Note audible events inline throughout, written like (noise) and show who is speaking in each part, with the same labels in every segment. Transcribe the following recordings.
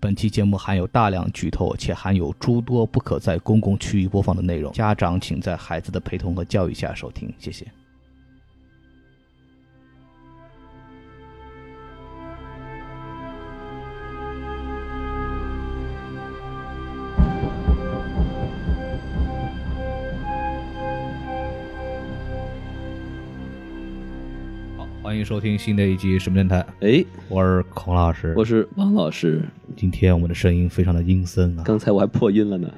Speaker 1: 本期节目含有大量剧透，且含有诸多不可在公共区域播放的内容，家长请在孩子的陪同和教育下收听，谢谢。好，欢迎收听新的一集什么电台，
Speaker 2: 哎，
Speaker 1: 我是孔老师，
Speaker 2: 我是汪老师，
Speaker 1: 今天我们的声音非常的阴森啊，
Speaker 2: 刚才我还破音了呢。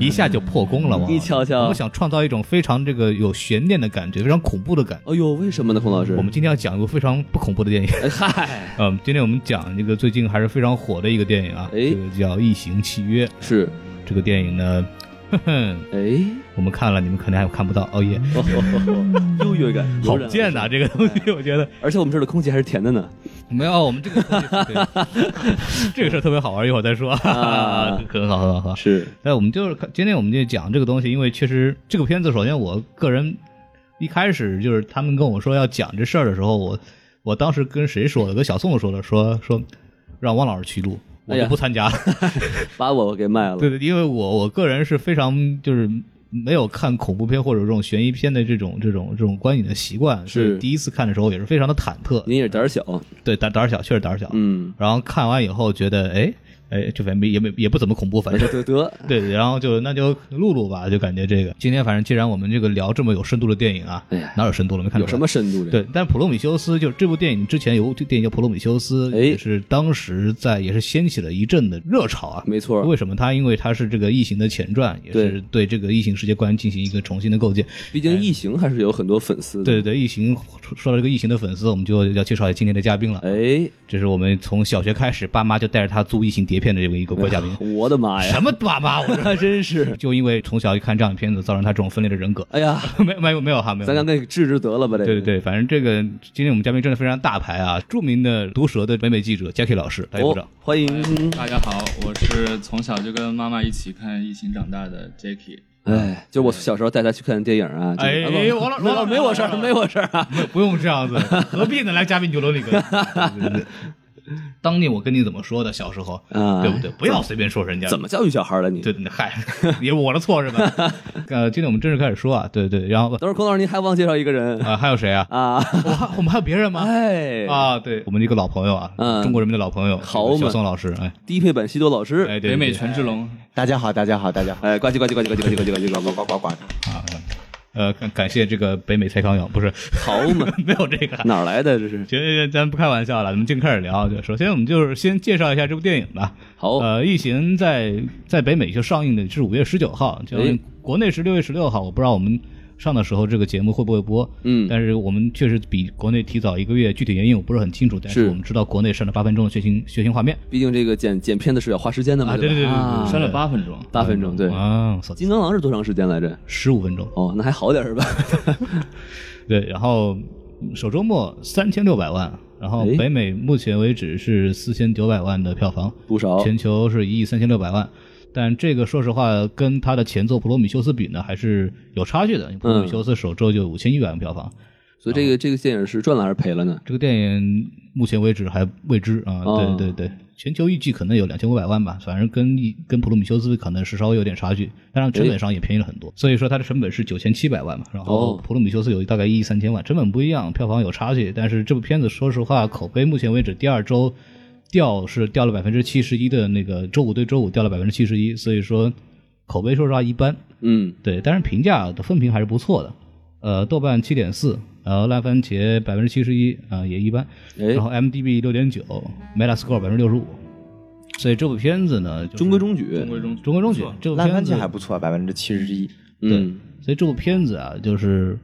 Speaker 1: 一下就破功了嘛。
Speaker 2: 你瞧瞧
Speaker 1: 我们想创造一种非常这个有悬念的感觉，非常恐怖的感觉。
Speaker 2: 哎呦，为什么呢，孔老师？
Speaker 1: 我们今天要讲一部非常不恐怖的电影。 (laughs)
Speaker 2: 哎嗨，
Speaker 1: 嗯，今天我们讲一个最近还是非常火的一个电影啊，
Speaker 2: 哎
Speaker 1: 这个叫《异形契约》。
Speaker 2: (laughs) 是
Speaker 1: 这个电影呢，哼哼，
Speaker 2: (laughs) 哎，
Speaker 1: 我们看了，你们可能还看不到。哦耶，
Speaker 2: 嗯哦优 (laughs) 越感，
Speaker 1: 好
Speaker 2: 油然而
Speaker 1: 贱呐、
Speaker 2: 生
Speaker 1: 这个东
Speaker 2: 哎
Speaker 1: 西我觉得
Speaker 2: 而且我们这儿的空气还是甜的呢。
Speaker 1: 没有，我们这个东西对 (laughs) 这个事儿特别好玩，一会儿再说。
Speaker 2: 啊
Speaker 1: (laughs) 很好，很好，很好。
Speaker 2: 是，
Speaker 1: 那我们就是看今天我们就讲这个东西，因为确实这个片子，首先我个人一开始就是他们跟我说要讲这事儿的时候，我我当时跟谁说的？跟小宋说的，说说让汪老师去录，我
Speaker 2: 哎
Speaker 1: 就
Speaker 2: 呀
Speaker 1: 不参
Speaker 2: (laughs)
Speaker 1: 加了。
Speaker 2: (laughs) 把我给卖了。
Speaker 1: 对对，因为我我个人是非常就是。没有看恐怖片或者这种悬疑片的这种这种这种观影的习惯，
Speaker 2: 是
Speaker 1: 所以第一次看的时候也是非常的忐忑，
Speaker 2: 您也是胆儿小，
Speaker 1: 对胆胆儿小，确实胆儿小。
Speaker 2: 嗯， (laughs)
Speaker 1: 然后看完以后觉得，哎哎，这反正也没也不怎么恐怖，反正
Speaker 2: 得得得，
Speaker 1: 对，对然后就那就录录吧，就感觉这个今天反正既然我们这个聊这么有深度的电影啊，
Speaker 2: 哎呀
Speaker 1: 哪有深度了？没看出
Speaker 2: 有
Speaker 1: 来
Speaker 2: 什么？深度的？
Speaker 1: 对，但是《普罗米修斯》就是这部电影之前有这电影叫《普罗米修斯》，
Speaker 2: 哎
Speaker 1: 也是当时在也是掀起了一阵的热潮啊。
Speaker 2: 没错
Speaker 1: 为什么它？因为它是这个异形的前传，也是对这个异形世界观进行一个重新的构建。
Speaker 2: 毕竟异形还是有很多粉丝的。
Speaker 1: 对对对，异形说到这个异形的粉丝，我们就要介绍今天的嘉宾了。
Speaker 2: 对，
Speaker 1: 这是我们从小学开始，爸妈就带着他租异形碟片的这么一个国家嘉宾
Speaker 2: 哎，。我的妈呀
Speaker 1: 什，么爸妈？我 (laughs)
Speaker 2: 还真是，
Speaker 1: 就因为从小就看这样的片子，造成他这种分裂的人格。 (laughs)
Speaker 2: 哎呀，
Speaker 1: 没有没有没有哈，没有。
Speaker 2: 咱俩给治治得了吧？这个
Speaker 1: 对对对，反正这个今天我们嘉宾真的非常大牌啊，著名的毒舌的北美记者 Jackie 老师，大家鼓掌
Speaker 2: 哦。，欢迎，
Speaker 3: 大家好，我是从小就跟妈妈一起看《异形》长大的 Jacky。
Speaker 2: 哎，就我小时候带他去看电影啊，
Speaker 1: 哎
Speaker 2: 这个
Speaker 1: 王老
Speaker 2: 没有没我事儿，没我事儿啊，
Speaker 1: 不用这 (laughs) 样子，何必呢？来嘉宾就轮你 (laughs) 个。对对对当年我跟你怎么说的？小时候，
Speaker 2: 啊
Speaker 1: 对不对？不要随便说人家。
Speaker 2: 怎么教育小孩了你？
Speaker 1: 对？对对，嗨， (laughs) 也我的错是吧？ (laughs) 呃，今天我们正式开始说啊，对对，然后
Speaker 2: 等会儿孔老师您还忘介绍一个人
Speaker 1: 啊，还有谁 (laughs) 啊？
Speaker 2: 啊，
Speaker 1: 我还我们还有别人吗？
Speaker 2: 哎，
Speaker 1: 啊，对，我们一个老朋友啊，
Speaker 2: 嗯
Speaker 1: 中国人民的老朋友，
Speaker 2: 豪门
Speaker 1: 小宋老师，哎，
Speaker 2: 低配版西多老师，
Speaker 1: 哎，对，
Speaker 3: 北美
Speaker 1: 对
Speaker 3: 权志龙，
Speaker 4: 大家好，大家好，大家好，
Speaker 2: 哎，呱唧呱唧呱唧呱唧呱唧呱唧呱唧呱呱呱呱，
Speaker 1: 呃，感感谢这个北美蔡康永，不是 (laughs)
Speaker 2: 豪门
Speaker 1: 没有这
Speaker 2: (laughs)
Speaker 1: 个。
Speaker 2: 哪儿来的这是？
Speaker 1: 行行行，咱不开玩笑了，咱们正开始聊。就首先，我们就是先介绍一下这部电影吧。
Speaker 2: 好，
Speaker 1: 呃，《异形在》在北美就上映的是五月十九号，就
Speaker 2: 哎
Speaker 1: 国内是六月十六号。我不知道我们上的时候这个节目会不会播，
Speaker 2: 嗯
Speaker 1: 但是我们确实比国内提早一个月，具体原因我不是很清楚，但是
Speaker 2: 是
Speaker 1: 我们知道国内上了八分钟的血腥血腥画面
Speaker 2: 毕竟这个剪剪片子是要花时间的嘛，
Speaker 1: 啊，对
Speaker 2: 吧
Speaker 1: 对对对，
Speaker 2: 啊
Speaker 3: 删了八分钟。
Speaker 2: 八分钟，对，
Speaker 1: 啊，
Speaker 2: 金刚狼是多长时间来着？
Speaker 1: 十五分钟，
Speaker 2: 哦，那还好点是吧？
Speaker 1: 对，然后嗯首周末三千六百万，然后
Speaker 2: 哎
Speaker 1: 北美目前为止是四千九百万的票房，
Speaker 2: 不少，
Speaker 1: 全球是一亿三千六百万。但这个说实话，跟它的前作《普罗米修斯》比呢，还是有差距的。《普罗米修斯》首周就五千一百万票房，
Speaker 2: 所以这个这个电影是赚了还是赔了呢？
Speaker 1: 这个电影目前为止还未知啊。
Speaker 2: 哦
Speaker 1: 对对对，全球预计可能有两千五百万吧，反正跟一跟《普罗米修斯》可能是稍微有点差距，当然成本上也便宜了很多。所以说它的成本是九千七百万嘛，然后
Speaker 2: 哦
Speaker 1: 《普罗米修斯》有大概一亿三千万，成本不一样，票房有差距。但是这部片子说实话，口碑目前为止第二周掉是掉了百分之七十一的那个周五对周五掉了百分之七十一，所以说口碑说实话一般，
Speaker 2: 嗯，
Speaker 1: 对，但是评价的分评还是不错的，呃，豆瓣七点四，然后烂番茄百分之七十一啊也一般，
Speaker 2: 哎
Speaker 1: 然，后 M D B 六点九，Metascore 百分之六十五，所以这部片子呢，就是
Speaker 2: 中规中矩
Speaker 3: 中，规中矩。
Speaker 1: 中规中矩
Speaker 5: 不错，
Speaker 1: 这部
Speaker 4: 烂番
Speaker 1: 片子
Speaker 4: 茄还不错，百分之七十一。
Speaker 2: 嗯，
Speaker 1: 所以这部片子啊，就是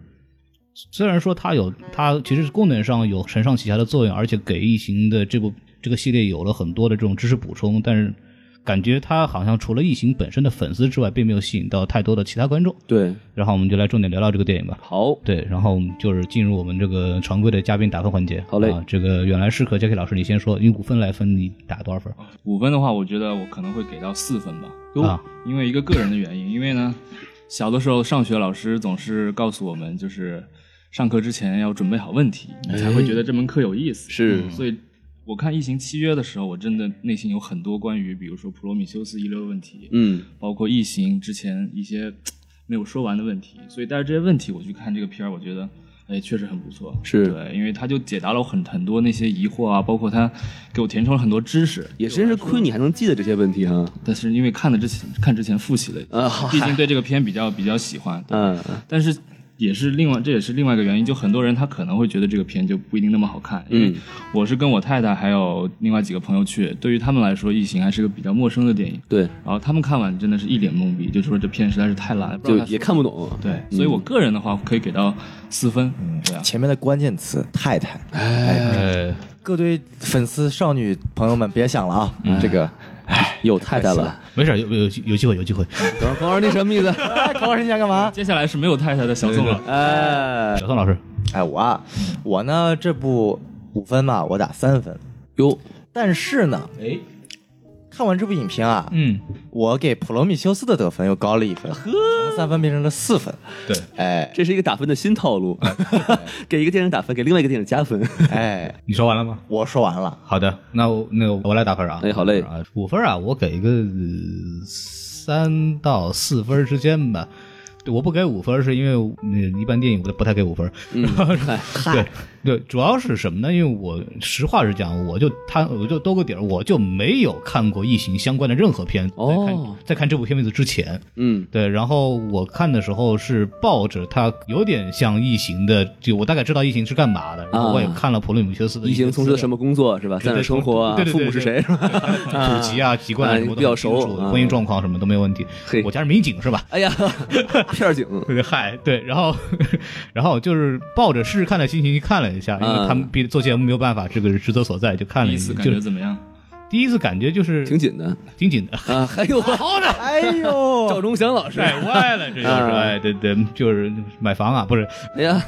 Speaker 1: 虽然说它有它其实是功能上有承上启下的作用，而且给《异形》的这部这个系列有了很多的这种知识补充，但是感觉它好像除了《异形》本身的粉丝之外，并没有吸引到太多的其他观众。
Speaker 2: 对，
Speaker 1: 然后我们就来重点聊聊这个电影吧。
Speaker 2: 好，
Speaker 1: 对，然后我们就是进入我们这个常规的嘉宾打分环节。
Speaker 2: 好嘞
Speaker 1: 啊，这个原来是和 Jackie 老师，你先说，用股分来分，你打多少分？
Speaker 3: 五分的话，我觉得我可能会给到四分吧，
Speaker 2: 哟
Speaker 1: 啊，
Speaker 3: 因为一个个人的原因。因为呢，小的时候上学老师总是告诉我们，就是上课之前要准备好问题，
Speaker 1: 哎
Speaker 3: 你才会觉得这门课有意思。
Speaker 2: 是
Speaker 3: 所以我看《异形契约》的时候，我真的内心有很多关于，比如说普罗米修斯遗留的问题，
Speaker 2: 嗯，
Speaker 3: 包括异形之前一些没有说完的问题，所以带着这些问题我去看这个片儿，我觉得哎确实很不错，
Speaker 2: 是
Speaker 3: 对，因为他就解答了我很很多那些疑惑啊，包括他给我填充了很多知识，
Speaker 2: 也真是亏你还能记得这些问题哈，
Speaker 3: 但是因为看了之前看之前复习了，
Speaker 2: 啊 (laughs) 好
Speaker 3: 毕竟对这个片比较比较喜欢，对
Speaker 2: 嗯，
Speaker 3: 但是也是另外，这也是另外一个原因，就很多人他可能会觉得这个片就不一定那么好看。因为
Speaker 2: 嗯
Speaker 3: 我是跟我太太还有另外几个朋友去，对于他们来说，《异形》还是个比较陌生的电影。
Speaker 2: 对，
Speaker 3: 然后他们看完真的是一脸懵逼，就说这片实在是太烂了，不知
Speaker 2: 就
Speaker 3: 道他
Speaker 2: 也嗯看不懂，
Speaker 3: 对。所以我个人的话可以给到四分，
Speaker 2: 嗯
Speaker 3: 对啊。
Speaker 4: 前面的关键词太太，哎，
Speaker 1: 呃，
Speaker 4: 各位粉丝少女朋友们别想了 (laughs) 啊，这个，哎，
Speaker 2: 嗯有太太了，
Speaker 1: 没事，有有有机会，有机会。
Speaker 2: 等会儿黄老师你什么意思？
Speaker 4: 高老师你想干嘛？
Speaker 3: 接下来是没有太太的小宋了，
Speaker 2: 哎，
Speaker 1: 小宋老师，
Speaker 4: 哎，我啊，我呢这部五分嘛，我打三分，
Speaker 2: 哟，
Speaker 4: 但是呢，哎，看完这部影片啊，
Speaker 1: 嗯，
Speaker 4: 我给普罗米修斯的得分又高了一分，从三分变成了四分。
Speaker 1: 对，
Speaker 4: 哎
Speaker 2: 这是一个打分的新套路， (laughs) 给一个电影打分，给另外一个电影加分，
Speaker 4: 哎，
Speaker 1: 你说完了吗？
Speaker 4: 我说完了，
Speaker 1: 好的，那我那个我来打分啊。
Speaker 2: 哎好嘞
Speaker 1: 啊，五分啊，我给一个呃三到四分之间吧。对我不给五分，是因为嗯，一般电影我都不太给五分。 (laughs) 嗯，对对，主要是什么呢？因为我实话实讲，我就他我就兜个底儿，我就没有看过《异形》相关的任何片子。在
Speaker 2: 哦
Speaker 1: 看在看这部片子之前，
Speaker 2: 嗯，
Speaker 1: 对，然后我看的时候是抱着它有点像异形的，就我大概知道异形是干嘛的，然后我也
Speaker 2: 啊
Speaker 1: 看了普罗米修斯的
Speaker 2: 异形从事的什
Speaker 1: 么
Speaker 2: 么工作是吧？在哪儿生活啊
Speaker 1: 对？对对
Speaker 2: 父母是谁是吧？
Speaker 1: 祖籍啊、籍贯啊
Speaker 2: 啊
Speaker 1: 什么都
Speaker 2: 比较
Speaker 1: 很清楚
Speaker 2: 熟啊
Speaker 1: 婚姻状况什么都没有问题
Speaker 2: 嘿。
Speaker 1: 我家是民警
Speaker 2: (laughs)
Speaker 1: 是吧？
Speaker 2: 哎呀，片儿警，
Speaker 1: 嗨，对，然后， (laughs) 然后就是抱着试试看的心情去看了一下，因
Speaker 2: 啊
Speaker 1: 为他们毕做节目没有办法，这个是职责所在，就看了
Speaker 3: 第
Speaker 1: 一
Speaker 3: 一
Speaker 1: 下
Speaker 3: 次感
Speaker 1: 就
Speaker 3: 觉
Speaker 1: 是
Speaker 3: 怎么样？
Speaker 1: 第一次感觉就是
Speaker 2: 挺紧的
Speaker 1: 挺紧的，
Speaker 2: 啊，还有啊
Speaker 1: 好的，
Speaker 4: 哎
Speaker 2: 赵
Speaker 4: 呦，
Speaker 2: 忠祥老师，
Speaker 1: 晒歪了，这就是
Speaker 2: 啊
Speaker 1: 哎，对对，就是买房啊，不是
Speaker 2: 哎呀，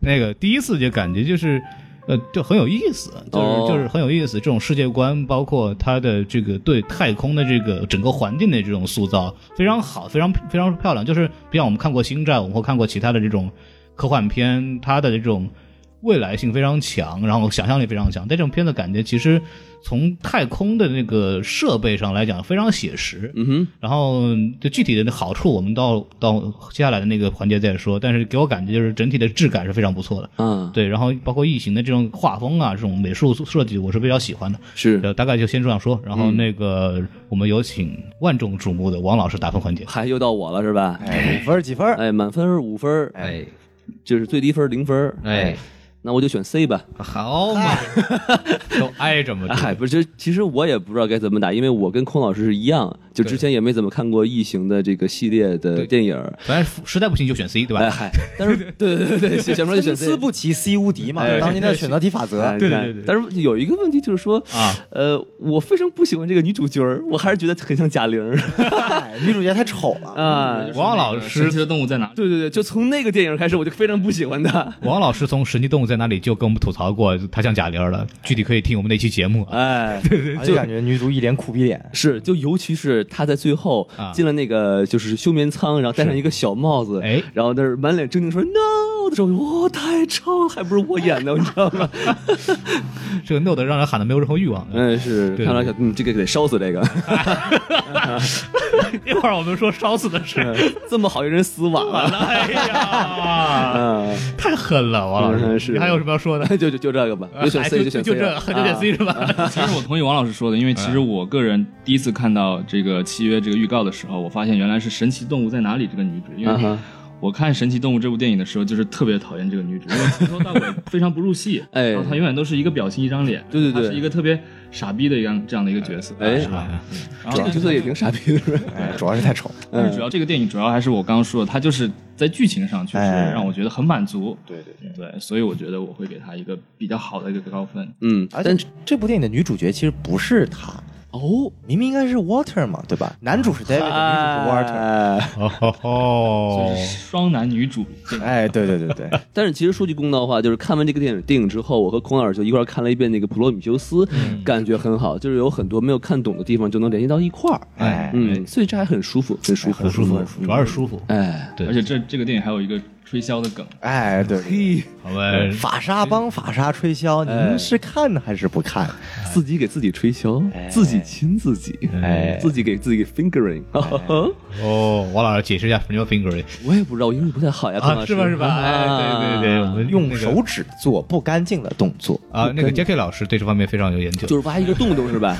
Speaker 1: 那个第一次就感觉就是。呃，就很有意思，就是、
Speaker 2: 哦
Speaker 1: 就是很有意思。这种世界观，包括它的这个对太空的这个整个环境的这种塑造，非常好，非常非常漂亮。就是比方我们看过《星战》，我们会看过其他的这种科幻片，它的这种未来性非常强，然后想象力非常强。但这种片子感觉其实从太空的那个设备上来讲非常写实，
Speaker 2: 嗯哼，
Speaker 1: 然后就具体的好处，我们到到接下来的那个环节再说。但是给我感觉就是整体的质感是非常不错的，
Speaker 2: 啊，
Speaker 1: 对。然后包括异形的这种画风啊，这种美术设计，我是比较喜欢的。
Speaker 2: 是，
Speaker 1: 呃，大概就先这样说。然后那个、我们有请万众瞩目的王老师打分环节。
Speaker 2: 还又到我了是吧？
Speaker 4: 哎，五分儿几分儿？
Speaker 2: 哎，满分五分儿，
Speaker 4: 哎，
Speaker 2: 就是最低分零分儿，
Speaker 1: 哎，
Speaker 2: 那我就选 C 吧。
Speaker 1: 好嘛，
Speaker 3: (laughs)
Speaker 1: 都挨着嘛
Speaker 2: 哎，不是，就其实我也不知道该怎么打，因为我跟空老师是一样，就之前也没怎么看过《异形》的这个系列的电影儿。
Speaker 1: 反正实在不行就选 C，对吧？
Speaker 2: 哎嗨，
Speaker 1: (laughs)
Speaker 2: 但是对对对对，选不上就选 C
Speaker 4: 参。差不齐，C 无敌嘛
Speaker 2: 哎，
Speaker 4: 当年的选择题法则
Speaker 2: 哎。
Speaker 1: 对对
Speaker 2: 你看
Speaker 1: 对对
Speaker 2: 但是有一个问题就是说，
Speaker 1: 啊，
Speaker 2: 呃，我非常不喜欢这个女主角儿，我还是觉得很像贾玲 (laughs) 儿
Speaker 4: 哎女主角太丑了，
Speaker 2: 啊。
Speaker 3: 就是
Speaker 1: 王
Speaker 3: 那
Speaker 1: 老
Speaker 3: 个
Speaker 1: 师
Speaker 3: 神奇的动物在哪里？
Speaker 2: 对对对，就从那个电影开始，我就非常不喜欢她。
Speaker 1: 王老师从《神奇动物在哪里》就跟我们吐槽过，他像贾玲儿了。具体可以听我们那期节目啊。
Speaker 2: (laughs) 哎，
Speaker 4: 而且感觉女主一脸苦逼脸。
Speaker 2: 是，就尤其是她在最后
Speaker 1: 啊
Speaker 2: 进了那个就是休眠舱，然后戴上一个小帽子，
Speaker 1: 哎
Speaker 2: 然后那儿满脸狰狞说 “No”，时候，哇，太臭了，还不是我演的，你知道吗？ (laughs)
Speaker 1: 这个 note 让人喊的没有任何欲望。
Speaker 2: 嗯，是，
Speaker 1: 对
Speaker 2: 看来嗯，这个得烧死这个，
Speaker 1: (laughs) 一会儿我们说烧死的事，
Speaker 2: (laughs) 这么好一人嗯死晚了，
Speaker 1: (laughs) 哎呀，
Speaker 2: 嗯，
Speaker 1: (laughs) 太狠了，王老
Speaker 2: 嗯
Speaker 1: 师，
Speaker 2: 是
Speaker 1: 你还有什么要说的？哎
Speaker 2: 就就就这个吧，啊就选 C
Speaker 1: 就
Speaker 2: 选 C，
Speaker 1: 就这个，
Speaker 2: 啊
Speaker 1: 就选 C 是吧？ (laughs)
Speaker 3: 其实我同意王老师说的，因为其实我个人第一次看到这个契约这个预告的时候，我发现原来是《神奇动物在哪里》这个女主，因
Speaker 2: 嗯
Speaker 3: 为
Speaker 2: 哼
Speaker 3: 我看《神奇动物》这部电影的时候，就是特别讨厌这个女主，因为从头到
Speaker 2: (laughs)
Speaker 3: 尾非常不入戏，
Speaker 2: 哎
Speaker 3: 然后她永远都是一个表情一张脸，
Speaker 2: 对对对
Speaker 3: 她是一个特别傻逼的一样这样的一个角色，
Speaker 2: 哎
Speaker 3: 是吧？然
Speaker 2: 这
Speaker 3: 后
Speaker 2: 个角色也挺傻逼的，是吧
Speaker 4: 哎，主要是太丑。
Speaker 3: 但是
Speaker 4: 嗯
Speaker 3: 主要这个电影主要还是我刚刚说的，它就是在剧情上确实
Speaker 4: 哎
Speaker 3: 让我觉得很满足，
Speaker 4: 对对对。
Speaker 3: 对，所以我觉得我会给她一个比较好的一个高分。
Speaker 2: 嗯，
Speaker 4: 而
Speaker 2: 但
Speaker 4: 且这部电影的女主角其实不是她哦，明明应该是 Water 嘛，对吧？男主是 David，、女主是 Water。
Speaker 2: 哎
Speaker 1: 哦
Speaker 3: 就是双男女主，这个
Speaker 4: 哎，对对对 (laughs) 对，
Speaker 2: 但是其实说句公道话，就是看完这个电影电影之后，我和孔老师就一块儿看了一遍那个《普罗米修斯》，感觉很好，就是有很多没有看懂的地方就能联系到一块儿，
Speaker 4: 哎，
Speaker 2: 嗯，所以这还很舒服，很舒服，
Speaker 4: 很舒服，
Speaker 1: 主要是舒服。
Speaker 2: 哎，
Speaker 1: 对
Speaker 3: 而且这这个电影还有一个吹箫的梗，
Speaker 4: 哎，对对对。
Speaker 1: 我们
Speaker 4: 法沙帮法沙吹箫，你们是看还是不看？
Speaker 2: 自己给自己吹箫，自己亲自己，
Speaker 4: 哎
Speaker 2: 自己给自己 fingering，
Speaker 1: 哦，王老师解释一下什么叫 fingering
Speaker 2: (laughs) 我也不知道，我英语不太好呀，孔老
Speaker 1: 啊？
Speaker 2: 师
Speaker 1: 是吧？是吧？哎，对对对，我们
Speaker 4: 用
Speaker 1: 那个
Speaker 4: 手指做不干净的动作，
Speaker 1: 啊，那个 Jackie 老师对这方面非常有研究。
Speaker 2: 就是挖一个洞洞是吧？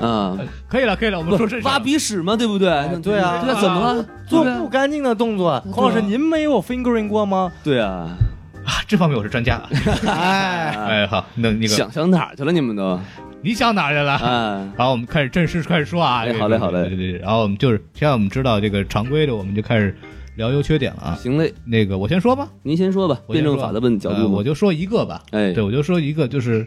Speaker 2: 啊，
Speaker 1: 可以了，可以了，我们说正事儿
Speaker 2: 挖鼻屎嘛，对不对？
Speaker 4: 对啊
Speaker 2: 那怎么了？啊
Speaker 4: 做不干净的动作。孔老师，您没有 fingering 过吗？
Speaker 2: 对啊，
Speaker 1: 啊，这方面我是专家。
Speaker 4: 哎，
Speaker 1: 哎，好，那那个
Speaker 2: 想想哪儿去了你们
Speaker 1: (laughs)
Speaker 2: 都？
Speaker 1: 你想哪儿去了？
Speaker 2: 哎，
Speaker 1: 好，我们开始正式开始说啊。
Speaker 2: 哎
Speaker 1: 这个
Speaker 2: 好嘞好嘞
Speaker 1: 对对对。然后我们就是现在我们知道这个常规的，我们就开始聊优缺点了啊。
Speaker 2: 行嘞，
Speaker 1: 那个我先说吧，
Speaker 2: 您先说吧，
Speaker 1: 我先
Speaker 2: 嗯辩
Speaker 1: 说
Speaker 2: 证法的问角
Speaker 1: 呃
Speaker 2: 度嘛，
Speaker 1: 我就说一个吧。
Speaker 2: 哎
Speaker 1: 对，我就说一个，就是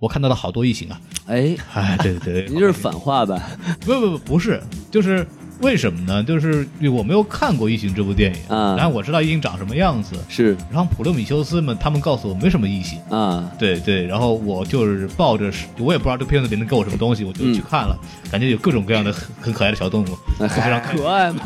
Speaker 1: 我看到了好多异形
Speaker 2: (laughs)
Speaker 1: 啊。
Speaker 2: 哎，
Speaker 1: 哎，对对对，
Speaker 2: 您就是反话吧？
Speaker 1: (laughs) 不不不，不是，就是为什么呢？就是我没有看过《异形》这部电影，
Speaker 2: 啊
Speaker 1: 然后我知道异形长什么样子，
Speaker 2: 是
Speaker 1: 然后普罗米修斯们他们告诉我没什么异形，
Speaker 2: 啊，
Speaker 1: 对对，然后我就是抱着是，我也不知道这片子里能给我什么东西，我就去看了，感觉有各种各样的很很可爱的小动物，
Speaker 2: 嗯那非常可爱嘛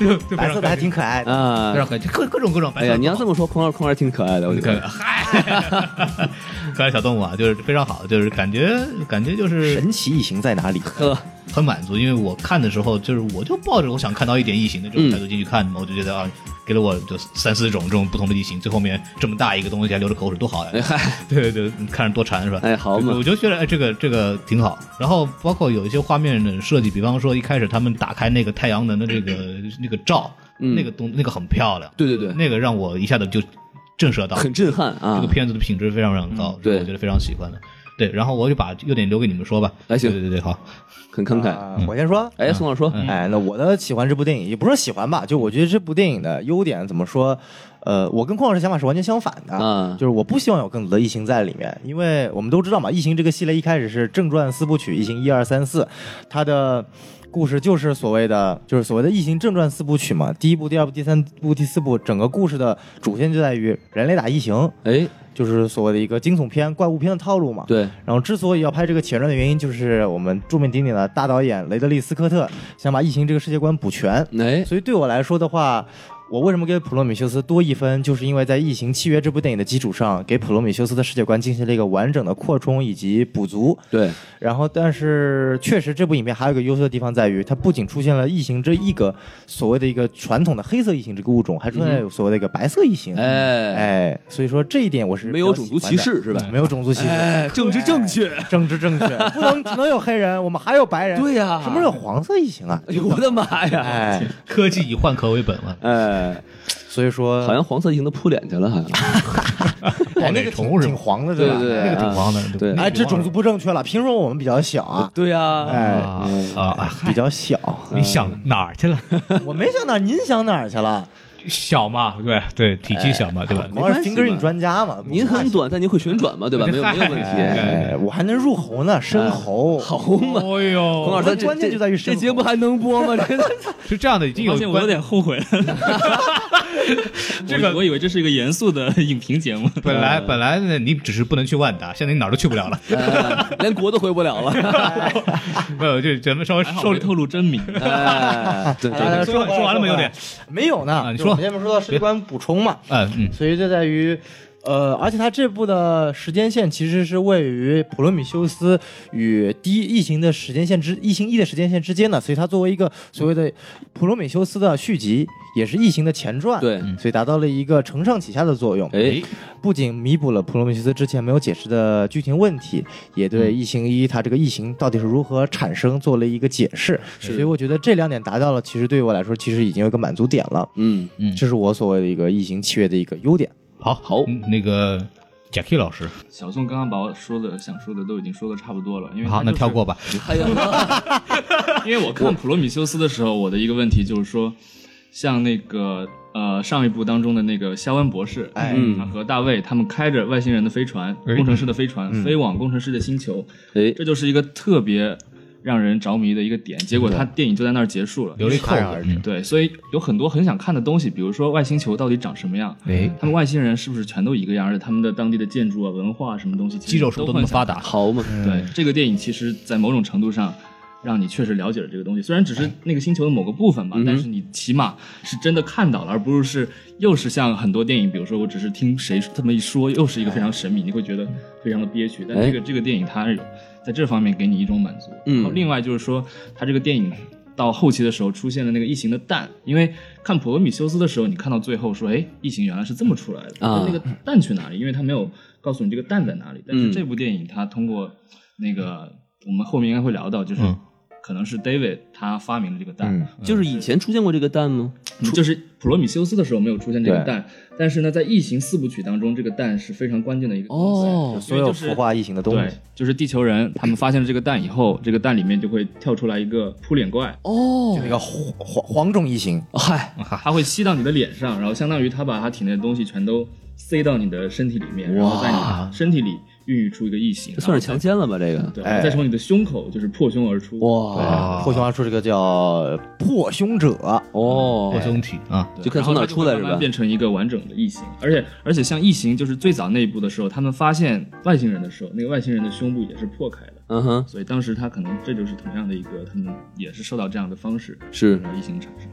Speaker 1: 就就非
Speaker 4: 白
Speaker 1: 常
Speaker 4: 色的
Speaker 1: 感
Speaker 4: 还
Speaker 1: 觉
Speaker 4: 挺可爱
Speaker 2: (laughs)
Speaker 4: 的。
Speaker 2: 啊
Speaker 1: (laughs) 非。常可爱，就各各种各种白
Speaker 2: 哎
Speaker 1: 色。
Speaker 2: 呀，你要这么说，空儿空儿挺可爱的，我觉
Speaker 1: 可爱，
Speaker 2: 得。
Speaker 1: (laughs) 嗨，可爱小动物啊，就是非常好，就是感觉感觉就是
Speaker 4: 神奇异形在哪里？
Speaker 2: 呵，
Speaker 1: 很满足，因为我看的时候就是我就抱着我想看到一点异形的这种态度进去看嘛，我就觉得啊，给了我就三四种这种不同的异形，最后面这么大一个东西还流着口水，多好呀！
Speaker 2: 哎嗨，
Speaker 1: 对对对，看着多馋是吧？
Speaker 2: 哎好嘛
Speaker 1: 我就觉得哎，这个这个挺好。然后包括有一些画面的设计，比方说一开始他们打开那个太阳能的这
Speaker 2: (laughs)
Speaker 1: 个那个罩，
Speaker 2: 嗯
Speaker 1: 那个东那个很漂亮，
Speaker 2: 对对对，
Speaker 1: 那个让我一下子就震慑到，
Speaker 2: 很震撼啊嗯
Speaker 1: 这个。片子的品质非常非常高，
Speaker 2: 对
Speaker 1: 是我觉得非常喜欢的。对，然后我就把优点留给你们说吧。
Speaker 2: 哎行
Speaker 1: 对对对，好，
Speaker 2: 很慷慨。
Speaker 4: 啊我先说，
Speaker 2: 哎，宋老师说，
Speaker 1: 嗯
Speaker 4: 哎，那我的喜欢这部电影，也不是喜欢吧，就我觉得这部电影的优点怎么说？呃，我跟邝老师想法是完全相反的，
Speaker 2: 啊
Speaker 4: 就是我不希望有更多的异形在里面，因为我们都知道嘛，异形这个系列一开始是正传四部曲，异形一二三四，它的。故事就是所谓的，就是所谓的《异形正传》四部曲嘛，第一部、第二部、第三部、第四部，整个故事的主线就在于人类打异形，
Speaker 2: 哎，
Speaker 4: 就是所谓的一个惊悚片、怪物片的套路嘛。
Speaker 2: 对，
Speaker 4: 然后之所以要拍这个前传的原因，就是我们著名鼎鼎的大导演雷德利·斯科特想把《异形》这个世界观补全。
Speaker 2: 哎，
Speaker 4: 所以对我来说的话，我为什么给《普罗米修斯》多一分，就是因为在《异形契约》这部电影的基础上，给《普罗米修斯》的世界观进行了一个完整的扩充以及补足。
Speaker 2: 对，
Speaker 4: 然后，但是确实这部影片还有一个优秀的地方在于，它不仅出现了异形这一个所谓的一个传统的黑色异形这个物种，还出现了有所谓的一个白色异形。
Speaker 2: 哎，
Speaker 4: 哎，所以说这一点我是
Speaker 2: 没有
Speaker 4: 比较
Speaker 2: 种族
Speaker 4: 喜欢
Speaker 2: 歧
Speaker 4: 的，
Speaker 2: 视是吧？
Speaker 4: 没有种族歧视。
Speaker 2: 哎，政治正确。
Speaker 4: 政治正确， (laughs) 不能只能有黑人，我们还有白人。
Speaker 2: 对呀
Speaker 4: 什么时候有黄色异形啊？
Speaker 2: 哎呦我的妈呀！
Speaker 4: 哎，
Speaker 1: 科技以换壳为本嘛，
Speaker 2: 哎，
Speaker 4: 所以说
Speaker 2: 好像黄色已经都扑脸去了，好像。
Speaker 1: 抱
Speaker 4: 哎
Speaker 1: 那个
Speaker 4: 那个
Speaker 1: 虫
Speaker 4: 挺
Speaker 1: 是
Speaker 4: 挺
Speaker 1: 吧？
Speaker 4: 黄的，对吧？
Speaker 2: 对对对
Speaker 1: 那个挺
Speaker 2: (laughs) 啊
Speaker 1: 黄的，
Speaker 2: 对
Speaker 1: 那个
Speaker 4: 哎，这
Speaker 1: 挺黄
Speaker 4: 种
Speaker 1: 的
Speaker 4: 族不正确了，凭什么我们比较小啊？
Speaker 2: 对呀，
Speaker 4: 哎，
Speaker 1: 啊啊，
Speaker 4: 比较小，
Speaker 2: 嗯
Speaker 1: 你想哪儿去了？ (laughs)
Speaker 4: 我没想到您想哪儿去了？
Speaker 1: 小嘛，对对，体
Speaker 2: 哎
Speaker 1: 积小嘛，对吧？
Speaker 4: 我是
Speaker 2: 系嘛
Speaker 4: finger 专家嘛，
Speaker 2: 您很短，但您会旋转嘛，对吧？没有没有问题。
Speaker 4: 哎，我还能入喉呢，生喉。
Speaker 2: 哎好
Speaker 1: 哦
Speaker 2: 嘛，孔
Speaker 1: 呦
Speaker 2: 老，师，
Speaker 4: 关关键就在
Speaker 2: 这
Speaker 4: 于生活 (laughs)
Speaker 2: 节目还能播吗？这
Speaker 1: 是这样的，已经有
Speaker 3: (laughs) 发现我
Speaker 1: 观
Speaker 3: 有点后悔了。
Speaker 1: 这个
Speaker 3: 我我以为这是一个严肃的 (laughs) 影评节目。
Speaker 1: (laughs) 本来本来呢你只是不能去万达， (laughs) 现在你哪儿都去不
Speaker 3: (laughs)
Speaker 1: 了了。
Speaker 2: 哎连国都回不了了。
Speaker 1: 没有，就咱们稍微
Speaker 3: 还好
Speaker 1: 稍
Speaker 3: 没
Speaker 1: 微
Speaker 3: 透露真名，
Speaker 2: 哎，对对对
Speaker 4: 哎
Speaker 1: 说完说完了没有点？
Speaker 4: 没有呢，
Speaker 1: 啊你
Speaker 4: 就是我们
Speaker 1: 说
Speaker 4: 前面说到世界观补充嘛，
Speaker 1: 嗯嗯，
Speaker 4: 所以这在于，呃，而且它这部的时间线其实是位于《普罗米修斯》与《第一异形》的时间线之《异形一》的时间线之间的，所以它作为一个所谓的《普罗米修斯》的续集，也是《异形》的前传，嗯
Speaker 2: 对
Speaker 4: 所以达到了一个承上启下的作用。
Speaker 2: 哎，
Speaker 4: 不仅弥补了《普罗米修斯》之前没有解释的剧情问题，也对《
Speaker 2: 嗯
Speaker 4: 异形一》它这个异形到底是如何产生做了一个解释。所以我觉得这两点达到了，其实对于我来说，其实已经有一个满足点了。
Speaker 2: 嗯，
Speaker 4: 这是我所谓的一个《异形契约》的一个优点。
Speaker 1: 好
Speaker 2: 好
Speaker 1: 嗯那个 Jackie 老师，
Speaker 3: (laughs) 小宋刚刚把我说的想说的都已经说的差不多了，因为
Speaker 1: 好，
Speaker 3: 他
Speaker 1: 那
Speaker 3: 嗯就是
Speaker 1: 跳过吧。
Speaker 2: 哎呀，
Speaker 3: 因为我看《普罗米修斯》的时候，我的一个问题就是说，像那个呃上一部当中的那个夏湾博士，
Speaker 4: 哎
Speaker 2: 嗯
Speaker 3: 啊和大卫他们开着外星人的飞船，
Speaker 1: 哎嗯
Speaker 3: 工程师的飞船、飞往工程师的星球，
Speaker 2: 哎，
Speaker 3: 这就是一个特别让人着迷的一个点。结果他电影就在那儿结束了。
Speaker 1: 琉璃扣
Speaker 4: 看而
Speaker 1: 子，
Speaker 4: 知
Speaker 1: 嗯
Speaker 3: 对，所以有很多很想看的东西，比如说外星球到底长什么样，
Speaker 1: 哎，
Speaker 3: 他们外星人是不是全都一个样，而且他们的当地的建筑啊、文化啊什么东西，其实
Speaker 1: 肌肉什么
Speaker 3: 都
Speaker 1: 都那么
Speaker 3: 很想
Speaker 1: 发达，
Speaker 2: 好嘛，
Speaker 4: 嗯
Speaker 3: 对，这个电影其实，在某种程度上，让你确实了解了这个东西。虽然只是那个星球的某个部
Speaker 2: 嗯
Speaker 3: 分吧，但是你起码是真的看到了，而不是是又是像很多电影，比如说我只是听谁这么一说，又是一个非常神秘，你会觉得
Speaker 2: 嗯
Speaker 3: 非常的憋屈。但这个、这个电影它有在这方面给你一种满足。
Speaker 2: 哎嗯
Speaker 3: 然后另外就是说，它这个电影。到后期的时候出现了那个异形的蛋，因为看普罗米修斯的时候，你看到最后说，哎，异形原来是这么出来的，
Speaker 2: 啊
Speaker 3: 那个蛋去哪里？因为它没有告诉你这个蛋在哪里。但是
Speaker 2: 嗯
Speaker 3: 这部电影它通过那个我们后面应该会聊到，就是
Speaker 1: 嗯
Speaker 3: 可能是 David 他发明了这个蛋，嗯
Speaker 4: 嗯
Speaker 2: 就是以前出现过这个蛋吗？
Speaker 3: 就是普罗米修斯的时候没有出现这个
Speaker 4: 对
Speaker 3: 蛋，但是呢，在《异形四部曲》当中，这个蛋是非常关键的一个东西。
Speaker 2: 哦，
Speaker 4: 所有孵化异形的东
Speaker 3: 对
Speaker 4: 西。，
Speaker 3: 就是地球人他们发现了这个蛋以后，这个蛋里面就会跳出来一个扑脸怪，
Speaker 2: 哦
Speaker 4: 那，个黄黄黄种异形，
Speaker 2: 嗨，
Speaker 3: 它会吸到你的脸上，然后相当于它把它体内的东西全都塞到你的身体里面，然后在
Speaker 2: 哇
Speaker 3: 你身体里孕育出一个异形，
Speaker 2: 这算
Speaker 3: 然
Speaker 2: 是
Speaker 3: 后
Speaker 2: 强奸了吧？这个，
Speaker 3: 对，
Speaker 4: 哎
Speaker 3: 再从你的胸口就是破胸而出。
Speaker 2: 哇，
Speaker 1: 啊
Speaker 4: 破胸而出这个叫破胸者，
Speaker 2: 哦
Speaker 1: 扩，胸体啊，
Speaker 3: 对
Speaker 2: 就看从哪儿出来
Speaker 3: 然
Speaker 2: 是
Speaker 3: 后它就会慢
Speaker 2: 吧
Speaker 3: 慢变成一个完整的异形，而且而且像异形，就是最早那一部的时候，他们发现外星人的时候，那个外星人的胸部也是破开的，
Speaker 2: 嗯哼，
Speaker 3: 所以当时他可能这就是同样的一个，他们也是受到这样的方式
Speaker 2: 是，
Speaker 3: 让异形产生。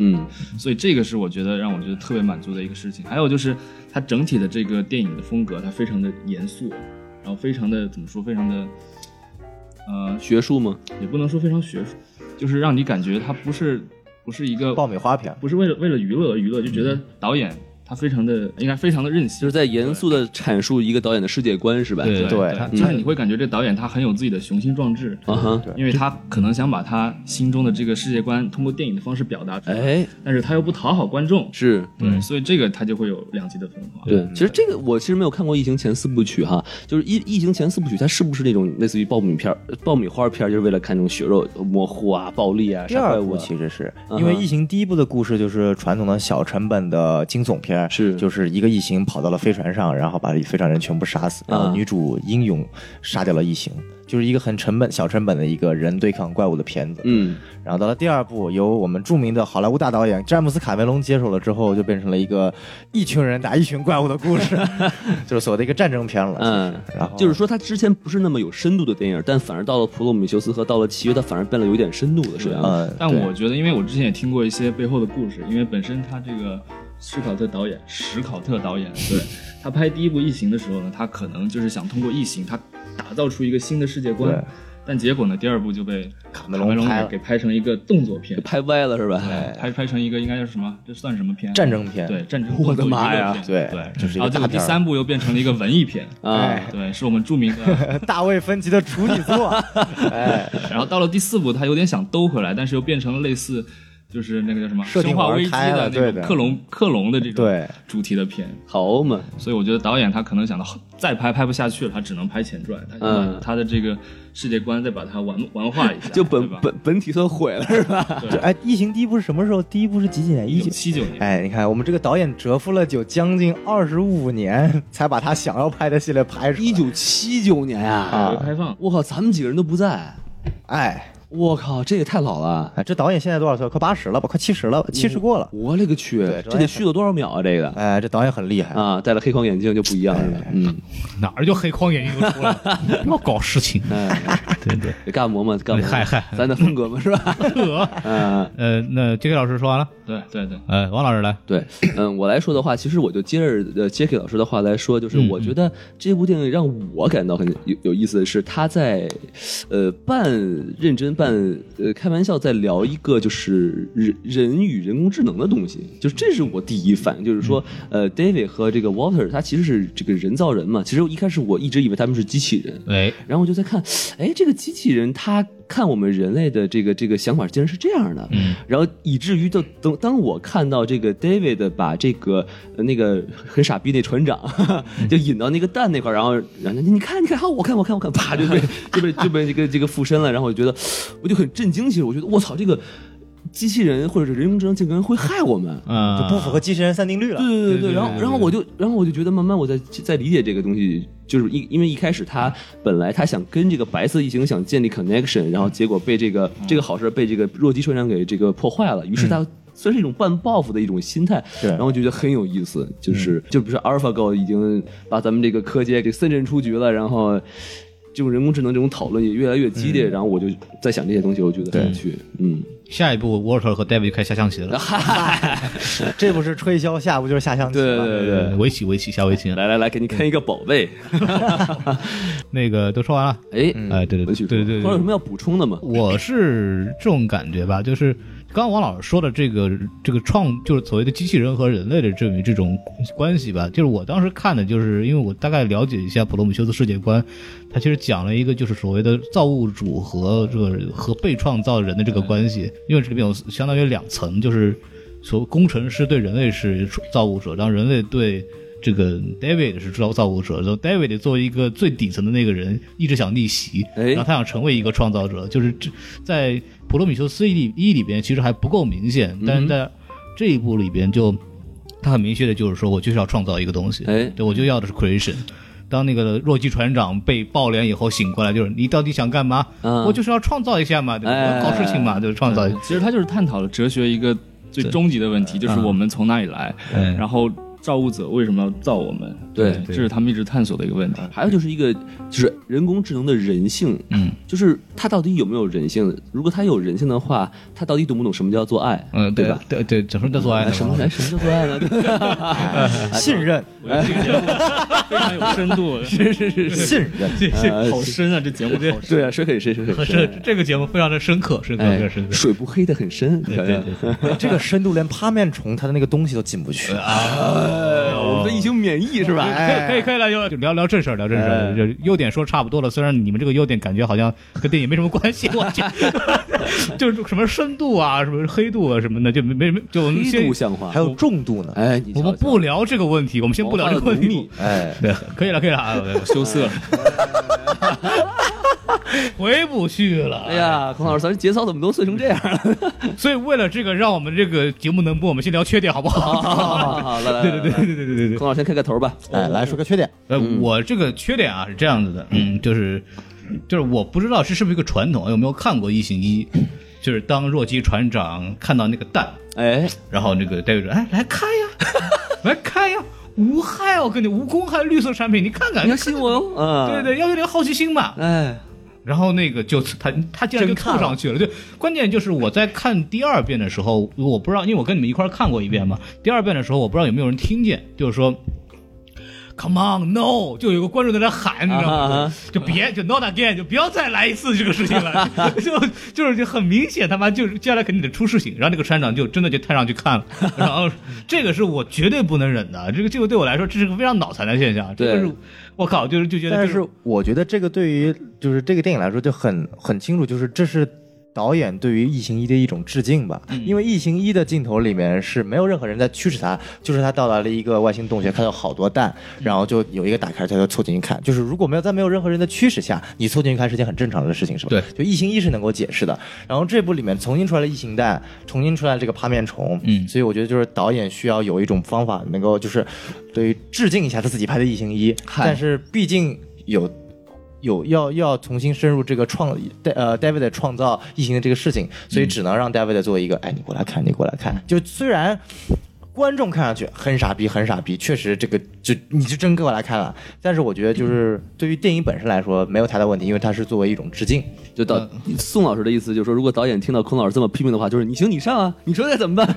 Speaker 2: 嗯，
Speaker 3: 所以这个是我觉得让我觉得特别满足的一个事情。还有就是它整体的这个电影的风格，它非常的严肃，然后非常的怎么说，非常的，呃，
Speaker 2: 学术吗？
Speaker 3: 也不能说非常学术，就是让你感觉它不是不是一个
Speaker 4: 爆米花片。
Speaker 3: 不是为了为了娱乐而娱乐，就觉得导演他非常的应该非常的任性，
Speaker 2: 就是在严肃的阐述一个导演的世界观是吧？
Speaker 3: 对
Speaker 4: 对
Speaker 3: 他
Speaker 4: 嗯
Speaker 3: 就是你会感觉这导演他很有自己的雄心壮志，
Speaker 2: 啊哈，
Speaker 3: 因为他可能想把他心中的这个世界观通过电影的方式表达出来，
Speaker 2: 哎，
Speaker 3: 但是他又不讨好观众，
Speaker 2: 是。
Speaker 3: 对，所以这个他就会有两极的分化。
Speaker 2: 对，其实这个我其实没有看过《异形前四部曲》哈，就是《异异形前四部曲》，它是不是那种类似于爆米片儿、爆米花片儿，就是为了看这种血肉模糊啊、暴力啊、
Speaker 4: 第
Speaker 2: 杀怪
Speaker 4: 二
Speaker 2: 物
Speaker 4: 部
Speaker 2: 啊？
Speaker 4: 其实是
Speaker 2: 嗯
Speaker 4: 因为
Speaker 2: 哼
Speaker 4: 异形第一部的故事就是传统的小成本的惊悚片儿，
Speaker 2: 是
Speaker 4: 就是一个异形跑到了飞船上，然后把飞船人全部杀死，然后
Speaker 2: 嗯
Speaker 4: 女主英勇杀掉了异形，就是一个很成本小成本的一个人对抗怪物的片子。
Speaker 2: 嗯，
Speaker 4: 然后到了第二部，由我们著名的好莱坞大导演詹姆斯·卡梅隆接手了之后，就变成了一个一群人打一群怪物的故事，就是所谓的一个战争片了。
Speaker 2: 嗯
Speaker 4: 啊其实，然后
Speaker 2: 就是说，它之前不是那么有深度的电影，但反而到了《普罗米修斯》和到了《契约》，它反而变得有点深度了，是吧？
Speaker 4: 嗯，
Speaker 3: 但
Speaker 4: 对
Speaker 3: 我觉得，因为我之前也听过一些背后的故事，因为本身他这个史考特导演，史考特导演，
Speaker 4: (laughs)
Speaker 3: 对他拍第一部《异形》的时候呢，他可能就是想通过《异形》，他打造出一个新的世界观
Speaker 4: 对，
Speaker 3: 但结果呢，第二部就被卡
Speaker 4: 梅隆拍了
Speaker 3: 给拍成一个动作片
Speaker 2: 给，拍歪了是吧？
Speaker 3: (laughs)
Speaker 4: 哎
Speaker 3: 对，拍拍成一个应该叫什么？这算什么片？
Speaker 4: 战争片
Speaker 3: 对，
Speaker 4: (laughs)
Speaker 3: 战争。
Speaker 2: 我的妈呀
Speaker 3: 动作娱乐
Speaker 4: 对
Speaker 3: 片对，
Speaker 4: 就是一
Speaker 3: 然后
Speaker 4: 个
Speaker 3: 结
Speaker 4: 大
Speaker 3: 果第
Speaker 4: 片儿
Speaker 3: 三部又变成了一个文艺片，
Speaker 4: (laughs) 哎
Speaker 2: 啊，
Speaker 3: 对，是我们著名的
Speaker 4: 呃大卫·芬奇的处女作，哎，
Speaker 3: 然后到了第四部，他有点想兜回来，但是又变成了类似就是那个叫什么《
Speaker 4: 设定
Speaker 3: 生化
Speaker 4: 玩
Speaker 3: 危机》
Speaker 4: 开
Speaker 3: 的
Speaker 4: 了对
Speaker 3: 那种
Speaker 4: 的
Speaker 3: 克隆克隆的这种
Speaker 4: 对
Speaker 3: 主题的片。
Speaker 2: 好嘛，
Speaker 3: 所以我觉得导演他可能想到再拍拍不下去了，他只能拍前传，他想把
Speaker 2: 嗯
Speaker 3: 他的这个世界观再把它玩玩化
Speaker 4: (laughs)
Speaker 3: 一下，
Speaker 2: 就本
Speaker 3: 对吧
Speaker 2: 本本体算毁了是吧？
Speaker 4: 这哎，《异形》第一部是什么时候？第一部是几几年？一九。
Speaker 3: 七九年。
Speaker 4: 哎，你看，我们这个导演蛰伏了有将近二十五年，才把他想要拍的系列拍出来。
Speaker 2: 一九七九年呀，
Speaker 4: 啊
Speaker 3: 改革开放，
Speaker 2: 我靠，咱们几个人都不在，
Speaker 4: 哎，
Speaker 2: 我靠，这也太老了！
Speaker 4: 哎，这导演现在多少岁？快八十了吧？快七十了吧？七
Speaker 2: 嗯
Speaker 4: 十过了。
Speaker 2: 我勒个去
Speaker 4: 对，
Speaker 2: 这得续了多少秒啊？这个
Speaker 4: 哎，这导演很厉害。
Speaker 2: 啊，戴了黑框眼镜就不一样了。嗯，
Speaker 1: 哪儿就黑框眼镜都出来了，
Speaker 3: (laughs)
Speaker 1: 不要搞事情。
Speaker 2: 哎，
Speaker 1: 对对，
Speaker 2: 得干磨嘛，干磨。
Speaker 1: 嗨嗨
Speaker 2: 咱的风格嘛，是
Speaker 1: (laughs)
Speaker 2: 吧？ (laughs) 嗯，
Speaker 1: 呃，那杰克老师说完了，
Speaker 3: 对对对，
Speaker 1: 呃，王老师来，
Speaker 2: 对，嗯，我来说的话，其实我就接着呃杰克老师的话来说，就是
Speaker 1: 嗯
Speaker 2: 我觉得这部电影让我感到很有有意思的是，他在呃半认真半呃开玩笑在聊一个就是人人与人工智能的东西，就是这是我第一反应，就是说
Speaker 1: 嗯
Speaker 2: 呃 David 和这个 Walter 他其实是这个人造人嘛，其实我一开始我一直以为他们是机器人，
Speaker 1: 哎，
Speaker 2: 然后我就在看，哎，这个机器人它看我们人类的这个这个想法竟然是这样的，
Speaker 1: 嗯
Speaker 2: 然后以至于到等当我看到这个 David 把这个、呃那个很傻逼那船长 (laughs) 就引到那个蛋那块儿，然后然后你看你看，好我看我看我看，啪就被 (laughs) 就被就被这个这个附身了，然后我觉得我就很震惊，其实我觉得我操这个。机器人或者是人工智能竟然会害我们，
Speaker 1: 嗯，
Speaker 4: 就不符合机器人三定律了。
Speaker 2: 对对
Speaker 1: 对
Speaker 2: 对，
Speaker 1: 对
Speaker 2: 然后
Speaker 1: 对
Speaker 2: 然后
Speaker 1: 对
Speaker 2: 我就然后我就觉得慢慢我在在理解这个东西，就是一因为一开始他本来他想跟这个白色异形想建立 connection，然后结果被这个、
Speaker 1: 嗯
Speaker 2: 这个好事被这个弱鸡船长给这个破坏了，于是他。算是一种半报复的一种心态，
Speaker 4: 对
Speaker 2: 然后就觉得很有意思，
Speaker 1: 嗯
Speaker 2: 就是、就比如说 AlphaGo 已经把咱们这个科技给深圳出局了，然后这种人工智能这种讨论也越来越激烈，
Speaker 1: 嗯
Speaker 2: 然后我就在想这些东西，我觉得很有趣，嗯， (laughs)
Speaker 1: 下一步沃特和 David 开下象棋
Speaker 3: (laughs)
Speaker 1: 了，
Speaker 4: 这不是吹箫，下不就是下象棋
Speaker 2: 对
Speaker 4: 吗？
Speaker 2: 对对，
Speaker 1: 呃 (laughs) 围棋围棋下围棋，
Speaker 2: 来来来，给你看一个宝贝，
Speaker 1: 那个都说完了，
Speaker 2: 哎，
Speaker 3: 嗯
Speaker 1: 哎，对
Speaker 2: 文
Speaker 1: 对
Speaker 2: 曲
Speaker 1: 对
Speaker 2: 说
Speaker 1: 对对
Speaker 2: 或者有什
Speaker 1: 对，
Speaker 2: 么要补充的吗？
Speaker 1: 我是这种感觉吧，就是刚刚王老师说的这个这个创，就是所谓的机器人和人类的这么这种关系吧，就是我当时看的，就是因为我大概了解一下普罗米修斯世界观，他其实讲了一个就是所谓的造物主和这个和被创造人的这个关系，因为这里面有相当于两层，就是所谓工程师对人类是造物者，然后人类对。这个 David 是造造物者，然后 David 作为一个最底层的那个人，一直想逆袭，
Speaker 2: 哎
Speaker 1: 然后他想成为一个创造者，就是这在《普罗米修斯一》里一里边其实还不够明显，但是在这一部里边就他很明确的就是说，我就是要创造一个东西，
Speaker 2: 哎
Speaker 1: 对我就要的是 creation。当那个弱鸡船长被爆脸以后醒过来，就是你到底想干嘛？
Speaker 2: 嗯
Speaker 1: 我就是要创造一下嘛，对吧？
Speaker 2: 哎
Speaker 1: 我要搞事情嘛，就是创造一下。
Speaker 3: 其实他就是探讨了哲学一个最终极的问题，就是我们从哪里来，
Speaker 1: 嗯
Speaker 3: 然后造物者为什么要造我们？
Speaker 2: 对
Speaker 3: 这是他们一直探索的一个问题。
Speaker 2: 还有就是一个，就是人工智能的人性，
Speaker 1: 嗯，
Speaker 2: 就是它到底有没有人性？如果它有人性的话，它到底懂不懂什么叫做爱？
Speaker 1: 嗯，对
Speaker 2: 吧？？
Speaker 1: 对对，整什么叫做爱
Speaker 2: 哎
Speaker 1: 呢？
Speaker 2: 什么哎什么叫做爱呢？
Speaker 1: (laughs)
Speaker 4: 哎信
Speaker 2: (laughs)
Speaker 4: 任，
Speaker 3: 非常有深 (laughs) 度，
Speaker 1: 是是是是，
Speaker 4: 信任。
Speaker 3: 好深啊！这节目好深。
Speaker 2: 对啊，水很深，水很
Speaker 1: 可
Speaker 2: 深
Speaker 1: 呃是。这个节目非常的深刻，深刻，非
Speaker 2: 哎
Speaker 1: 常深，刻。
Speaker 2: 水不黑的很深，啊
Speaker 1: 对对对对，
Speaker 4: 这个深度连趴面虫它的那个东西都进不去。
Speaker 2: 啊哎我们的疫情免疫是吧？
Speaker 4: 哎
Speaker 1: 可以可以了，就就聊聊正事儿，聊正事儿。就优点说差不多了，虽然你们这个优点感觉好像跟电影没什么关系，我去， (laughs) 就是什么深度啊，什么黑度啊什么的，就没没没，就我们
Speaker 2: 黑
Speaker 1: 先
Speaker 2: 度像话
Speaker 4: 还。有重度呢。
Speaker 2: 哎，你
Speaker 1: 我们
Speaker 2: 瞧瞧
Speaker 1: 不聊这个问题，我们先不聊这个问
Speaker 2: 文化的
Speaker 1: 题
Speaker 2: 浓。
Speaker 4: 哎，
Speaker 1: 对，可以了，可以了啊，
Speaker 3: 羞涩了，
Speaker 1: 回不去了。
Speaker 2: 哎，呀，孔老师，咱节操怎么都碎成这样了？ (laughs)
Speaker 1: 所以为了这个，让我们这个节目能播，我们先聊缺点好不
Speaker 2: 好好
Speaker 1: 好？
Speaker 2: 好好，来来
Speaker 1: 对
Speaker 2: 来
Speaker 1: 对对
Speaker 2: 来，
Speaker 1: 对对对对对。
Speaker 2: 孔老师先开个头吧。
Speaker 4: 哎，来说个缺点，
Speaker 1: 呃，
Speaker 2: 嗯
Speaker 1: 我这个缺点啊是这样子的，嗯，就是就是我不知道这是不是一个传统，有没有看过《异形一》，就是当弱鸡船长看到那个蛋，
Speaker 2: 哎，
Speaker 1: 然后那个戴维说：“哎，来开呀， (laughs) 来开呀，无害哦我跟你无公害绿色产品，你看看，
Speaker 2: 你要
Speaker 1: 你看
Speaker 2: 信我哟。嗯，
Speaker 1: 哦对。对，要有点好奇心嘛。”
Speaker 2: 哎，
Speaker 1: 然后那个就他他竟然就
Speaker 4: 真看
Speaker 1: 凑上去了，对，关键就是我在看第二遍的时候，我不知道，因为我跟你们一块儿看过一遍嘛，第二遍的时候我不知道有没有人听见，就是说。Come on, no！就有个观众在那喊，你知道
Speaker 2: 啊哈啊
Speaker 1: 吗
Speaker 2: 哈？
Speaker 1: 就别就 not again，就不要再来一次这个事情了。
Speaker 2: (laughs)
Speaker 1: 就就是就很明显，他妈就是接下来肯定得出事情。然后那个船长就真的就探上去
Speaker 2: (laughs)
Speaker 1: 看了，然后这个是我绝对不能忍的，这个这个对我来说这是个非常脑残的现象。这个
Speaker 2: 对
Speaker 1: 是我靠，就是就觉得
Speaker 4: 但
Speaker 1: 这种
Speaker 4: 是我觉得这个对于就是这个电影来说就很很清楚，就是这是导演对于《异形一》的一种致敬吧。
Speaker 1: 嗯
Speaker 4: 因为《异形一》的镜头里面是没有任何人在驱使他，就是他到达了一个外星洞穴，看到好多蛋，
Speaker 1: 嗯
Speaker 4: 然后就有一个打开，他就凑进去看。就是如果没有在没有任何人的驱使下，你凑进去看是件很正常的事情，是吧？
Speaker 1: 对
Speaker 4: 就《异形一》是能够解释的。然后这部里面重新出来了异形蛋，重新出来了这个趴面虫，
Speaker 1: 嗯
Speaker 4: 所以我觉得就是导演需要有一种方法能够就是对于致敬一下他自己拍的《异形一》，但是毕竟有有要要重新深入这个创呃 David 创造异形的这个事情，所以只能让 David 做一个，哎，你过来看，你过来看。就虽然观众看上去很傻逼，很傻逼，确实这个就你就真过来看了，但是我觉得就是对于电影本身来说没有太大问题，因为它是作为一种致敬。
Speaker 2: 就导宋老师的意思就是说，如果导演听到孔老师这么批评的话，就是你行你上啊，你说该怎
Speaker 1: (laughs)
Speaker 2: 么办？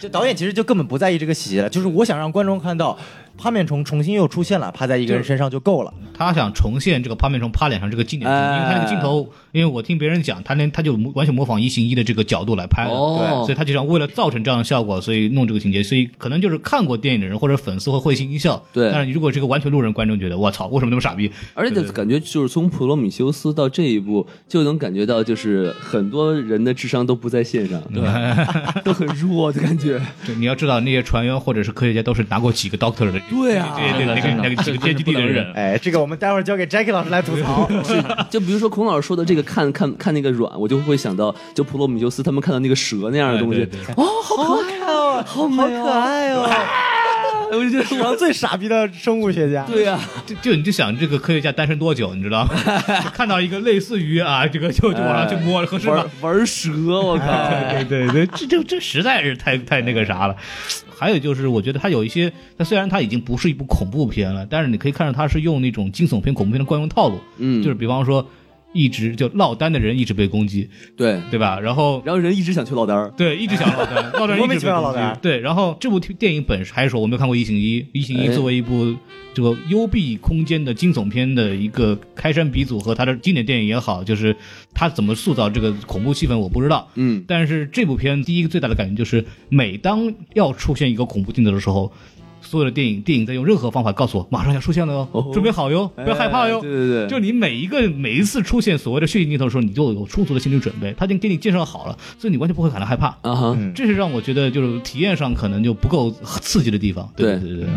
Speaker 4: 就导演其实就根本不在意这个细节了，就是我想让观众看到趴面虫重新又出现了，趴在一个人身上就够了。
Speaker 1: 他想重现这个趴面虫趴脸上这个经典镜
Speaker 2: 哎
Speaker 1: 头，因为他那个镜头，因为我听别人讲，他连他就完全模仿一行一的这个角度来拍的，
Speaker 2: 哦
Speaker 1: 所以他就想为了造成这样的效果，所以弄这个情节，所以可能就是看过电影的人或者粉丝会会心一笑，
Speaker 2: 对
Speaker 1: 但是你如果是一个完全路人观众，觉得我操，为什么那么傻逼？
Speaker 2: 而且
Speaker 1: 对
Speaker 2: 感觉就是从普罗米修斯到这一步，就能感觉到就是很多人的智商都不在线上，对， (laughs) 都很弱的感觉。
Speaker 1: 对，你要知道那些船员或者是科学家都是拿过几个 doctor 的，
Speaker 2: (laughs) 对啊
Speaker 1: 对对，那个那个几个天经地义的人，
Speaker 4: 哎，这个我们待会儿交给 Jackie 老师来吐槽。
Speaker 2: 就比如说孔老师说的这个看看看那个软，我就会想到就普罗米修斯他们看到那个蛇那样的东西
Speaker 1: 哎对，
Speaker 2: 哦，好可爱哦， (laughs) 好美
Speaker 4: 好
Speaker 2: 哦
Speaker 4: 可，爱哦！
Speaker 2: 我就觉
Speaker 4: 史
Speaker 2: 得
Speaker 4: 上
Speaker 2: 我。
Speaker 4: 最傻逼的生物学家。
Speaker 1: (laughs)
Speaker 2: 对呀、
Speaker 1: 就就你就想这个科学家单身多久，你知道吗？ (laughs) 就看到一个类似于啊，这个就就往上去摸了，合适吗
Speaker 2: 玩？玩蛇，我靠！
Speaker 1: 对对对，这这这实在是太太那个啥了。还有就是，我觉得它有一些，它虽然它已经不是一部恐怖片了，但是你可以看到它是用那种惊悚片、恐怖片的惯用套路，
Speaker 2: 嗯
Speaker 1: 就是比方说，一直就落单的人一直被攻击，
Speaker 2: 对，
Speaker 1: (laughs) 对吧？然后
Speaker 2: 然后人一直想去落单儿，
Speaker 1: (laughs) 对，一直想落单，落单
Speaker 4: 莫
Speaker 1: 一
Speaker 4: 名
Speaker 1: 直
Speaker 4: 其
Speaker 1: 被
Speaker 4: 妙
Speaker 1: 攻
Speaker 4: 落单
Speaker 1: 击。对，然后这部电影本身还是说我没有看过《异形一》，《异形一
Speaker 2: 哎》
Speaker 1: 作为一部这个幽闭空间的惊悚片的一个开山鼻祖和它的经典电影也好，就是它怎么塑造这个恐怖气氛，我不知道。
Speaker 2: 嗯，
Speaker 1: 但是这部片第一个最大的感觉就是，每当要出现一个恐怖镜头的时候，所有的电影电影在用任何方法告诉我，马上要出现了哟，
Speaker 2: 哦
Speaker 1: 准备好哟，不要害怕哟。
Speaker 2: 哎对对对，
Speaker 1: 就你每一个每一次出现所谓的血腥镜头的时候，你就有充足的心理准备，他已经给你介绍好了，所以你完全不会感到害怕。
Speaker 2: 啊哈，
Speaker 4: 嗯
Speaker 1: 这是让我觉得就是体验上可能就不够刺激的地方。对对
Speaker 2: 对
Speaker 1: 对，对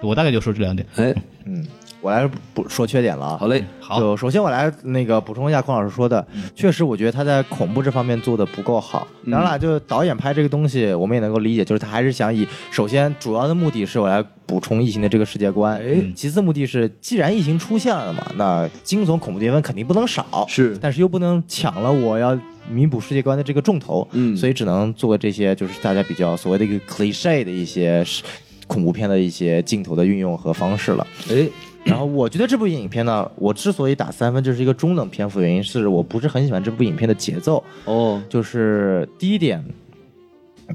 Speaker 1: 我大概就说这两点。
Speaker 2: 哎，
Speaker 4: 嗯，我来补说缺点了啊。
Speaker 2: 好嘞，
Speaker 4: 就首先我来那个补充一下匡老师说的，确实我觉得他在恐怖这方面做的不够好。当然了，就导演拍这个东西，我们也能够理解，就是他还是想以首先主要的目的是我来补充异形的这个世界观，其次目的是既然异形出现了嘛，那惊悚恐怖的成分肯定不能少，
Speaker 2: 是
Speaker 4: 但是又不能抢了我要弥补世界观的这个重头，
Speaker 2: 嗯
Speaker 4: 所以只能做这些就是大家比较所谓的一个 cliche 的一些是恐怖片的一些镜头的运用和方式了。
Speaker 2: 哎，
Speaker 4: 然后我觉得这部影片呢，我之所以打三分，这是一个中等篇幅，原因是我不是很喜欢这部影片的节奏。
Speaker 2: 哦，
Speaker 4: 就是第一点，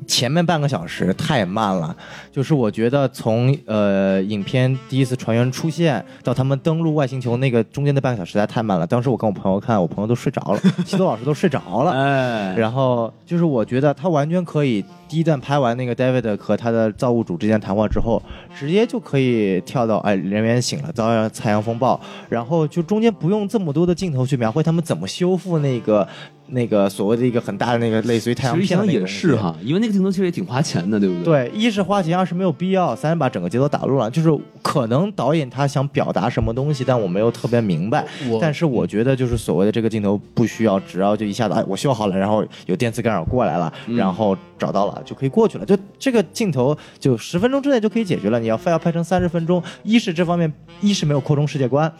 Speaker 4: 前面半个小时太慢了，就是我觉得从呃影片第一次船员出现到他们登陆外星球那个中间的半个小时实在太慢了。当时我跟我朋友看，我朋友都睡着了，西多老师都睡着了。
Speaker 2: 哎，
Speaker 4: 然后就是我觉得他完全可以第一段拍完那个 David 和他的造物主之间谈话之后，直接就可以跳到哎人员醒了遭遇太阳风暴，然后就中间不用这么多的镜头去描绘他们怎么修复那个那个所谓的一个很大的那个类似于太阳
Speaker 2: 其实
Speaker 4: 片的
Speaker 2: 想
Speaker 4: 那个
Speaker 2: 也
Speaker 4: 东西
Speaker 2: 是。哈，因为那个镜头其实也挺花钱的，对嗯不对？，
Speaker 4: 对，一是花钱，二是没有必要，三是把整个节奏打乱了。就是可能导演他想表达什么东西，但我没有特别明白。
Speaker 1: 我
Speaker 4: 但是我觉得就是所谓的这个镜头不需要，只要就一下子哎，我修好了，然后有电磁干扰过来了，然后找到了就可以过去了。就这个镜头就十分钟之内就可以解决了。你要非要拍成三十分钟，一是这方面一是没有扩充世界观，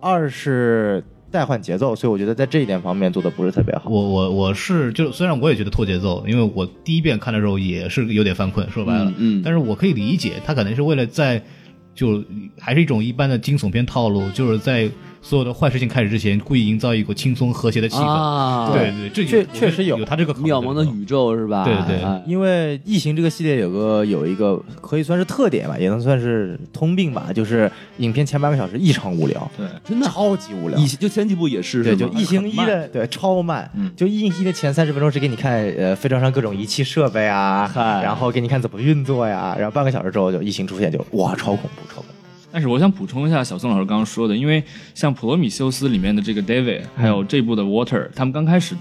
Speaker 4: 二是代换节奏，所以我觉得在这一点方面做的不是特别好。
Speaker 1: 我我我是就虽然我也觉得拖节奏，因为我第一遍看的时候也是有点犯困，说白了，
Speaker 2: 嗯嗯
Speaker 1: 但是我可以理解，他可能是为了在就还是一种一般的惊悚片套路，就是在所有的坏事情开始之前，故意营造一股轻松和谐的气氛。
Speaker 2: 啊，
Speaker 1: 对对，这
Speaker 4: 确
Speaker 1: 有
Speaker 4: 确实有
Speaker 1: 有他这个嗯考虑
Speaker 2: 渺茫的
Speaker 1: 在里头
Speaker 2: 宇宙是吧？
Speaker 1: 对对
Speaker 2: 哎
Speaker 4: 因为《异形》这个系列有个有一个可以算是特点吧，也能算是通病吧，就是影片前半个小时异常无聊，
Speaker 3: 对，
Speaker 2: 真的
Speaker 4: 超级无聊
Speaker 2: 以。前就前几部也是，
Speaker 4: 对，
Speaker 2: 是
Speaker 4: 就
Speaker 2: 吗
Speaker 4: 《异形一》的对超慢，嗯就《异形一》的前三十分钟是给你看呃飞船上各种仪器设备啊，
Speaker 2: 嗨
Speaker 4: 然后给你看怎么运作呀，然后半个小时之后就异形出现就哇超恐怖超恐怖，
Speaker 3: 但是我想补充一下小宋老师刚刚说的，因为像《普罗米修斯》里面的这个 David，还有这部的 Water，他们刚开始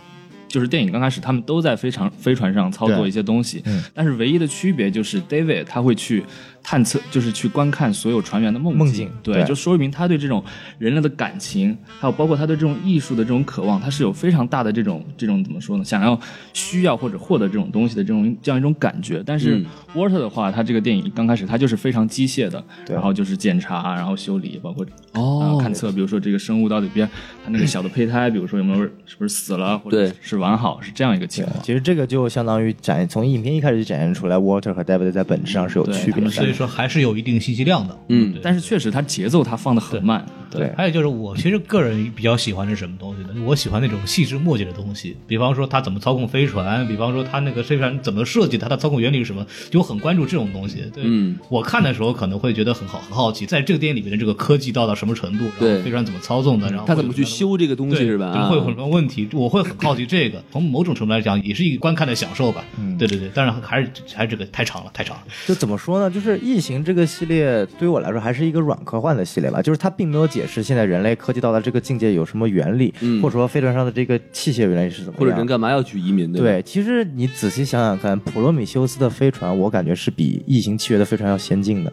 Speaker 3: 就是电影刚开始，他们都在飞船飞船上操作
Speaker 4: 对
Speaker 3: 一些东西，但是唯一的区别就是 David 他会去探测，就是去观看所有船员的梦
Speaker 4: 梦境
Speaker 3: 对，
Speaker 4: 对
Speaker 3: 就说明他对这种人类的感情，还有包括他对这种艺术的这种渴望，他是有非常大的这种这种怎么说呢？想要需要或者获得这种东西的这种这样一种感觉。但是
Speaker 2: 嗯
Speaker 3: Water 的话，他这个电影刚开始他就是非常机械的，
Speaker 4: 对
Speaker 3: 然后就是检查，然后修理，包括啊、
Speaker 2: 哦
Speaker 3: 探测，比如说这个生物到底边它那个小的胚胎，比如说有没有是不是死了，或者
Speaker 2: 对
Speaker 3: 是完好，是这样一个情
Speaker 4: 对
Speaker 3: 况，。
Speaker 4: 其实这个就相当于展从影片一开始就展现出来，Water 和 David 在本质上是有
Speaker 3: 对
Speaker 4: 区
Speaker 3: 他们
Speaker 4: 别的。
Speaker 1: 所以说还是有一定信息量的。
Speaker 2: 嗯
Speaker 1: 对
Speaker 3: 但是确实它节奏它放的很慢，
Speaker 4: 对
Speaker 1: 还有就是，我其实个人比较喜欢是什么东西呢？我喜欢那种细枝末节的东西，比方说它怎么操控飞船，比方说它那个飞船怎么设计，它的操控原理是什么，就我很关注这种东西。对，
Speaker 2: 嗯
Speaker 1: 我看的时候可能会觉得很好很好奇，在这个电影里面的这个科技到达什么程度，然
Speaker 2: 对
Speaker 1: 后飞船怎么操纵的，然后
Speaker 2: 他怎么
Speaker 1: 会
Speaker 2: 去
Speaker 1: 有什么样的
Speaker 2: 修这个东西
Speaker 1: 对
Speaker 2: 是吧？啊
Speaker 1: 会有什么问题？我会很好奇这个。从某种程度来讲，也是一个观看的享受吧。对对对，当然还是还是这个太长了，太长了。
Speaker 4: 就怎么说呢？就是《异形》这个系列对于我来说还是一个软科幻的系列吧，就是它并没有解释现在人类科技到达这个境界有什么原理，
Speaker 2: 嗯
Speaker 4: 或者说飞船上的这个器械原理是怎么
Speaker 2: 或
Speaker 4: 样。
Speaker 2: 者人干嘛要去移民对吧？
Speaker 4: 啊对，其实你仔细想想看，普罗米修斯的飞船，我感觉是比《异形契约》的飞船要先进的。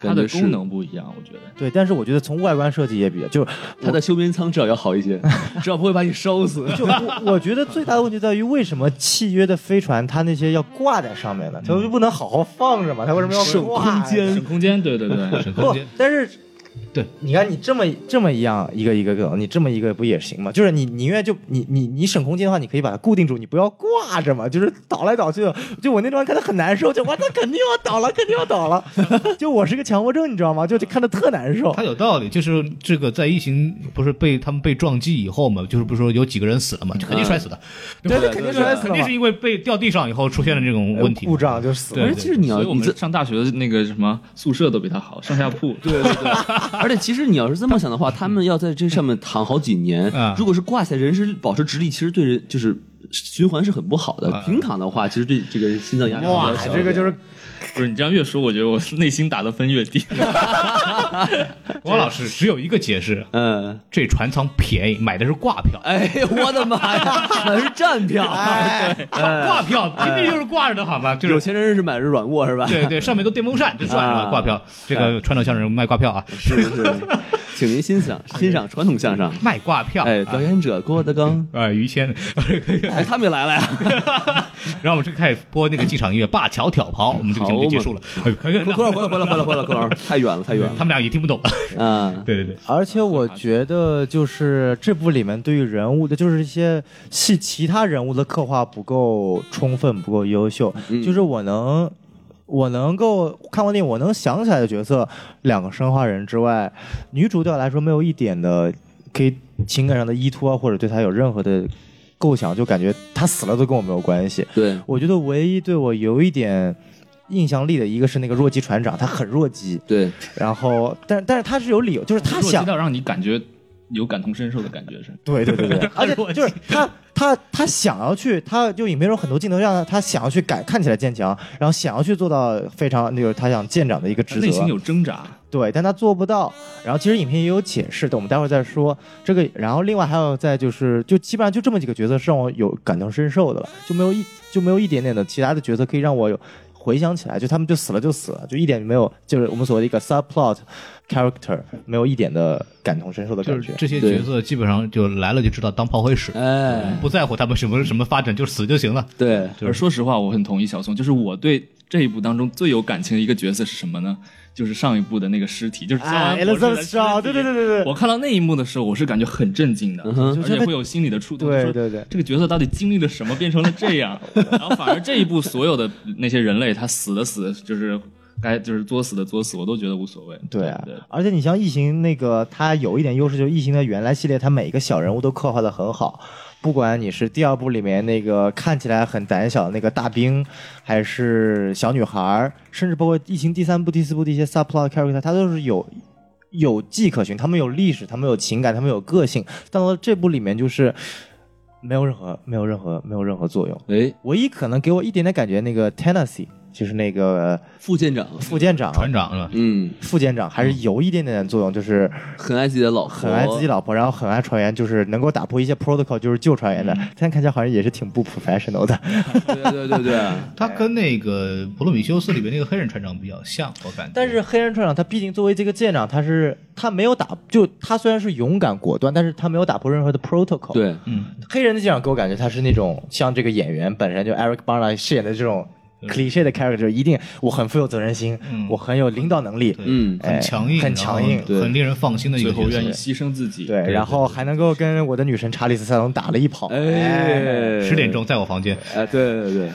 Speaker 3: 它
Speaker 2: 感
Speaker 3: 的
Speaker 2: 觉是
Speaker 3: 功能不一样，我觉得。
Speaker 4: 对，但是我觉得从外观设计也比较，
Speaker 2: (laughs)
Speaker 4: 就是
Speaker 2: 它的修边舱至少要好一些，至少不会把你烧死。
Speaker 4: 就我我觉得最大的问题在于，为什么契约的飞船它那些要挂在上面呢？它就不能好好放着吗？它为什么要
Speaker 2: 省
Speaker 4: 挂
Speaker 2: 空
Speaker 4: 呀
Speaker 2: 间
Speaker 3: 省空间，对
Speaker 2: (laughs)
Speaker 3: 对对，
Speaker 1: 沈空
Speaker 4: 不
Speaker 1: 间，
Speaker 4: 但 (laughs) 是，
Speaker 1: 对，
Speaker 4: 你看你这么这么一样一个一个梗，你这么一个不也行吗？就是你你宁愿就你你你省空间的话，你可以把它固定住，你不要挂着嘛，就是倒来倒去的。就我那段看的很难受，就我操，肯定要倒了，肯 (laughs) 定要倒了。就我是个强迫症，你知道吗？就就看的特难受
Speaker 1: 他。有道理，就是这个在异形不是被他们被撞击以后嘛，就是不是说有几个人死了嘛，就肯定摔死的，
Speaker 4: 对，肯定摔死
Speaker 1: 肯
Speaker 4: 了
Speaker 1: 定
Speaker 4: 嘛
Speaker 1: 是。因为被掉地上以后出现了这种问题。
Speaker 4: 故障就死了。
Speaker 2: (laughs) 而
Speaker 1: 对
Speaker 2: 且其实你要
Speaker 3: 所以我
Speaker 2: 你这
Speaker 3: 们上大学的那个什么宿舍都比它好，上下铺。对对对，
Speaker 2: (laughs) 而且其实你要是这么想的话，他们要在这上面躺好几年
Speaker 1: 嗯，
Speaker 2: 如果是挂起来，人是保持直立，其实对人就是循环是很不好的。平躺的话，其实对这个心脏压力比
Speaker 4: 哇
Speaker 2: 较，小。
Speaker 4: 这个就是
Speaker 3: (laughs) 不是你这样越说，我觉得我内心打的分越低。
Speaker 1: (laughs) 王老师只有一个解释，
Speaker 2: 嗯，
Speaker 1: 这船舱便宜，买的是挂票。
Speaker 2: 哎呦我的妈呀，全是站票。啊
Speaker 4: 哎
Speaker 1: 挂票明明就是挂着的好吗？就是
Speaker 2: 呃有钱人是买的软卧是吧？
Speaker 1: 对对，上面都电风扇，就算了
Speaker 2: 啊
Speaker 1: 挂票。这
Speaker 4: 哎
Speaker 1: 个传统相声卖挂票啊，
Speaker 2: 是是是，请您欣赏欣赏传统相声。
Speaker 1: 卖挂票。
Speaker 2: 哎，
Speaker 1: 啊
Speaker 2: 表演者郭德纲，
Speaker 1: 啊，于谦， (laughs)
Speaker 2: 哎，他们也来了呀。
Speaker 1: 然后我们就开始播那个进场音乐《灞桥挑袍》，我们这个节目就结束了。哎呦
Speaker 2: 郭老，郭老，郭老，郭老，郭老，郭老，太远了，太远
Speaker 1: 他们俩也听不懂。
Speaker 2: 了啊！
Speaker 1: 对对对，
Speaker 4: 而且我觉得，就是这部里面对于人物的，就是一些系其他人物的刻画不够充分，不够优秀。就是我能，我能够看完电影，我能想起来的角色，两个生化人之外，女主对我来说没有一点的可以情感上的依托，或者对她有任何的构想，就感觉她死了都跟我没有关系。
Speaker 2: 对，
Speaker 4: 我觉得唯一对我有一点印象力的一个是那个弱鸡船长，他很弱鸡，
Speaker 2: 对，
Speaker 4: 然后但但是他是有理由，就是 (laughs) 他
Speaker 3: 弱
Speaker 4: 想
Speaker 3: 鸡到让你感觉有感同身受的感觉是。
Speaker 4: 对对对 (laughs) 对，而且
Speaker 1: 逻辑
Speaker 4: 就是他他他想要去，他就影片中很多镜头让他他想要去改看起来坚强，然后想要去做到非常就是他想舰长的一个职责，
Speaker 3: 内心有挣扎，
Speaker 4: 对，但他做不到。然后其实影片也有解释的，我们待会儿再说这个。然后另外还有再就是，就基本上就这么几个角色是让我有感同身受的了，就没有一就没有一点点的其他的角色可以让我有回想起来，就他们就死了就死了，就一点没有就是我们所谓的一个 subplot character 没有一点的感同身受的
Speaker 1: 就
Speaker 4: 感觉
Speaker 1: 是。这些角色基本上就来了就知道当炮灰使，
Speaker 2: 哎，
Speaker 1: 不在乎他们什么什么发展，就死就行了。
Speaker 2: 对，
Speaker 1: 就是
Speaker 3: 而说实话，我很同意小宋，就是我对这一部当中最有感情的一个角色是什么呢？就是上一部的那个尸体，就是江
Speaker 4: 啊
Speaker 3: 安博士的尸
Speaker 4: ，Elizabeth
Speaker 3: 体
Speaker 4: Shaw，对对对对对
Speaker 3: 我看到那一幕的时候，我是感觉很震惊的，
Speaker 2: 嗯哼
Speaker 3: 而且会有心理的触动。
Speaker 4: 对
Speaker 3: 就说
Speaker 4: 对对
Speaker 3: 这个角色到底经历了什么，变成了这
Speaker 2: (laughs)
Speaker 3: 样？然后反而这一部所有的那些人类，他死的死，就是该就是作死的作死，我都觉得无所谓。
Speaker 4: 对啊
Speaker 3: 对，
Speaker 4: 而且你像异形那个，它有一点优势，就是异形的原来系列，它每一个小人物都刻画的很好。不管你是第二部里面那个看起来很胆小的那个大兵，还是小女孩儿，甚至包括异形第三部、第四部的一些 subplot character，它都是有有迹可循，他们有历史，他们有情感，他们有个性。但到这部里面就是没有任何、没有任何、没有任何作用。
Speaker 2: 哎，
Speaker 4: 唯一可能给我一点点感觉，那个 Tennessee 就是那个
Speaker 2: 副舰长，
Speaker 4: 副舰长、
Speaker 1: 船长是吧？
Speaker 2: 嗯，
Speaker 4: 副舰长还是有一点点作用，就是
Speaker 2: 很爱自己的老婆，
Speaker 4: 很爱自己老婆，然后很爱船员，就是能够打破一些 protocol，就是救船员
Speaker 2: 嗯
Speaker 4: 的。但看起来好像也是挺不
Speaker 2: (laughs)
Speaker 4: professional 的。
Speaker 2: 对对对对，
Speaker 1: 他跟那个《普罗米修斯》里边那个黑人船长比较像，我感觉。
Speaker 4: 但是黑人船长他毕竟作为这个舰长，他是他没有打，就他虽然是勇敢果断，但是他没有打破任何的 protocol。，
Speaker 2: 对，
Speaker 1: 嗯
Speaker 4: 黑人的舰长给我感觉他是那种像这个演员本身就 Eric Bana 饰演的这种
Speaker 2: 嗯
Speaker 4: cliche 的 character，一定我很富有责任心，
Speaker 1: 嗯
Speaker 4: 我很有领导能力，
Speaker 1: 对
Speaker 2: 嗯
Speaker 4: 哎
Speaker 1: 很强硬，
Speaker 4: 很强硬
Speaker 1: 然后很令人放心的一
Speaker 3: 最
Speaker 1: 个角
Speaker 3: 后
Speaker 1: 色。
Speaker 3: 愿意牺牲自己。
Speaker 4: 对，然后还能够跟我的女神查理斯塞隆打了一跑。
Speaker 2: 哎，
Speaker 1: 十点，钟在我房间，
Speaker 2: 哎，对对对，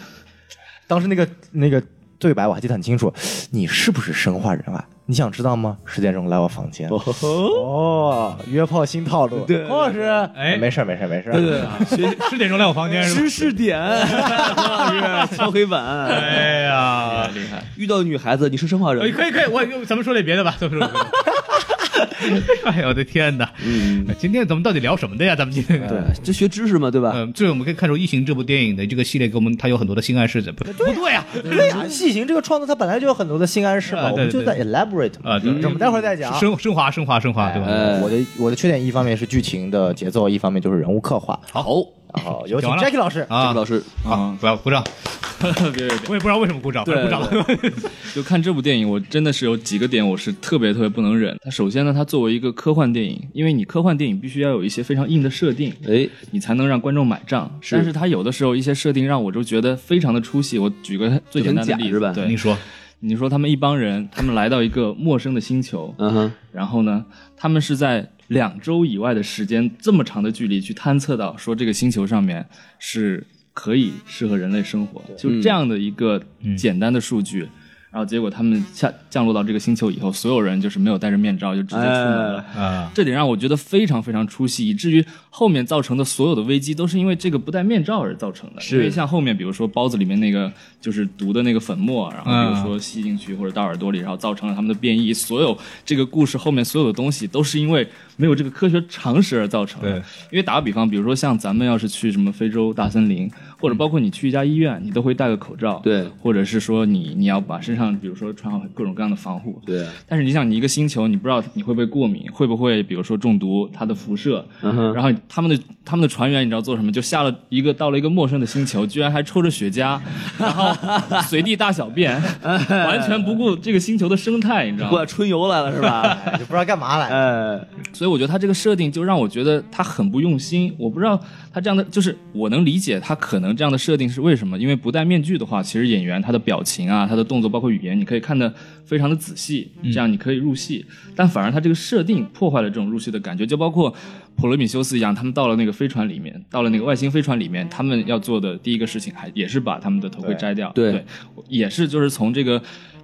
Speaker 4: 当时那个那个对白我还记得很清楚，你是不是生化人啊？你想知道吗？十点钟来我房间。
Speaker 2: 哦，
Speaker 4: 哦，约炮新套路，
Speaker 2: 对
Speaker 4: 孔老师，
Speaker 1: 哎
Speaker 4: 没事儿没事儿没事儿，
Speaker 2: 对对，
Speaker 1: 十十点钟来我房间是吧？
Speaker 2: 知识 (laughs) 点，黄老师敲黑板，
Speaker 1: 哎呀，
Speaker 3: 厉害，
Speaker 2: 遇到女孩子你是生化
Speaker 1: 哎，
Speaker 2: 人，
Speaker 1: 可以可以，我咱们说点别的吧，咱们说点别的。 (laughs) 哎呦我的天哪！
Speaker 2: 嗯，
Speaker 1: 今天咱们到底聊什么的呀？咱们今天
Speaker 2: 对，这学知识嘛，对吧？
Speaker 1: 嗯，这我们可以看出《异形》这部电影的这个系列给我们它有很多的新暗示，不不对啊，
Speaker 4: 对啊，戏行这个创作它本来就有很多的新暗示嘛，
Speaker 1: 啊
Speaker 4: 我
Speaker 1: 对
Speaker 4: 们就
Speaker 1: 对
Speaker 4: 在 elaborate 嘛，嗯
Speaker 1: 啊对
Speaker 4: 这我们待会儿再讲。
Speaker 1: 升升华升华升华，对吧？
Speaker 4: 哎我的我的缺点一方面是剧情的节奏，一方面就是人物刻画。
Speaker 2: 好，
Speaker 4: 然后有请
Speaker 1: 讲完了
Speaker 4: Jackie 老师，
Speaker 2: 这个
Speaker 1: 啊
Speaker 2: 老师，
Speaker 1: 啊！不要鼓掌，
Speaker 3: 别 (laughs) 别别，
Speaker 1: 我也不知道为什么鼓掌，
Speaker 2: 对
Speaker 1: 鼓掌。
Speaker 3: 就看这部电影，我真的是有几个点我是特别特别不能忍。它首先呢，它作为一个科幻电影，因为你科幻电影必须要有一些非常硬的设定，
Speaker 2: 哎，
Speaker 3: 你才能让观众买账。
Speaker 2: 是
Speaker 3: 但是它有的时候一些设定让我就觉得非常的出戏。我举个最简单的例
Speaker 2: 就很假是
Speaker 3: 子，
Speaker 2: 吧
Speaker 3: 对，
Speaker 1: 你说，
Speaker 3: 你说他们一帮人，他们来到一个陌生的星球，
Speaker 2: 嗯哼，
Speaker 3: 然后呢，他们是在两周以外的时间这么长的距离去探测到说这个星球上面是可以适合人类生活，就这样的一个简单的数据。然后结果他们下降落到这个星球以后，所有人就是没有戴着面罩就直接出门了，
Speaker 2: 哎
Speaker 1: 啊，
Speaker 3: 这点让我觉得非常非常出戏，以至于后面造成的所有的危机都是因为这个不戴面罩而造成的。
Speaker 2: 是
Speaker 3: 因为像后面比如说包子里面那个就是毒的那个粉末，然后
Speaker 2: 嗯
Speaker 3: 比如说吸进去或者到耳朵里，然后造成了他们的变异。所有这个故事后面所有的东西都是因为没有这个科学常识而造成的。
Speaker 1: 对
Speaker 3: 因为打个比方，比如说像咱们要是去什么非洲大森林，或者包括你去一家医院，你都会戴个口罩，
Speaker 2: 嗯对
Speaker 3: 或者是说你你要把身上比如说穿好各种各样的防护，
Speaker 2: 对，
Speaker 3: 但是你想，你一个星球，你不知道你会不会过敏，会不会比如说中毒它的辐射，
Speaker 2: 嗯哼，
Speaker 3: 然后他们的他们的船员你知道做什么？就下了一个到了一个陌生的星球，居然还抽着雪茄，然后随地大小
Speaker 2: (laughs)
Speaker 3: 便，完全不顾这个星球的生态，你知道
Speaker 2: 过来
Speaker 3: 吗？
Speaker 2: 春游来了是吧？
Speaker 4: (laughs) 哎就不知道干嘛来。
Speaker 2: 哎，
Speaker 3: 所以我觉得他这个设定就让我觉得他很不用心。我不知道他这样的，就是我能理解他可能这样的设定是为什么，因为不戴面具的话，其实演员他的表情啊、他的动作包括语言，你可以看得非常的仔细，这样你可以入戏。但反而他这个设定破坏了这种入戏的感觉，就包括普罗米修斯一样，他们到了那个飞船里面，到了那个外星飞船里面，他们要做的第一个事情还也是把他们的头盔
Speaker 4: 对
Speaker 3: 摘掉，
Speaker 2: 对
Speaker 3: 也是就是从这个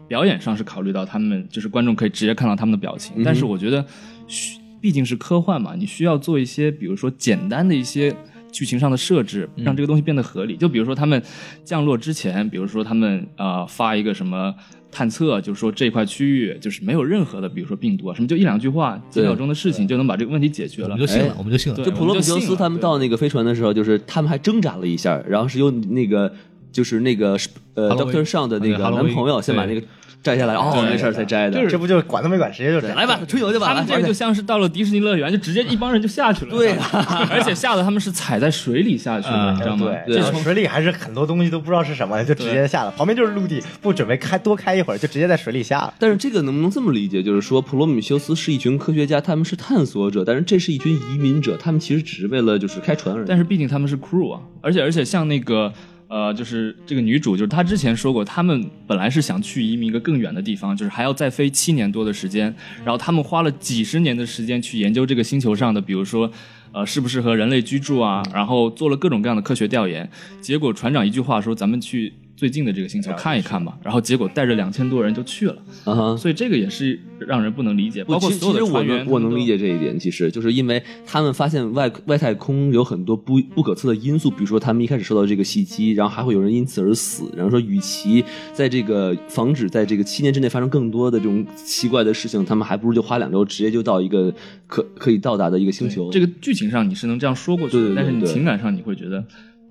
Speaker 3: 表演上是考虑到他们就是观众可以直接看到他们的表情，但是我觉得需毕竟是科幻嘛，你需要做一些比如说简单的一些。剧情上的设置让这个东西变得合理，就比如说他们降落之前，比如说他们呃发一个什么探测，就是说这块区域就是没有任何的，比如说病毒啊什么，就一两句话几
Speaker 2: 对
Speaker 3: 秒钟的事情就能把这个问题解决
Speaker 1: 我
Speaker 3: 了
Speaker 1: 嗯们就。信
Speaker 2: 哎
Speaker 1: 了，我们就信了
Speaker 3: 对。
Speaker 2: 就普罗米修斯他们到那个飞船的时候，就是他们还挣扎了一下，然后是由那个就是那个呃
Speaker 1: Holloway
Speaker 2: Doctor 上的那个
Speaker 1: 对，Holloway，
Speaker 2: 男朋友先把那
Speaker 1: 对
Speaker 2: 个摘下来，哦，没事儿才摘的，
Speaker 4: 这不就管都没管，直接就
Speaker 2: 对
Speaker 4: 来
Speaker 2: 来吧，春游去吧，
Speaker 3: 他们
Speaker 2: 来
Speaker 3: 这个就像是到了迪士尼乐园，就直接一帮人就下去了。
Speaker 2: 对
Speaker 3: 啊， (laughs) 而且下的他们是踩在水里下去的，
Speaker 1: 嗯
Speaker 3: 你知道吗？
Speaker 2: 对
Speaker 4: 对，这水里还是很多东西都不知道是什么，就直接下了。旁边就是陆地，不准备开多开一会儿，就直接在水里下了。
Speaker 2: 但是这个能不能这么理解？就是说，普罗米修斯是一群科学家，他们是探索者，但是这是一群移民者，他们其实只是为了就是开船而已。
Speaker 3: 但是毕竟他们是 crew 啊，而且而且像那个呃，就是这个女主，就是她之前说过，他们本来是想去移民一个更远的地方，就是还要再飞七年多的时间，然后他们花了几十年的时间去研究这个星球上的，比如说。呃，适不适合人类居住啊？然后做了各种各样的科学调研，结果船长一句话说：“咱们去最近的这个星球看一看吧。”啊然后结果带着两千多人就去了，
Speaker 2: 啊哈，
Speaker 3: 所以这个也呃是让人不能理解。
Speaker 2: 不
Speaker 3: 包括
Speaker 2: 其实
Speaker 3: 所
Speaker 2: 其
Speaker 3: 有的
Speaker 2: 实我
Speaker 3: 船员
Speaker 2: 能，我
Speaker 3: 他们
Speaker 2: 能
Speaker 3: 都
Speaker 2: 理解这一点，其实就是因为他们发现外外太空有很多不不可测的因素，比如说他们一开始受到这个袭击，然后还会有人因此而死，然后说与其在这个防止在这个七年之内发生更多的这种奇怪的事情，他们还不如就花两周直接就到一个可可以到达的一个星球。
Speaker 3: 这个剧情上你是能这样说过去的，
Speaker 2: 对对对
Speaker 3: 但是你
Speaker 2: 对
Speaker 3: 情感上你会觉得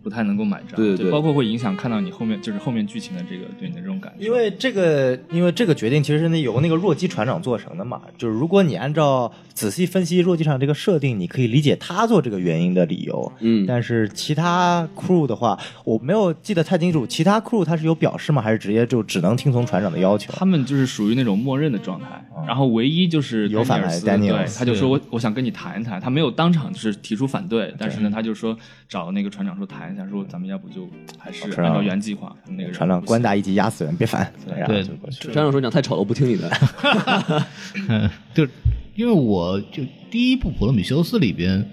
Speaker 3: 不太能够买账，
Speaker 2: 对对对
Speaker 3: 包括会影响看到你后面就是后面剧情的这个对你的这种感受。
Speaker 4: 因为这个，因为这个决定其实是那由那个弱鸡船长做成的嘛。就是如果你按照仔细分析弱鸡船长这个设定，你可以理解他做这个原因的理由。
Speaker 2: 嗯
Speaker 4: 但是其他 crew 的话，我没有记得太清楚，其他 crew 他是有表示吗？还是直接就只能听从船长的要求？
Speaker 3: 他们就是属于那种默认的状态，然后唯一就是
Speaker 4: 有反来
Speaker 3: 丹尼尔
Speaker 4: Daniels，
Speaker 3: 斯，对，他就说我我想跟你谈一谈，他没有当场就是提出反对，但是呢，他就说找那个船长说谈一下，说咱们要不就还是
Speaker 4: 船长
Speaker 3: 按照原计划那个人
Speaker 4: 船长官大一级压死人，别烦。然后
Speaker 1: 对
Speaker 4: 就过去了
Speaker 2: 船长说：“讲太吵了，不听你的。
Speaker 1: 嗯， (laughs) 就是因为我就第一部《普罗米修斯》里边，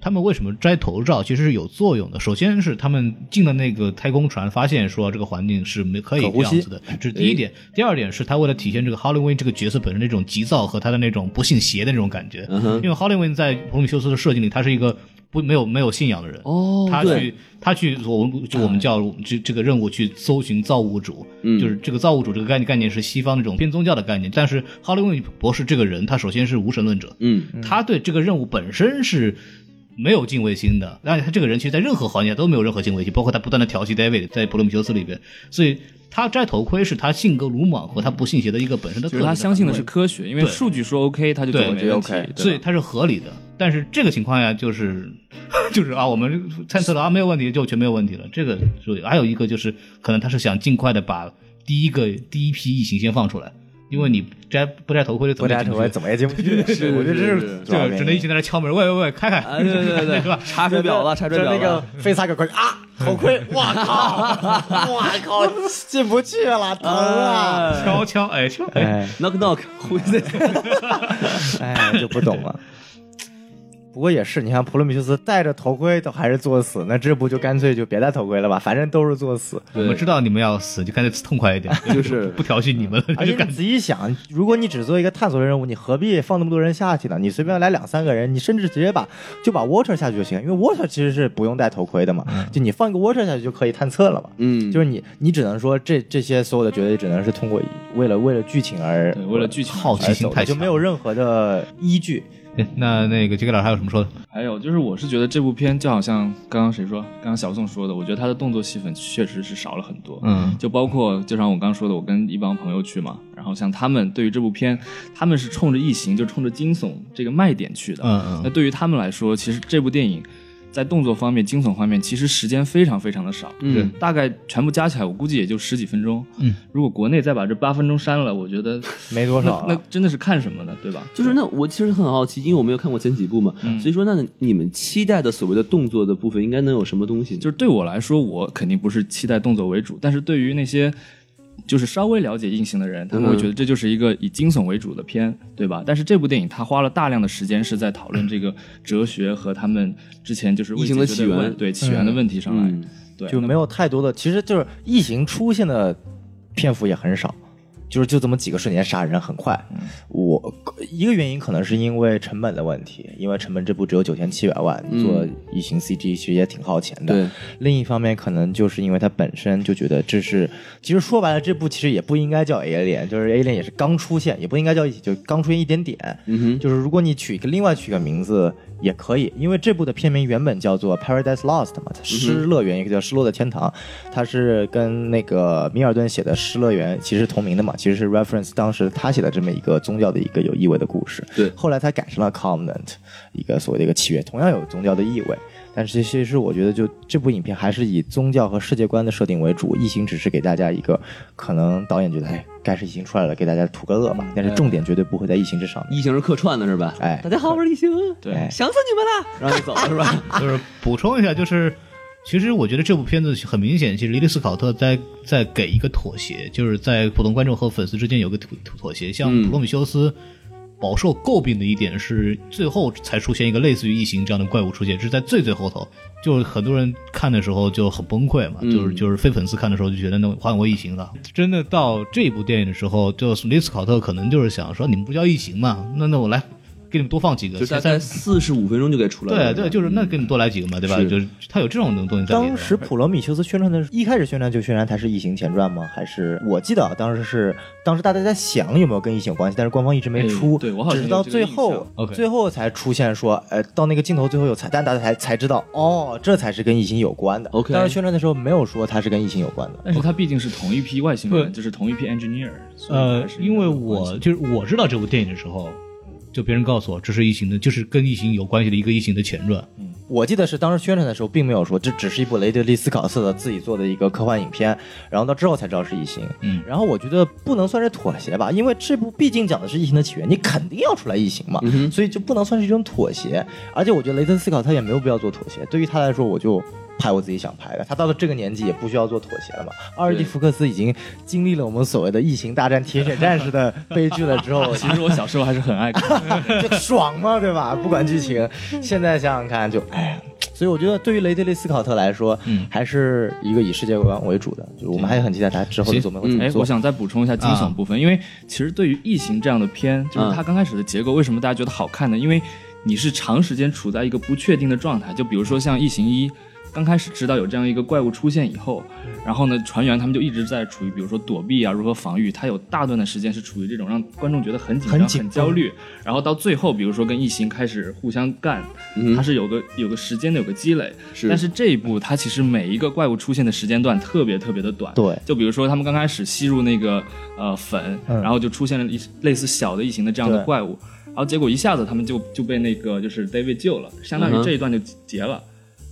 Speaker 1: 他们为什么摘头罩，其实是有作用的。首先是他们进了那个太空船，发现说这个环境是没可以
Speaker 4: 可
Speaker 1: 这
Speaker 4: 呼吸
Speaker 1: 样子的，这是第一点。第二点是他为了体现这个 h o l l o w e e n 这个角色本身那种急躁和他的那种不信邪的那种感觉，
Speaker 2: 嗯哼
Speaker 1: 因为 h o l l o w e e n 在《普罗米修斯》的设定里，他是一个。不，没有没有信仰的人，
Speaker 2: 哦
Speaker 1: 他
Speaker 2: 对
Speaker 1: 去他去，我们就我们叫这这个任务去搜寻造物主，
Speaker 2: 嗯
Speaker 1: 就是这个造物主这个概念概念是西方那种偏宗教的概念，但是哈利·温博士这个人，他首先是无神论者”，
Speaker 2: 嗯，
Speaker 1: 他对这个任务本身是。没有敬畏心的，而且他这个人其实，在任何环节下都没有任何敬畏心，包括他不断的调戏 David 在《普罗米修斯》里边，所以他摘头盔是他性格鲁莽和他不信邪的一个本身的特质
Speaker 3: 就是
Speaker 1: 反馈。
Speaker 3: 他相信的是科学，因为
Speaker 1: 对
Speaker 3: 数据说 OK，他就觉
Speaker 1: 对
Speaker 3: 得没问题
Speaker 4: 我觉得 OK，
Speaker 3: 对
Speaker 1: 所以它是合理的。但是这个情况下就是 (laughs) 就是啊，我们探测了啊没有问题就全没有问题了。这个就还有一个就是可能他是想尽快的把第一个第一批异形先放出来，因为你摘不摘头盔就怎么
Speaker 4: 不摘
Speaker 1: 也
Speaker 4: 头
Speaker 1: 进
Speaker 4: 盔
Speaker 1: 不去
Speaker 4: 怎么也进不去。是，我觉得这是主要
Speaker 1: 就
Speaker 4: 原
Speaker 1: 只能一
Speaker 4: 因
Speaker 1: 群在那敲门，喂喂喂，开开，
Speaker 2: 啊，
Speaker 4: 哎
Speaker 2: 对对对
Speaker 1: 是
Speaker 2: 对 (laughs)
Speaker 1: 吧，？
Speaker 2: 查水表了，查水表
Speaker 4: 就那个
Speaker 2: 了。
Speaker 4: 飞 (laughs) 撒个盔啊，头 (laughs) 盔，哇靠，哇靠， (laughs) 进不去了，疼啊！
Speaker 2: 啊
Speaker 1: 敲敲，哎敲，哎，
Speaker 4: 哎
Speaker 2: knock knock，who is it？
Speaker 4: 哎，就不懂了。不过也是，你看普罗米修斯戴着头盔都还是作死，那这不就干脆就别戴头盔了吧？反正都是作 (laughs) 死。
Speaker 1: 我们知道你们要死，就干脆痛快一点，
Speaker 4: 哎
Speaker 2: 就是
Speaker 1: 不调戏你们了，
Speaker 4: 而
Speaker 1: 就
Speaker 4: 且
Speaker 1: 感
Speaker 4: 你仔细想，如果你只做一个探索任务，你何必放那么多人下去呢？你随便来两三个人，你甚至直接把就把 Water 下去就行，因为 Water 其实是不用戴头盔的嘛，就你放一个 Water 下去就可以探测了嘛。
Speaker 2: 嗯，
Speaker 4: 就是你，你只能说这这些所有的决定只能是通过为了为了剧情而
Speaker 3: 对为了剧情
Speaker 1: 好奇
Speaker 4: 而
Speaker 1: 心
Speaker 4: 走的
Speaker 1: 太
Speaker 4: 就
Speaker 1: 强，
Speaker 4: 没有。任何的依据。
Speaker 1: 那那个杰克老师还有什么说的？
Speaker 3: 还有就是，我是觉得这部片就好像刚刚谁说，刚刚小宋说的，我觉得他的动作戏份确实是少了很多。
Speaker 1: 嗯
Speaker 3: 就包括就像我刚说的，我跟一帮朋友去嘛，然后像他们对于这部片，他们是冲着异形，就冲着惊悚这个卖点去的。
Speaker 1: 嗯
Speaker 3: 那
Speaker 1: 嗯，
Speaker 3: 对于他们来说，其实这部电影在动作方面、惊悚方面，其实时间非常非常的少。
Speaker 2: 嗯，
Speaker 3: 大概全部加起来，我估计也就十几分钟。
Speaker 1: 嗯，
Speaker 3: 如果国内再把这八分钟删了，我觉得
Speaker 4: 没多少啊
Speaker 3: 那那真的是看什么呢？对吧？
Speaker 2: 就是那我其实很好奇，因为我没有看过前几部嘛，所以说那你们期待的所谓的动作的部分应该能有什么东西呢？
Speaker 3: 就是对我来说，我肯定不是期待动作为主，但是对于那些就是稍微了解硬性的人，他
Speaker 2: 嗯
Speaker 3: 们会觉得这就是一个以惊悚为主的片，对吧？但是这部电影它花了大量的时间是在讨论这个哲学和他们之前就是
Speaker 2: 异形的起源
Speaker 3: 未解决问对起源的问题上来，
Speaker 2: 嗯
Speaker 3: 对，
Speaker 4: 就没有太多的，其实就是异形出现的篇幅也很少，就是就这么几个瞬间杀人很快。我一个原因可能是因为成本的问题，因为成本这部只有九千七百万，做异形 CG 其实也挺耗钱的。
Speaker 2: 对，
Speaker 4: 另一方面可能就是因为它本身就觉得这是，其实说白了这部其实也不应该叫 Alien，就是 Alien 也是刚出现，也不应该叫一起，就刚出现一点点。
Speaker 2: 嗯哼，
Speaker 4: 就是如果你取一个另外取一个名字也可以，因为这部的片名原本叫做《Paradise Lost》嘛，它失乐园也可以叫失落的天堂，它是跟那个米尔顿写的《失乐园》其实同名的嘛，其实是 reference 当时他写的这么一个宗教的一个有意味的故事。
Speaker 2: 对
Speaker 4: 后来他改成了 Covenant，一个所谓的一个契约，同样有宗教的意味。但是其实我觉得，就这部影片还是以宗教和世界观的设定为主，异形只是给大家一个可能导演觉得，哎，该是异形出来了，给大家图个乐吧。但是重点绝对不会在异形之上面。
Speaker 2: 异形是客串的是吧？
Speaker 4: 哎
Speaker 2: 大家好，我是异形，
Speaker 4: 哎
Speaker 3: 对，
Speaker 2: 想死你们了，然后就走了是吧？
Speaker 1: 就是补充一下，就是其实我觉得这部片子很明显，其实伊利斯考特在在给一个妥协，就是在普通观众和粉丝之间有个妥妥协。像
Speaker 2: 嗯
Speaker 1: 普罗米修斯饱受诟病的一点是，最后才出现一个类似于异形这样的怪物出现，是在最最后头，就是很多人看的时候就很崩溃嘛，就是
Speaker 2: 嗯
Speaker 1: 就是非粉丝看的时候就觉得那换过异形了。真的到这部电影的时候，就是伊利斯考特可能就是想说，你们不叫异形嘛，那那我来。给你们多放几个，
Speaker 2: (laughs) 就
Speaker 1: 现
Speaker 2: 大
Speaker 1: 在
Speaker 2: 概四十五分钟就该出来
Speaker 1: 对
Speaker 2: 了。
Speaker 1: 对，就是那给你多来几个嘛，对吧？
Speaker 2: 是
Speaker 1: 就是它有这种东
Speaker 3: 嗯
Speaker 1: 西在里面。
Speaker 4: 当时普罗米修斯宣传的时候，一开始宣传就宣传它是《异形前传》吗？还是我记得啊当时是当时大家在想有没有跟异形有关系，但是官方一直没出，
Speaker 3: 哎对我好像
Speaker 4: 只是到
Speaker 3: 有这个
Speaker 4: 最
Speaker 3: 印
Speaker 4: 后
Speaker 3: 象
Speaker 1: OK
Speaker 4: 最后才出现说，哎，到那个镜头最后有彩蛋，大家才才知道哦，这才是跟异形有关的。
Speaker 2: OK
Speaker 4: 当时宣传的时候没有说它是跟异形有关的。
Speaker 3: 但是他毕竟是同一批外星人，
Speaker 1: 不
Speaker 3: 就是同一批 engineer 所以
Speaker 1: 呃
Speaker 3: 还是，有
Speaker 1: 因为
Speaker 3: 关
Speaker 1: 我
Speaker 3: 系
Speaker 1: 就是我知道这部电影的时候，就别人告诉我这是异形的，就是跟异形有关系的一个异形的前传。
Speaker 4: 我记得是当时宣传的时候并没有说这只是一部雷德利·斯考特的自己做的一个科幻影片，然后到之后才知道是异形。
Speaker 1: 嗯
Speaker 4: 然后我觉得不能算是妥协吧，因为这部毕竟讲的是异形的起源，你肯定要出来异形嘛，所以就不能算是一种妥协。而且我觉得雷德利·斯考特也没有必要做妥协，对于他来说，我就拍我自己想拍的。他到了这个年纪也不需要做妥协了嘛。阿尔蒂·福克斯已经经历了我们所谓的异形大战铁血战士的悲剧了之后，
Speaker 3: 其实我小时候还是很爱看，
Speaker 4: 就 (laughs) 爽嘛，对吧？不管剧情，现在想想看就，哎呀。所以我觉得，对于雷德利·斯考特来说，
Speaker 1: 嗯
Speaker 4: 还是一个以世界观为主的，就是我们还很期待他之后的
Speaker 1: 行
Speaker 4: 作品会怎么
Speaker 3: 哎，
Speaker 4: 做
Speaker 3: 我。想再补充一下惊悚部分，因为其实对于《异形》这样的片，就是它刚开始的结构，为什么大家觉得好看呢？因为你是长时间处在一个不确定的状态，就比如说像《异形一》，刚开始知道有这样一个怪物出现以后，然后呢，船员他们就一直在处于比如说躲避啊，如何防御，它有大段的时间是处于这种让观众觉得很紧张、
Speaker 4: 很
Speaker 3: 很
Speaker 4: 紧绷
Speaker 3: 焦虑，然后到最后，比如说跟异形开始互相干，它是有个有个时间的有个积累，
Speaker 2: 是
Speaker 3: 但是这一部它其实每一个怪物出现的时间段特别特别的短，
Speaker 4: 对
Speaker 3: 就比如说他们刚开始吸入那个呃粉，
Speaker 4: 嗯
Speaker 3: 然后就出现了一类似小的异形的这样的
Speaker 4: 对
Speaker 3: 怪物，然后结果一下子他们就就被那个就是 David 救了，相当
Speaker 2: 嗯
Speaker 3: 于
Speaker 2: 哼
Speaker 3: 这一段就结
Speaker 4: 嗯
Speaker 3: 了。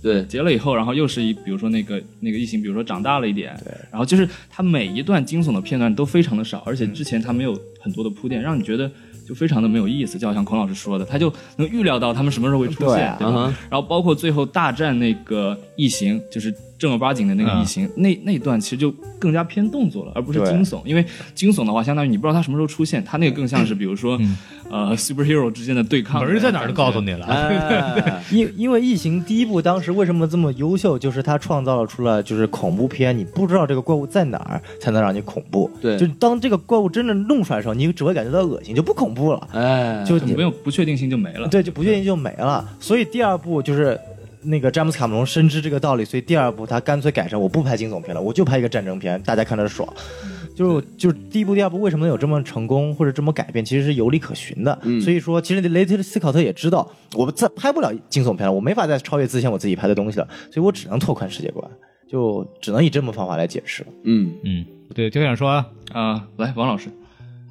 Speaker 2: 对，
Speaker 3: 结了以后，然后又是一，比如说那个那个异形，比如说长大了一点，对，然后就是它每一段惊悚的片段都非常的少，而且
Speaker 4: 嗯
Speaker 3: 之前它没有很多的铺垫，让你觉得就非常的没有意思，就好像孔老师说的，他就能预料到他们什么时候会出
Speaker 4: 对
Speaker 3: 现，
Speaker 4: 啊
Speaker 3: 对吧？
Speaker 2: 嗯哼
Speaker 3: 然后包括最后大战那个异形，就是正儿八经的那个异形，那那段其实就更加偏动作了，而不是
Speaker 4: 嗯对
Speaker 3: 惊悚，因为惊悚的话，相当于你不知道它什么时候出现，它那个更像是比如说、
Speaker 4: 嗯
Speaker 3: 呃 superhero 之间的对抗，
Speaker 1: 门儿在哪儿都告诉你了。
Speaker 4: 哎因因为《异形》第一部当时为什么这么优秀，就是它创造了出了就是恐怖片，你不知道这个怪物在哪儿才能让你恐怖。
Speaker 2: 对
Speaker 4: 就当这个怪物真正弄出来的时候，你只会感觉到恶心，就不恐怖了。
Speaker 2: 哎，
Speaker 4: 就
Speaker 3: 就
Speaker 4: 你
Speaker 3: 没有不确定性就没
Speaker 4: (laughs)
Speaker 3: 了。
Speaker 4: 对，就不愿意就没了。所以第二部就是那个詹姆斯卡梅隆深知这个道理，所以第二部他干脆改成我不拍惊悚片了，我就拍一个战争片，大家看着爽。就就是第一部、第二部为什么有这么成功或者这么改变，其实是有理可循的。所以说，其实雷特斯考特也知道，我再拍不了惊悚片了，我没法再超越之前我自己拍的东西了，所以我只能拓宽世界观，就只能以这么方法来解释了。
Speaker 2: 嗯，
Speaker 1: 嗯，对，就想说 (laughs) 啊，
Speaker 3: 啊、来王老师，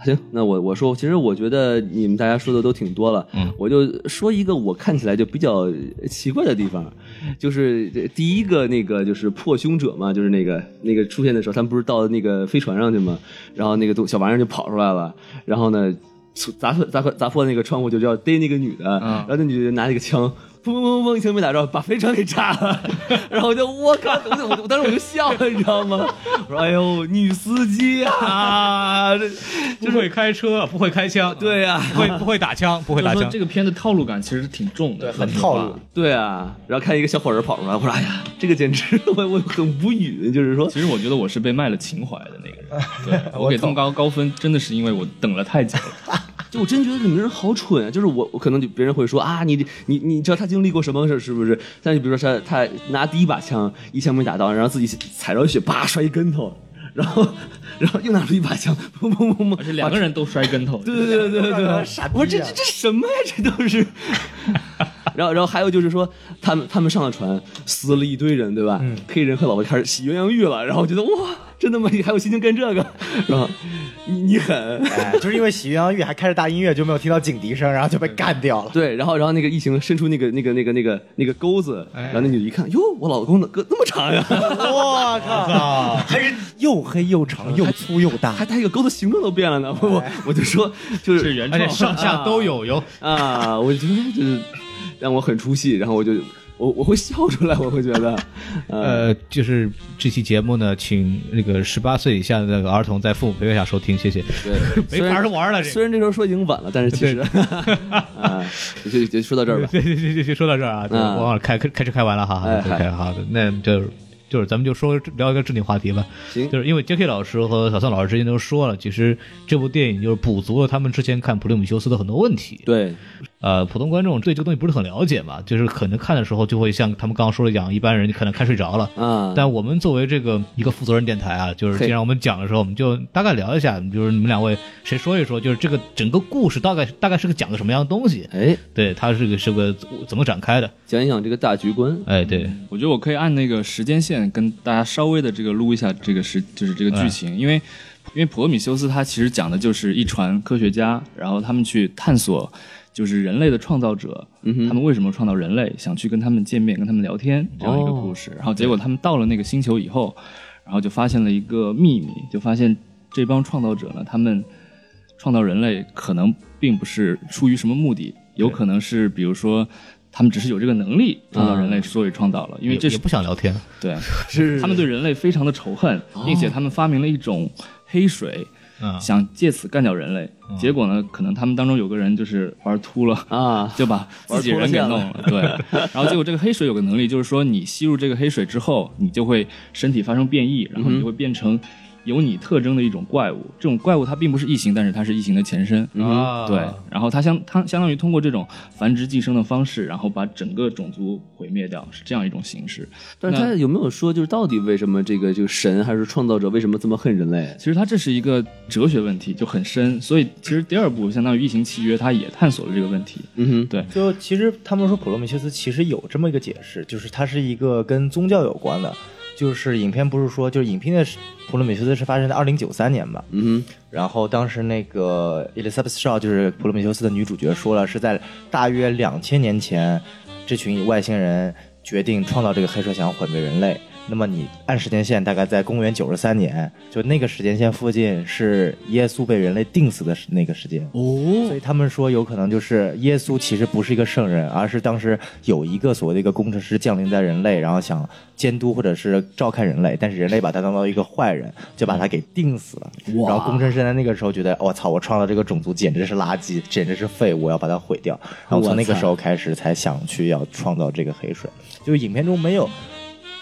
Speaker 2: 行，那我我说，其实我觉得你们大家说的都挺多了，
Speaker 1: 嗯
Speaker 2: 我就说一个我看起来就比较奇怪的地方，就是这第一个那个就是破胸者嘛，就是那个那个出现的时候，他们不是到那个飞船上去吗？然后那个东小玩意儿就跑出来了，然后呢砸破砸破砸破那个窗户，就要逮那个女的，然后那女的拿那个枪。砰砰砰砰！一枪没打着，把飞船给炸了。 (laughs) 然后我就我靠！我就我就我当时我就笑了，你知道吗？我说：“哎呦，女司机啊，这
Speaker 1: 不会开车，不会开枪， (laughs) 对呀、不会不会打枪，不会打
Speaker 3: 就是说
Speaker 1: 枪。
Speaker 3: 这个片的套路感其实挺重的，
Speaker 4: 很
Speaker 3: 说实
Speaker 4: 套
Speaker 3: 话
Speaker 4: 路。
Speaker 2: 对啊，然后看一个小火人跑出来，我说哎呀，这个简直我我很无语， (laughs) 就是说
Speaker 3: 其实我觉得我是被卖了情怀的那个人，
Speaker 4: (laughs)
Speaker 3: 对我给这么高高分，真的是因为我等了太久了。
Speaker 2: 就我真觉得这名人好蠢啊！就是我，我可能就别人会说啊，你你你知道他经历过什么事是不是？但是比如说他他拿第一把枪，一枪没打到，然后自己踩着血，叭摔一跟头，然后然后又拿出一把枪，砰砰砰砰，
Speaker 3: 而且两个人都摔跟头，
Speaker 2: 对对
Speaker 1: (laughs)
Speaker 2: 对对对，
Speaker 4: 傻逼啊
Speaker 2: 我说这这这什么呀？这都是。然后，然后还有就是说，他们他们上了船，死了一堆人，对吧？黑人和老白开始洗鸳鸯浴了，然后我觉得哇，真的吗？你还有心情干这个？然后你你狠，
Speaker 4: (laughs) 哎，就是因为喜鸳鸯浴还开着大音乐，就没有听到警笛声，然后就被干掉了。
Speaker 2: 对，然后然后那个异形伸出那个那个那个那个那个钩子，然后那女的一看，哟，我老公的胳那么长呀，
Speaker 4: 我靠！还是又黑又长又粗又大
Speaker 2: 还。他一个钩子形状都变了呢，我我我就说就是哎
Speaker 3: 是原
Speaker 1: 而且
Speaker 3: 创。
Speaker 1: 哎上下都有有，
Speaker 2: 啊，我觉得就是让我很出戏，然后我就我我会笑出来，我会觉得，呃，
Speaker 1: 呃，就是这期节目呢，请那个十八岁以下的那个儿童在父母陪伴下收听，谢谢。
Speaker 2: 对，
Speaker 1: 没法儿玩了，这
Speaker 2: 虽
Speaker 1: 个。
Speaker 2: 然这时候说已经晚了，但是其实， (laughs) 啊，
Speaker 1: (laughs)
Speaker 2: 就就说到这儿吧。
Speaker 1: 对对对对，对说到这儿啊，对
Speaker 2: 嗯
Speaker 1: 我忘了开开开车开完了哈，
Speaker 2: 哎
Speaker 1: 对开好的，那就就是咱们就说聊一个正经话题吧，
Speaker 2: 行
Speaker 1: 就是因为 J.K. 老师和小宋老师之前都说了，其实这部电影就是补足了他们之前看普利米修斯的很多问题。
Speaker 2: 对，
Speaker 1: 呃，普通观众对这个东西不是很了解嘛，就是可能看的时候就会像他们刚刚说的一样，一般人可能看睡着了。
Speaker 2: 啊，
Speaker 1: 但我们作为这个一个负责任电台啊，就是
Speaker 2: 嘿
Speaker 1: 既然我们讲的时候，我们就大概聊一下，就是你们两位谁说一说，就是这个整个故事大概大概是个讲个什么样的东西？
Speaker 2: 哎，
Speaker 1: 对，它是个是个怎么展开的？
Speaker 2: 讲一讲这个大局观，
Speaker 1: 哎，对，
Speaker 3: 我觉得我可以按那个时间线跟大家稍微的这个撸一下这个时，就是这个剧情，因为因为普罗米修斯他其实讲的就是一船科学家，然后他们去探索就是人类的创造者，
Speaker 2: 嗯哼
Speaker 3: 他们为什么创造人类，想去跟他们见面，跟他们聊天这样一个
Speaker 2: 哦
Speaker 3: 故事。然后结果他们到了那个星球以后，然后就发现了一个秘密，就发现这帮创造者呢，他们创造人类可能并不是出于什么目的，有可能是比如说。他们只是有这个能力创造人类，所以创造了，因
Speaker 1: 嗯
Speaker 3: 为
Speaker 1: 也
Speaker 3: 这
Speaker 1: 也
Speaker 3: 是
Speaker 1: 不想聊天， (laughs)
Speaker 3: 对，
Speaker 2: 是
Speaker 3: 他们对人类非常的仇恨，
Speaker 1: 哦
Speaker 3: 并且他们发明了一种黑水，
Speaker 1: 嗯，
Speaker 3: 想借此干掉人类。
Speaker 1: 哦
Speaker 3: 结果呢，可能他们当中有个人就是玩秃了。
Speaker 2: 啊，
Speaker 3: 就把自己人给弄了，对。然后结果这个黑水有个能力，就是说你吸入这个黑水之后，你就会身体发生变异，然后你就会变成有你特征的一种怪物。这种怪物它并不是异形，但是它是异形的前身。
Speaker 1: 啊，
Speaker 3: 对，然后它相它相当于通过这种繁殖寄生的方式，然后把整个种族毁灭掉，是这样一种形式。
Speaker 2: 但是他有没有说，就是到底为什么这个这个神还是创造者为什么这么恨人类？
Speaker 3: 其实它这是一个哲学问题，就很深。所以其实第二部相当于《异形契约》，它也探索了这个问题。
Speaker 2: 嗯哼，
Speaker 4: 就其实他们说普罗米修斯其实有这么一个解释，就是它是一个跟宗教有关的，就是影片不是说就是影片的普罗米修斯是发生在二零九三年吧，
Speaker 2: 嗯
Speaker 4: 然后当时那个 Elizabeth Shaw 就是普罗米修斯的女主角说了，是在大约两千年前，这群外星人决定创造这个黑水，想要毁灭人类。那么你按时间线，大概在公元九十三年，就那个时间线附近是耶稣被人类定死的时那个时间。所以他们说有可能就是耶稣其实不是一个圣人，而是当时有一个所谓的一个工程师降临在人类，然后想监督或者是照看人类，但是人类把他当做一个坏人，就把他给定死了。然后工程师在那个时候觉得，我、操，我创造这个种族简直是垃圾，简直是废物，我要把它毁掉。然后从那个时候开始才想去要创造这个黑水，就是影片中没有。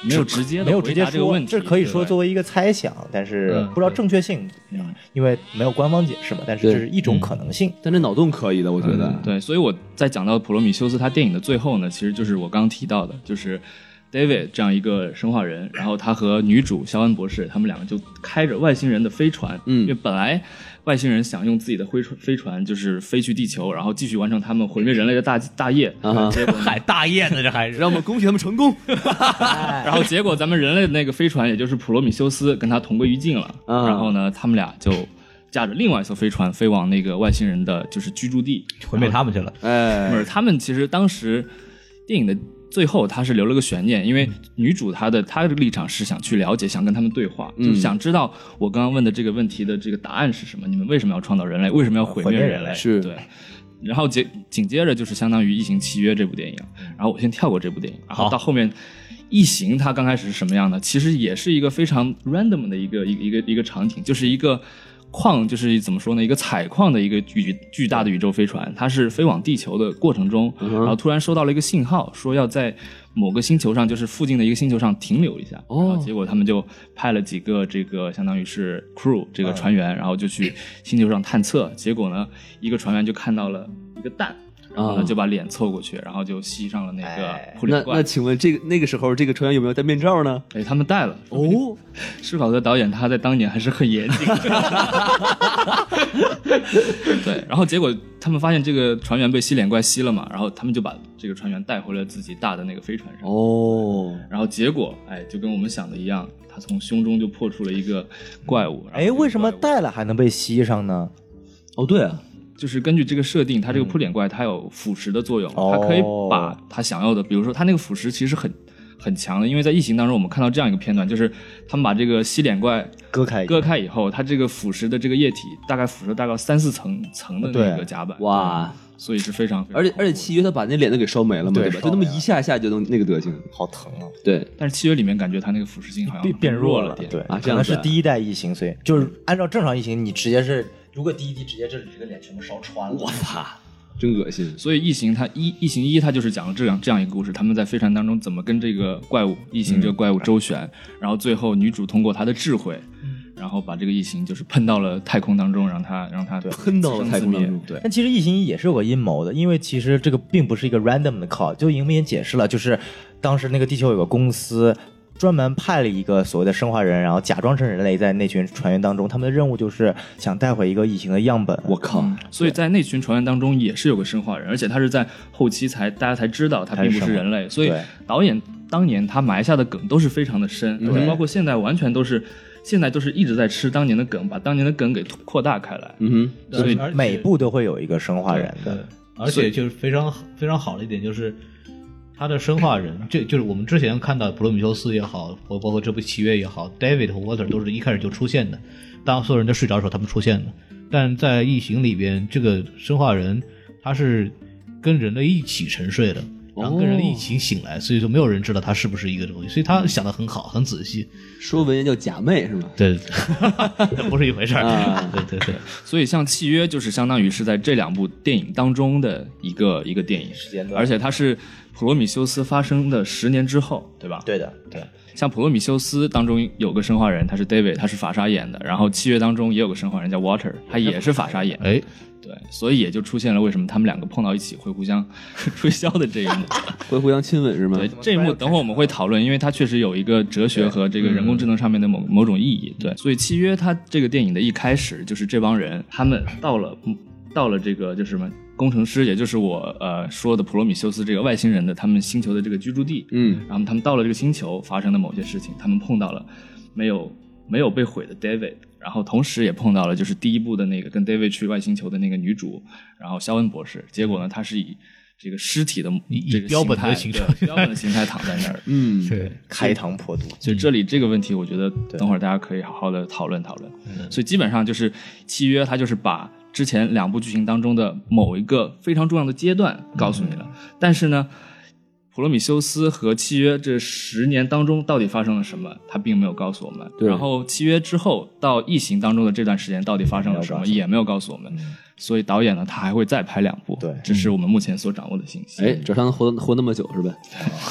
Speaker 3: 没有直接的
Speaker 4: 没有直接
Speaker 3: 回答这个
Speaker 4: 说，
Speaker 3: 问题，
Speaker 4: 可以说
Speaker 3: 对
Speaker 4: 作为一个猜想，但是
Speaker 1: 嗯
Speaker 4: 不知道正确性，
Speaker 3: 嗯
Speaker 4: 因为没有官方解释嘛。但是
Speaker 2: 对
Speaker 4: 这是一种
Speaker 1: 嗯
Speaker 4: 可能性。
Speaker 2: 但这脑洞可以的，我觉得。
Speaker 3: 对，所以我在讲到普罗米修斯他电影的最后呢，其实就是我刚刚提到的，就是 David 这样一个生化人，然后他和女主肖恩博士，他们两个就开着外星人的飞船，
Speaker 2: 嗯
Speaker 3: 因为本来外星人想用自己的飞船飞船就是飞去地球，然后继续完成他们毁灭人类的大大业，
Speaker 2: 啊哈
Speaker 3: 结果
Speaker 1: (laughs)
Speaker 3: 呢
Speaker 1: 海大雁呢，这还是
Speaker 2: 让我 (laughs) 们恭喜他们成功
Speaker 3: 然后结果咱们人类的那个飞船，也就是普罗米修斯，跟他同归于尽了。
Speaker 2: 啊
Speaker 3: 然后呢，他们俩就驾着另外一艘飞船飞往那个外星人的就是居住地。
Speaker 1: 毁灭他们去了。
Speaker 3: 不
Speaker 2: 哎，
Speaker 3: 是，他们其实当时电影的最后，他是留了个悬念，因为
Speaker 2: 嗯
Speaker 3: 女主她的她的立场是想去了解，想跟他们对话，
Speaker 2: 嗯
Speaker 3: 就想知道我刚刚问的这个问题的这个答案是什么？你们为什么要创造人类？为什么要毁
Speaker 4: 毁灭人
Speaker 3: 人类？
Speaker 2: 是
Speaker 3: 对。然后接紧接着就是相当于《异形契约》这部电影，然后我先跳过这部电影，然后
Speaker 1: 好
Speaker 3: 到后面《异形》它刚开始是什么样的？其实也是一个非常 random 的一个一个一个一个场景，就是一个矿，就是怎么说呢，一个采矿的一个巨巨大的宇宙飞船，它是飞往地球的过程中，
Speaker 2: 嗯
Speaker 3: 然后突然收到了一个信号，说要在某个星球上，就是附近的一个星球上停留一下，
Speaker 2: 哦
Speaker 3: 然后结果他们就派了几个这个相当于是 crew 这个船员，然后就去星球上探测，结果呢，一个船员就看到了一个蛋。然后
Speaker 2: 啊
Speaker 3: 呢，就把脸凑过去，然后就吸上了那
Speaker 4: 哎
Speaker 3: 个护理
Speaker 2: 那
Speaker 3: 罐。
Speaker 2: 那请问这个那个时候这个船员有没有戴面罩呢？
Speaker 3: 哎，他们带了。
Speaker 2: 哦，
Speaker 3: 施考德导演他在当年还是很严谨的。 (laughs) 对，然后结果他们发现这个船员被吸脸怪吸了嘛，然后他们就把这个船员带回了自己大的那个飞船上。
Speaker 2: 哦，
Speaker 3: 然后结果，哎，就跟我们想的一样，他从胸中就破出了一个怪物。然后这
Speaker 4: 哎，
Speaker 3: 个
Speaker 4: 为什么
Speaker 3: 怪物
Speaker 4: 带了还能被吸上呢？
Speaker 2: 哦对啊，
Speaker 3: 就是根据这个设
Speaker 2: 嗯
Speaker 3: 定，它这个扑脸怪它有腐蚀的作用，
Speaker 4: 哦
Speaker 3: 它可以把它想要的，比如说它那个腐蚀其实很很强的，因为在异形当中我们看到这样一个片段，就是他们把这个吸脸怪
Speaker 4: 割
Speaker 2: 哎
Speaker 4: 开一个
Speaker 3: 割开以后，它这个腐蚀的这个液体大概腐蚀大概三四层层的那
Speaker 4: 对
Speaker 3: 个甲板，
Speaker 2: 哇，
Speaker 3: 对，所以是非
Speaker 1: 嗯
Speaker 3: 常非常
Speaker 2: 而且而且
Speaker 3: 恐怖的
Speaker 2: 契约他把那脸都给烧没了嘛，
Speaker 4: 对
Speaker 2: 对吧？就那么
Speaker 4: 烧没了
Speaker 2: 一下一下就能那个德行，
Speaker 4: 好疼啊！
Speaker 2: 对，
Speaker 3: 但是契约里面感觉它那个腐蚀性好像
Speaker 4: 变变弱
Speaker 3: 了
Speaker 4: 了，
Speaker 3: 点，
Speaker 4: 对，
Speaker 2: 啊这
Speaker 4: 可
Speaker 2: 样
Speaker 4: 能
Speaker 2: 子啊
Speaker 4: 是第一代异形，所以就是按照正常异形，你直接是如果第一集直接这这个脸全部烧穿了，
Speaker 2: 我操，真恶心。
Speaker 3: 所以《异形》它一《异形一》它就是讲了这样这样一个故事，他们在飞船当中怎么跟这个怪物异形
Speaker 2: 嗯
Speaker 3: 这个怪物周旋，然后最后女主通过她的智慧，然后把这个异形就是喷到了太空当中，让它让它
Speaker 2: 喷到了太空当中
Speaker 3: 自生自灭对。
Speaker 4: 但其实《异形一》也是有个阴谋的，因为其实这个并不是一个 random 的 call，就影片解释了，就是当时那个地球有个公司。专门派了一个所谓的生化人，然后假装成人类，在那群船员当中，他们的任务就是想带回一个异形的样本。
Speaker 2: 我靠！
Speaker 4: 嗯
Speaker 3: 所以在那群船员当中也是有个生化人，而且他是在后期才大家才知道他并不是人类，所以
Speaker 4: 对
Speaker 3: 导演当年他埋下的梗都是非常的深，而且包括现在完全都是现在都是一直在吃当年的梗，把当年的梗给扩大开来。
Speaker 2: 嗯哼，
Speaker 3: 所以
Speaker 1: 而且
Speaker 4: 每部都会有一个生化人的，
Speaker 1: 而且就是非常好非常好的一点就是，他的生化人，这就是我们之前看到的普罗米修斯也好，包包括这部《契约》也好，David 和 Water 都是一开始就出现的，当所有人都睡着的时候，他们出现的。但在《异形》里边，这个生化人他是跟人类一起沉睡的，然后跟人类一起醒来，所以说没有人知道他是不是一个东西，所以他想的很好，很仔细。
Speaker 2: 说文言叫假寐是吗？
Speaker 1: 对，这 (laughs) 不是一回事儿
Speaker 2: 啊。
Speaker 1: 对对对，
Speaker 3: 所以像契约就是相当于是在这两部电影当中的一个一个电影时
Speaker 4: 间段
Speaker 3: 而且它是普罗米修斯发生的十年之后，对吧？
Speaker 4: 对的，对。
Speaker 3: 像《普罗米修斯》当中有个生化人，他是 David，他是法沙演的。然后《契约》当中也有个生化人叫 Water，他也是法沙演。
Speaker 1: 哎，
Speaker 3: 对，所以也就出现了为什么他们两个碰到一起会互相 (laughs) 吹箫的这一幕。
Speaker 2: 会互相亲吻是吗？
Speaker 3: 对，这一幕等会儿我们会讨论，因为它确实有一个哲学和这个人工智能上面的某某种意义。对，所以《契约》它这个电影的一开始就是这帮人他们到了到了这个就是什么工程师，也就是我呃说的普罗米修斯这个外星人的他们星球的这个居住地。
Speaker 2: 嗯，
Speaker 3: 然后他们到了这个星球发生的某些事情，他们碰到了没有没有被毁的 David，然后同时也碰到了就是第一部的那个跟 David 去外星球的那个女主，然后肖恩博士。结果呢，她是以这个尸体的
Speaker 1: 以
Speaker 3: 这个
Speaker 1: 以标本的
Speaker 3: 形
Speaker 1: 形
Speaker 3: 态
Speaker 1: 状
Speaker 3: 对标本的形态躺在
Speaker 1: (laughs)
Speaker 3: 那儿。
Speaker 2: 嗯，
Speaker 1: 对，
Speaker 4: 开膛破肚，
Speaker 3: 所以这里这个问题，我觉得
Speaker 1: 嗯
Speaker 3: 等会儿大家可以好好的讨论讨论。所以基本上就是契约，它就是把之前两部剧情当中的某一个非常重要的阶段告诉你了。但是呢，普罗米修斯和契约这十年当中到底发生了什么，他并没有告诉我们。
Speaker 2: 对
Speaker 3: 然后契约之后到异形当中的这段时间到底发生了什么，也没有告诉我们。所以导演呢，他还会再拍两部。
Speaker 4: 对
Speaker 3: 这是我们目前所掌握的信息。
Speaker 2: 哎，这他能活活那么久是吧？
Speaker 3: 就
Speaker 4: (laughs)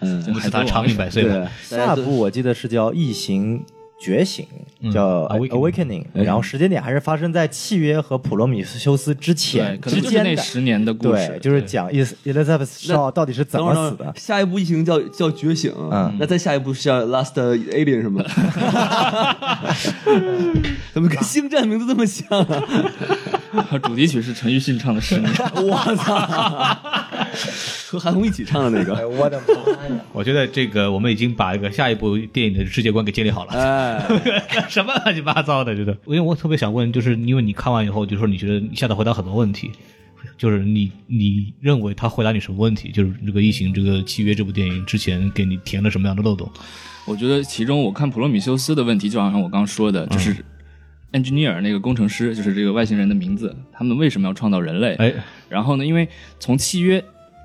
Speaker 2: 嗯，
Speaker 3: 海
Speaker 1: 祝
Speaker 3: 贼
Speaker 1: 他
Speaker 3: 王
Speaker 1: 长命百岁
Speaker 2: 对
Speaker 1: 吧。，
Speaker 4: 下部我记得是叫《异形觉醒》，
Speaker 3: 嗯
Speaker 4: 叫
Speaker 1: Awakening
Speaker 4: Awakening，然后
Speaker 3: 哎
Speaker 4: 时间点还是发生在契约和普罗米修斯
Speaker 3: (laughs)
Speaker 4: 之
Speaker 3: 对，
Speaker 4: 前
Speaker 3: 可
Speaker 4: 之
Speaker 3: 能就是
Speaker 4: 间
Speaker 3: 那
Speaker 4: 的。
Speaker 3: 十年的故事
Speaker 4: 对，。就是讲 Elis- Elizabeth Shaw 到底是怎
Speaker 2: 等会
Speaker 4: 么
Speaker 2: 儿
Speaker 3: (laughs)
Speaker 4: 死的。
Speaker 2: 下一部异形叫叫觉醒，
Speaker 4: 嗯
Speaker 2: 那再下一部是叫 Last Alien
Speaker 4: (laughs)
Speaker 2: 是吗？怎么跟星战名字这么像啊？
Speaker 4: (laughs)
Speaker 3: (laughs) 主题曲是陈奕迅唱的《十年》。
Speaker 2: 我操！ (laughs) 和韩红一起唱的那个，
Speaker 4: 哎我的妈呀！
Speaker 1: 我觉得这个我们已经把这个下一部电影的世界观给建立好了，
Speaker 2: 哎，
Speaker 1: (laughs) 什么乱七八糟的，觉得。因为呃我特别想问，就是因为你看完以后，就说你觉得一下子回答很多问题，就是你你认为他回答你什么问题？就是这个《异形》这个《契约》这部电影之前给你填了什么样的漏洞？
Speaker 3: 我觉得其中我看普罗米修斯的问题，就好像我刚说的，就是
Speaker 1: 嗯
Speaker 3: engineer 那个工程师，就是这个外星人的名字，他们为什么要创造人类？
Speaker 1: 哎，
Speaker 3: 然后呢，因为从契约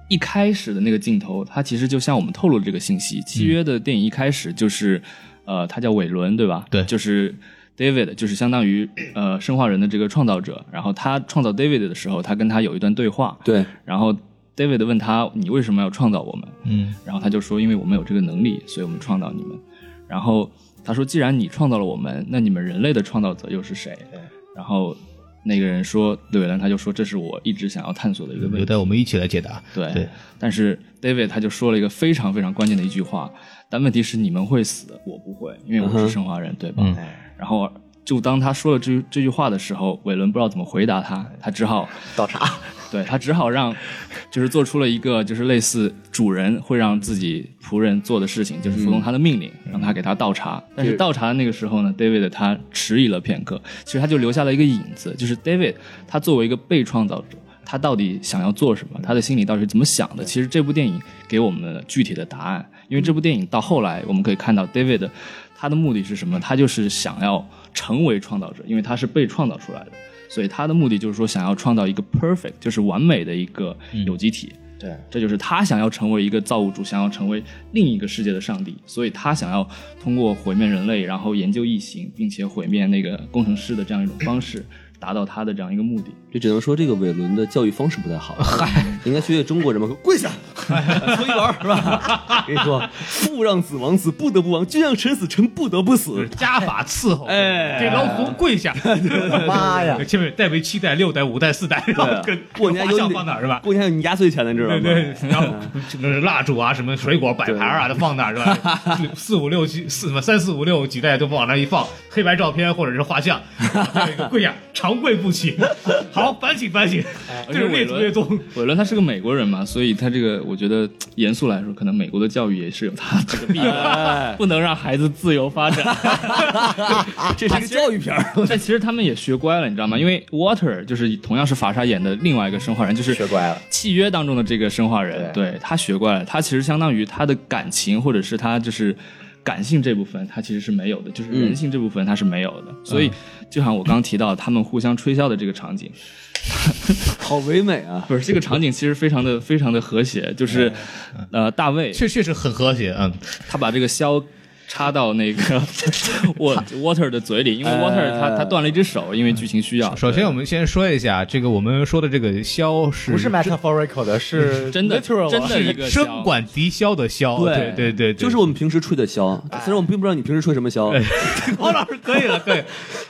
Speaker 3: 一开始的那个镜头，它其实就向我们透露了这个信息。契约的电影一开始就是，呃，他叫韦伦，对吧？
Speaker 1: 对
Speaker 3: 就是 David，就是相当于呃生化人的这个创造者。然后他创造 David 的时候，他跟他有一段对话，
Speaker 2: 对，
Speaker 3: 然后 David 问他：“你为什么要创造我们？”
Speaker 1: 嗯，
Speaker 3: 然后他就说：“因为我们有这个能力，所以我们创造你们。”然后他说：“既然你创造了我们，那你们人类的创造者又是谁？”然后那个人说：“对了，他就说这是我一直想要探索的一个问
Speaker 1: 留
Speaker 3: 题。
Speaker 1: 嗯待我们一起来解答。
Speaker 3: 对”
Speaker 1: 对
Speaker 3: 但是 David 他就说了一个非常非常关键的一句话，但问题是你们会死，我不会，因为我是生化人，对吧？
Speaker 1: 嗯
Speaker 3: 然后就当他说了这这句话的时候，韦伦不知道怎么回答他，他只好
Speaker 4: 倒茶，
Speaker 3: 对他只好让，就是做出了一个就是类似主人会让自己仆人做的事情，就是
Speaker 1: 嗯
Speaker 3: 服从他的命令，让他给他倒茶。但是倒茶的那个时候呢，David 他迟疑了片刻，其实他就留下了一个影子，就是 David 他作为一个被创造者，他到底想要做什么，他的心里到底是怎么想的？其实这部电影给我们具体的答案，因为这部电影到后来我们可以看到 David 他的目的是什么？他就是想要成为创造者，因为他是被创造出来的。所以他的目的就是说，想要创造一个 perfect，就是完美的一个有机体。
Speaker 4: 对，
Speaker 3: 这就是他想要成为一个造物主，想要成为另一个世界的上帝。所以他想要通过毁灭人类，然后研究异形，并且毁灭那个工程师的这样一种方式，达到他的这样一个目的。
Speaker 2: 这只能说这个伟伦的教育方式不太好，应该学学中国人嘛，跪下，搓衣板是吧？跟你说，父让子亡，子不得不亡；君让臣死，臣不得
Speaker 1: (laughs)
Speaker 2: 不死。
Speaker 1: 家法伺候，
Speaker 2: 哎
Speaker 1: 给老虎跪 (laughs) 下。
Speaker 4: 妈呀！
Speaker 1: 前面代为七代、六代、五代、四代，然后跟
Speaker 2: 啊过年
Speaker 1: 啊画
Speaker 2: 有
Speaker 1: 像
Speaker 2: 你
Speaker 1: 放哪儿是吧？
Speaker 2: 过年有你压岁钱的，知
Speaker 1: 对
Speaker 2: 道吗？
Speaker 1: (laughs) 对，然后什么蜡烛啊，什么水果摆盘啊，都放那儿是 (laughs) 吧？四五六七四什么三四五六几代都往那一放，黑白照片或者是画 (laughs) 像，还有一个跪下，长跪不起。 (laughs) 好，反省反省，就是越读越重。
Speaker 3: 伟伦他是个美国人嘛，所以他这个我觉得嘖严肃来说，可能美国的教育也是有他这个弊
Speaker 2: 哎
Speaker 3: 端， (laughs) 不能让孩子自由发展。
Speaker 2: 这是一个教育片儿。
Speaker 1: (laughs)
Speaker 3: 但其实他们也学乖了，你知道吗？因为 Water 就是同样是法沙演的另外一个生化人，就是
Speaker 4: 学乖了。
Speaker 3: 契约当中的这个生化人，对他学乖了，他其实相当于他的感情或者是他就是感性这部分，他其实是没有的，
Speaker 4: 嗯
Speaker 3: 就是人性这部分他是没有的。所
Speaker 1: 嗯
Speaker 3: 以就像我刚提到他们互相吹箫的这个场景，
Speaker 2: (laughs) 好唯美啊！
Speaker 3: 不是这个场景其实非常的非常的和谐，就是呃大卫
Speaker 1: 确确实很和谐，嗯，
Speaker 3: 他把这个箫插到那个 (laughs) 我 Water 的嘴里，因为
Speaker 4: 呃
Speaker 3: Water 他他断了一只手，因为剧情需要。
Speaker 1: 首先，我们先说一下这个我们说的这个箫是
Speaker 4: 不是 metaphorical 的，
Speaker 3: (laughs)
Speaker 4: 是
Speaker 3: 真的
Speaker 4: literal 啊
Speaker 3: 真的一个箫
Speaker 1: 声管笛箫的箫，对对对，
Speaker 2: 就是我们平时吹的箫，虽然我们并不知道你平时吹什么箫，
Speaker 1: 王老师 (laughs) 可以了，可以。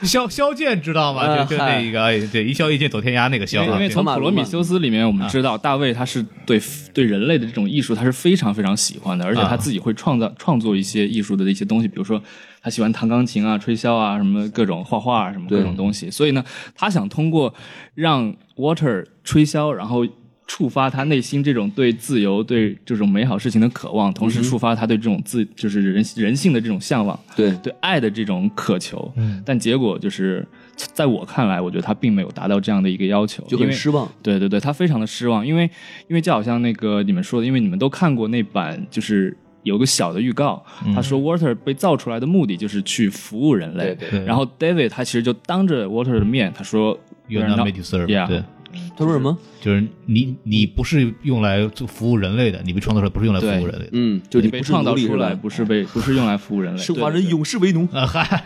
Speaker 1: 萧萧剑知道吗？
Speaker 2: 哎
Speaker 1: 就就那
Speaker 2: 嗨
Speaker 1: 一个，哎对，一萧一剑走天涯那个萧
Speaker 3: 因
Speaker 1: 啊，
Speaker 3: 为因为
Speaker 1: 对
Speaker 3: 从
Speaker 2: 马
Speaker 3: 《普罗
Speaker 2: 龙
Speaker 3: 米
Speaker 2: 嘛
Speaker 3: 修斯》里面，我们知道大卫他是对对人类的这种艺术，他是非常非常喜欢的，而且
Speaker 1: 啊
Speaker 3: 他自己会创造创作一些艺术的一些东西，比如说他喜欢弹钢琴啊、吹箫啊，什么各种画画啊，什么
Speaker 2: 对
Speaker 3: 各种东西。所以呢，他想通过让 Water 吹箫，然后触发他内心这种对自由、对这种美好事情的渴望，同
Speaker 1: 嗯
Speaker 3: 时触发他对这种自就是人人性的这种向往。
Speaker 2: 对，
Speaker 3: 对爱的这种渴求，
Speaker 2: 嗯
Speaker 3: 但结果就是，在我看来，我觉得他并没有达到这样的一个要求，
Speaker 2: 就
Speaker 3: 因
Speaker 2: 很
Speaker 3: 为
Speaker 2: 失望。
Speaker 3: 对对对，他非常的失望，因为因为就好像那个你们说的，因为你们都看过那版，就是有个小的预告，
Speaker 2: 嗯
Speaker 3: 他说 Water 被造出来的目的就是去服务人类，
Speaker 2: 对
Speaker 1: 对
Speaker 3: 然后 David 他其实就当着 Water 的面，他说
Speaker 1: You're not made to serve，
Speaker 3: Yeah
Speaker 1: 对，
Speaker 2: 他说什么？
Speaker 1: 就是你你不是用来做服务人类的，你被创造出来不是用来服务人类的。
Speaker 2: 嗯，就是
Speaker 3: 你
Speaker 2: 你
Speaker 3: 被
Speaker 2: 不是
Speaker 3: 创造
Speaker 2: 奴隶嗯
Speaker 3: 出
Speaker 2: 是吧
Speaker 3: 来，不是被不是用来服务人类，
Speaker 2: 是
Speaker 3: 对
Speaker 2: 华人
Speaker 3: 对
Speaker 2: 永世为奴。
Speaker 1: 呃，嗨，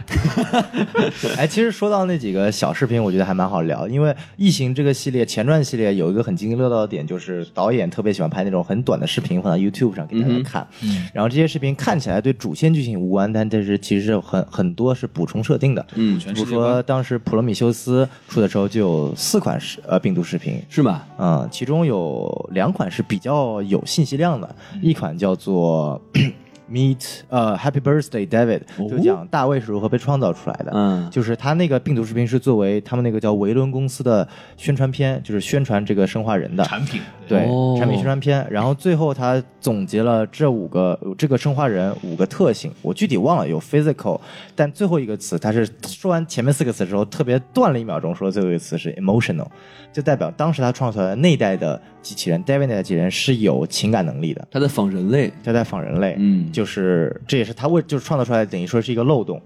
Speaker 4: (laughs) 哎，其实说到那几个小视频，我觉得还蛮好聊，因为《异形》这个系列前传系列有一个很津津乐道的点，就是导演特别喜欢拍那种很短的视频，放到 YouTube 上给大家看。然后这些视频看起来对主线剧情无关，但这是其实是很很多是补充设定的。
Speaker 2: 嗯，
Speaker 3: 全
Speaker 4: 比如
Speaker 3: 世界观
Speaker 4: 说当时《普罗米修斯》出的时候就有四款视呃病毒视频，
Speaker 2: 是吧？
Speaker 4: 嗯，其中有两款是比较有信息量的，一款叫做 (clears throat) Meet 呃 Happy Birthday David，、就讲大卫是如何被创造出来的。
Speaker 2: 嗯
Speaker 4: 就是他那个病毒视频是作为他们那个叫维伦公司的宣传片，就是宣传这个生化人的。
Speaker 1: 产品
Speaker 4: 对、
Speaker 2: 哦
Speaker 4: 产品宣传片，然后最后他总结了这五个这个生化人五个特性，我具体忘了有 physical，但最后一个词他是说完前面四个词之后特别断了一秒钟，说最后一个词是 emotional，就代表当时他创造的那一代的机器人 David 那代机器人是有情感能力的，
Speaker 2: 他在仿人类。
Speaker 4: 他在仿人类，
Speaker 2: 嗯
Speaker 4: 就是这也是他为就是创造出来的，等于说是一个漏洞。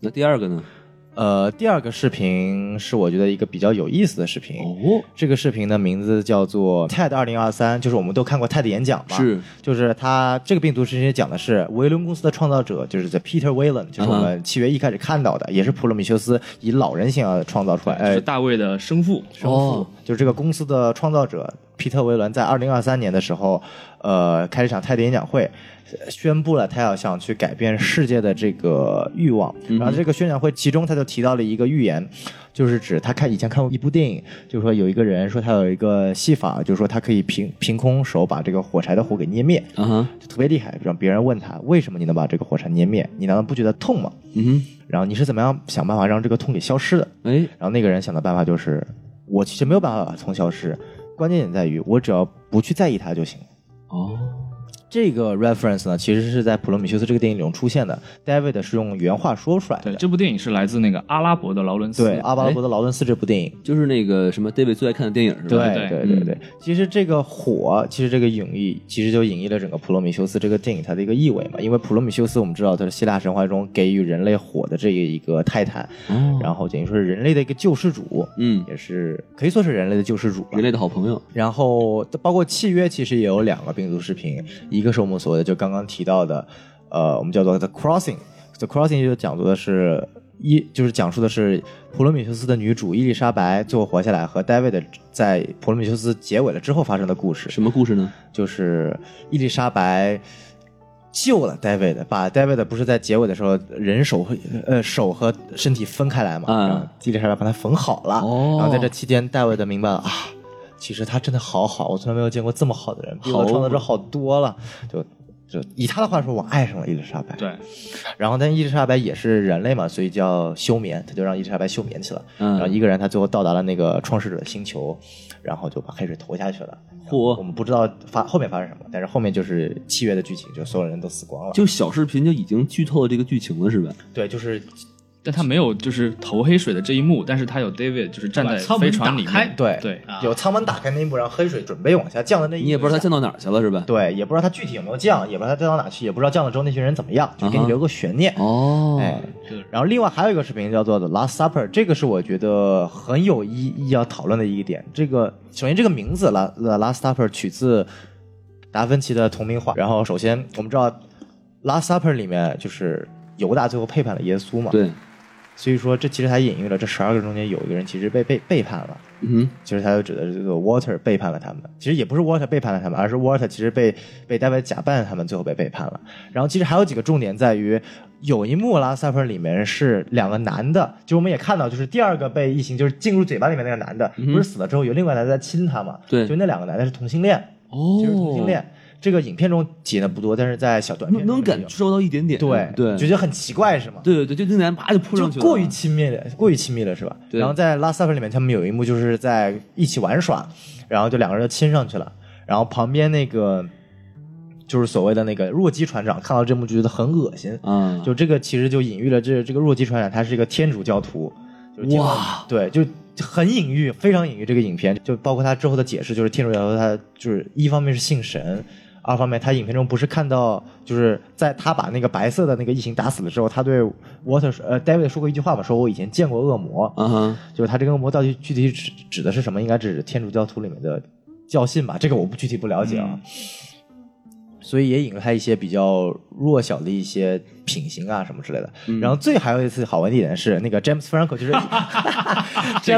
Speaker 2: 那第二个呢？
Speaker 4: 呃，第二个视频是我觉得一个比较有意思的视频，
Speaker 2: 哦，
Speaker 4: 这个视频的名字叫做 TED 二零二三，就是我们都看过 TED 演讲嘛，
Speaker 2: 是，
Speaker 4: 就是他这个病毒实际讲的是维伦公司的创造者，就是这 Peter Whalen，就
Speaker 2: 啊
Speaker 4: 是我们七月一开始看到的，也是普罗米修斯以老人形象创造出来，
Speaker 3: 就是
Speaker 2: 哎
Speaker 4: 呃，
Speaker 3: 大卫的生父，
Speaker 2: 哦，
Speaker 4: 就是这个公司的创造者皮特·维伦在二零二三年的时候，呃，开了一场泰迪演讲会，呃宣布了他要想去改变世界的这个欲望。然后这个宣讲会其中他就提到了一个预言，就是指他看以前看过一部电影，就是说有一个人说他有一个戏法，就是说他可以凭凭空手把这个火柴的火给捏灭，
Speaker 2: 啊哈，
Speaker 4: 就特别厉害。让别人问他为什么你能把这个火柴捏灭，你难道不觉得痛吗？
Speaker 2: 嗯
Speaker 4: 然后你是怎么样想办法让这个痛给消失的？
Speaker 2: 哼，哎，
Speaker 4: 然后那个人想的办法就是，我其实没有办法把它从消失，关键点在于我只要不去在意它就行了。
Speaker 2: 哦，
Speaker 4: 这个 reference 呢，其实是在《普罗米修斯》这个电影里中出现的。David 是用原话说出来
Speaker 3: 对，
Speaker 4: 的。
Speaker 3: 这部电影是来自那个阿拉伯的劳伦斯，
Speaker 4: 对，阿巴罗伯的劳伦斯这部电影。
Speaker 2: 就是那个什么 David 最爱看的电影哎是吧？
Speaker 4: 对
Speaker 3: 对
Speaker 4: 对对对，其实这个火，其实这个隐喻，其实就隐喻了整个《普罗米修斯》这个电影它的一个意味嘛。因为《普罗米修斯》我们知道它是希腊神话中给予人类火的这一个泰坦，然后等于说是人类的一个救世主，
Speaker 2: 哦嗯
Speaker 4: 也是可以说是人类的救世主吧。
Speaker 2: 人类的好朋友。
Speaker 4: 然后包括契约，其实也有两个病毒视频，一个是我们所谓的就刚刚提到的，呃，我们叫做 The Crossing。The Crossing 就讲述的是伊就是讲述的是普罗米修斯的女主伊丽莎白最后活下来和 David 在普罗米修斯结尾了之后发生的故事。
Speaker 2: 什么故事呢？
Speaker 4: 就是伊丽莎白救了 David，把 David 不是在结尾的时候人手和呃手和身体分开来嘛，
Speaker 2: 嗯
Speaker 4: 然后伊丽莎白把它缝好了，
Speaker 2: 哦
Speaker 4: 然后在这期间，David 明白了啊。其实他真的好好，我从来没有见过这么好的人，比我的创作者好多了。就就以他的话说，我爱上了伊丽莎白。
Speaker 3: 对，
Speaker 4: 然后，但伊丽莎白也是人类嘛，所以叫休眠，他就让伊丽莎白休眠去了。
Speaker 2: 嗯
Speaker 4: 然啊后一个人，他最后到达了那个创世者的星球，然后就把黑水投下去了。
Speaker 2: 嚯
Speaker 4: 我们不知道发后面发生什么，但是后面就是契约的剧情，就所有人都死光了。
Speaker 2: 就小视频就已经剧透了这个剧情了，是吧？
Speaker 4: 对，就是
Speaker 3: 但他没有就是投黑水的这一幕，但是他有 David 就是站在
Speaker 1: 把舱门
Speaker 3: 飞船里
Speaker 1: 打开啊
Speaker 3: 面，
Speaker 4: 对
Speaker 3: 对，
Speaker 4: 有舱门打开那一幕，然后黑水准备往下降的那一幕，
Speaker 2: 你也不知道他降到哪儿去了，是吧？
Speaker 4: 对，也不知道他具体有没有降，也不知道他降到哪去，也不知道降了之后那群人怎么样，就给
Speaker 2: 啊
Speaker 4: 你
Speaker 2: 哈
Speaker 4: 留个悬念。
Speaker 2: 哦，
Speaker 4: 哎，然后另外还有一个视频叫做《The Last Supper》，这个是我觉得很有意义要讨论的一个点。这个首先这个名字《La The Last Supper》取自达芬奇的同名画。然后首先我们知道《Last Supper》里面就是犹大最后背叛了耶稣嘛，
Speaker 2: 对，
Speaker 4: 所以说这其实它隐喻了这十二个中间有一个人其实被被背叛了。
Speaker 2: 嗯
Speaker 4: 其实他就指的是这个 Water 背叛了他们，其实也不是 Water 背叛了他们，而是 Water 其实被被 David 假扮他们，最后被背叛了。然后其实还有几个重点在于，有一幕《拉萨芬》里面是两个男的，就我们也看到，就是第二个被异形就是进入嘴巴里面那个男的，不是死了之后有另外男的在亲他嘛？
Speaker 2: 嗯对
Speaker 4: 就那两个男的是同性恋，
Speaker 2: 哼，哦，
Speaker 4: 其实是同性恋。这个影片中体现的不多，但是在小短
Speaker 2: 能
Speaker 4: 片中
Speaker 2: 能
Speaker 4: 是有
Speaker 2: 感受到一点点，
Speaker 4: 对
Speaker 2: 对，
Speaker 4: 觉得很奇怪是吗？
Speaker 2: 对对对，就那男啪就扑
Speaker 4: 就
Speaker 2: 上去了，
Speaker 4: 过于亲密了，过于亲密了是吧？
Speaker 2: 对
Speaker 4: 然后在《Last Supper》里面，他们有一幕就是在一起玩耍，然后就两个人就亲上去了，然后旁边那个就是所谓的那个弱鸡船长看到这幕就觉得很恶心，
Speaker 2: 啊，
Speaker 4: 就这个其实就隐喻了这这个弱鸡船长他是一个天主教徒，就是天主
Speaker 2: 哇，
Speaker 4: 对，就很隐喻，非常隐喻这个影片，就包括他之后的解释，就是天主教徒他就是一方面是信神。二方面，他影片中不是看到，就是在他把那个白色的那个异形打死了之后，他对 Water 说呃 David 说过一句话吧，说我以前见过恶魔，
Speaker 2: 啊哈，
Speaker 4: 就是他这个恶魔到底具体指指的是什么？应该指天主教徒里面的教信吧，这个我不具体不了解
Speaker 3: 嗯
Speaker 4: 啊。所以也引了他一些比较弱小的一些品行啊什么之类的。
Speaker 3: 嗯
Speaker 4: 然后最还有一次好玩的一点是，那个 James Franco
Speaker 3: (laughs)
Speaker 4: (laughs) 就是
Speaker 3: 这个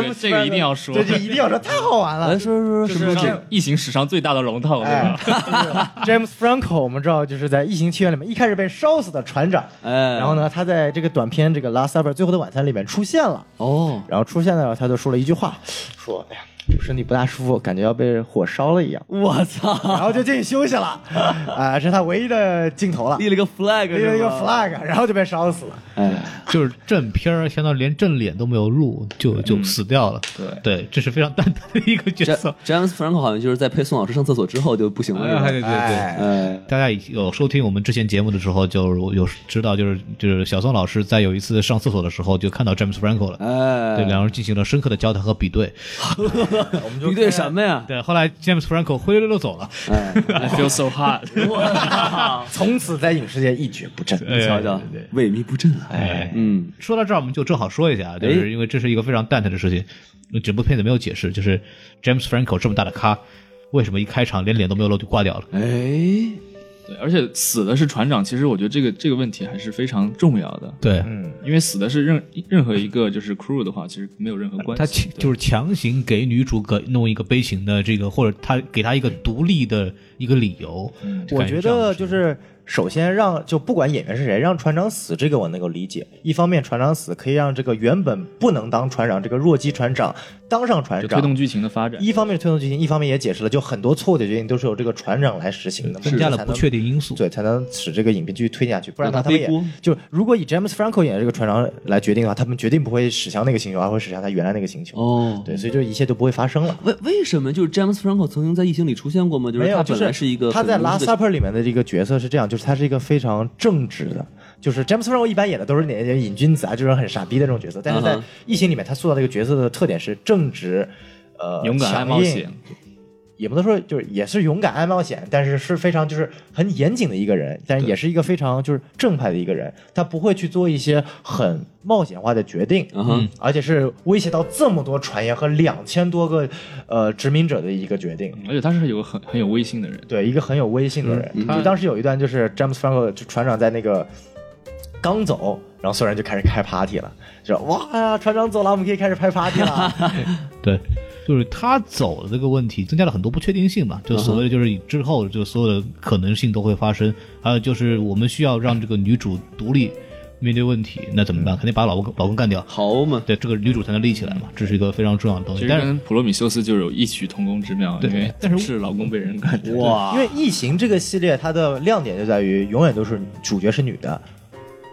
Speaker 4: James
Speaker 3: 这个一定要
Speaker 4: Franco，
Speaker 3: 说嗯
Speaker 4: 对，这一定要说，太好玩了
Speaker 2: 来。哎说说说
Speaker 3: 就
Speaker 2: 什么
Speaker 3: 是
Speaker 2: 时候这
Speaker 3: 让异形史上最大的龙套，对
Speaker 4: (laughs) 哎
Speaker 3: 吧？
Speaker 4: ，James Franco，我们知道就是在《异形契约》里面一开始被烧死的船长，
Speaker 3: 嗯
Speaker 2: 哎，
Speaker 4: 然后呢，他在这个短片《这个 Last Supper》最后的晚餐里面出现了。
Speaker 2: 哦，
Speaker 4: 然后出现的时候，他就说了一句话，说：“哎呀，我身体不大舒服，感觉要被火烧了一样。
Speaker 2: 我”操，
Speaker 4: (laughs) 然后就进去休息了， (laughs) 啊、这是他唯一的镜头了，
Speaker 2: 立了个 flag，
Speaker 4: 立了一
Speaker 2: 是
Speaker 4: 个
Speaker 2: 吧
Speaker 4: flag，然后就被烧死了。
Speaker 2: 哎，
Speaker 1: 就是正片儿，相当于连正脸都没有露，就就死掉了。嗯对对，这是非常蛋疼的一个角
Speaker 2: 詹
Speaker 1: 色。
Speaker 2: 詹姆斯·弗兰克好像就是在陪宋老师上厕所之后就不行了，是吧
Speaker 1: 对对。
Speaker 4: 哎，
Speaker 2: 哎，
Speaker 1: 大家有收听我们之前节目的时候，就是有知道，就是就是小宋老师在有一次上厕所的时候，就看到 James Franco 了，
Speaker 2: 哎，
Speaker 1: 对两人进行了深刻的交谈和比对。
Speaker 4: 我们就
Speaker 2: 比对什么呀？
Speaker 1: 对，后来 James Franco 灰溜溜走了。
Speaker 2: 哎，
Speaker 3: (laughs) I feel so hot，
Speaker 4: (laughs) 从此在影视界一蹶不振。
Speaker 1: 哎
Speaker 2: 瞧瞧，萎靡不振啊！
Speaker 4: 哎，
Speaker 2: 嗯，
Speaker 1: 说到这儿，我们就正好说一下，啊就
Speaker 2: 哎
Speaker 1: 是因为这是一个非常蛋疼的事情，整部片子没有解释，就是 James Franco 这么大的咖，为什么一开场连脸都没有露就挂掉了？
Speaker 2: 哎，
Speaker 3: 对，而且死的是船长，其实我觉得这个这个问题还是非常重要的，
Speaker 1: 对，
Speaker 4: 嗯，
Speaker 3: 因为死的是任任何一个就是 crew 的话，其实没有任何关系。
Speaker 1: 他强就是强行给女主给弄一个悲情的这个，或者他给她一个独立的一个理由。就
Speaker 4: 嗯我
Speaker 1: 感
Speaker 4: 觉
Speaker 1: 这样
Speaker 4: 得
Speaker 1: 的
Speaker 4: 就是首先让就不管演员是谁，让船长死这个我能够理解。一方面，船长死可以让这个原本不能当船长这个弱鸡船长当上船
Speaker 3: 就
Speaker 4: 长
Speaker 3: 推，动剧情的发展。
Speaker 4: 一方面是推动剧情，一方面也解释了，就很多错误的决定都是由这个船长来实行的，
Speaker 1: 增加了
Speaker 4: 才能
Speaker 1: 不确定因素。
Speaker 4: 对，才能使这个影片继续推下去。不然的话，
Speaker 2: 让他
Speaker 4: 他们也
Speaker 2: 背锅
Speaker 4: 就如果以 James Franco 演的这个船长来决定的话，他们决定不会驶向那个星球，而会驶向他原来那个星球。
Speaker 2: 哦，
Speaker 4: 对，所以就一切都不会发生了。
Speaker 2: 为为什么就是詹姆斯·弗兰克曾经在《异形》里出现过吗？就
Speaker 4: 没
Speaker 2: 是
Speaker 4: 有，
Speaker 2: 他
Speaker 4: 就
Speaker 2: 本来是一个
Speaker 4: 他在《
Speaker 2: 很
Speaker 4: 拉
Speaker 2: 明
Speaker 4: 萨
Speaker 2: 智的
Speaker 4: s u p p e r 里面的这个角色是这样，就是他是一个非常正直的，就是 James Franco 一般演的都是那些瘾君子啊，就是很傻逼的这种角色，但是在
Speaker 2: 嗯
Speaker 4: 《
Speaker 2: 哼
Speaker 4: 异形》里面，他塑造这个角色的特点是正直。呃，
Speaker 3: 勇敢爱
Speaker 4: 强
Speaker 3: 冒
Speaker 4: 硬
Speaker 3: 险，
Speaker 4: 也不能说就是也是勇敢爱冒险，但是是非常就是很严谨的一个人，但是也是一个非常就是正派的一个人，他不会去做一些很冒险化的决定，
Speaker 2: 嗯哼
Speaker 4: 而且是威胁到这么多船员和两千多个呃殖民者的一个决定。
Speaker 3: 而且他是有个很很有威信的人，
Speaker 4: 对，一个很有威信的人。就当时有一段，就是詹姆斯·franco 就船长在那个刚走，然后所有人就开始开 party 了，就说哇呀，船长走了，我们可以开始拍 party 了。
Speaker 1: 对，就是他走的这个问题增加了很多不确定性吧，
Speaker 4: 嗯
Speaker 1: 就所谓的就是之后就所有的可能性都会发生，还有就是我们需要让这个女主独立面对问题，那怎么
Speaker 4: 嗯
Speaker 1: 办？肯定把老公老公干掉，
Speaker 2: 好嘛，
Speaker 1: 对，这个女主才能立起来嘛，这是一个非常重要的东
Speaker 3: 其
Speaker 1: 西。
Speaker 3: 实
Speaker 1: 但是
Speaker 3: 跟普罗米修斯就有异曲同工之妙，
Speaker 1: 对
Speaker 3: 因为
Speaker 1: 但是
Speaker 3: 是老公被人干掉，
Speaker 4: 因为《异形》这个系列，它的亮点就在于永远都是主角是女的，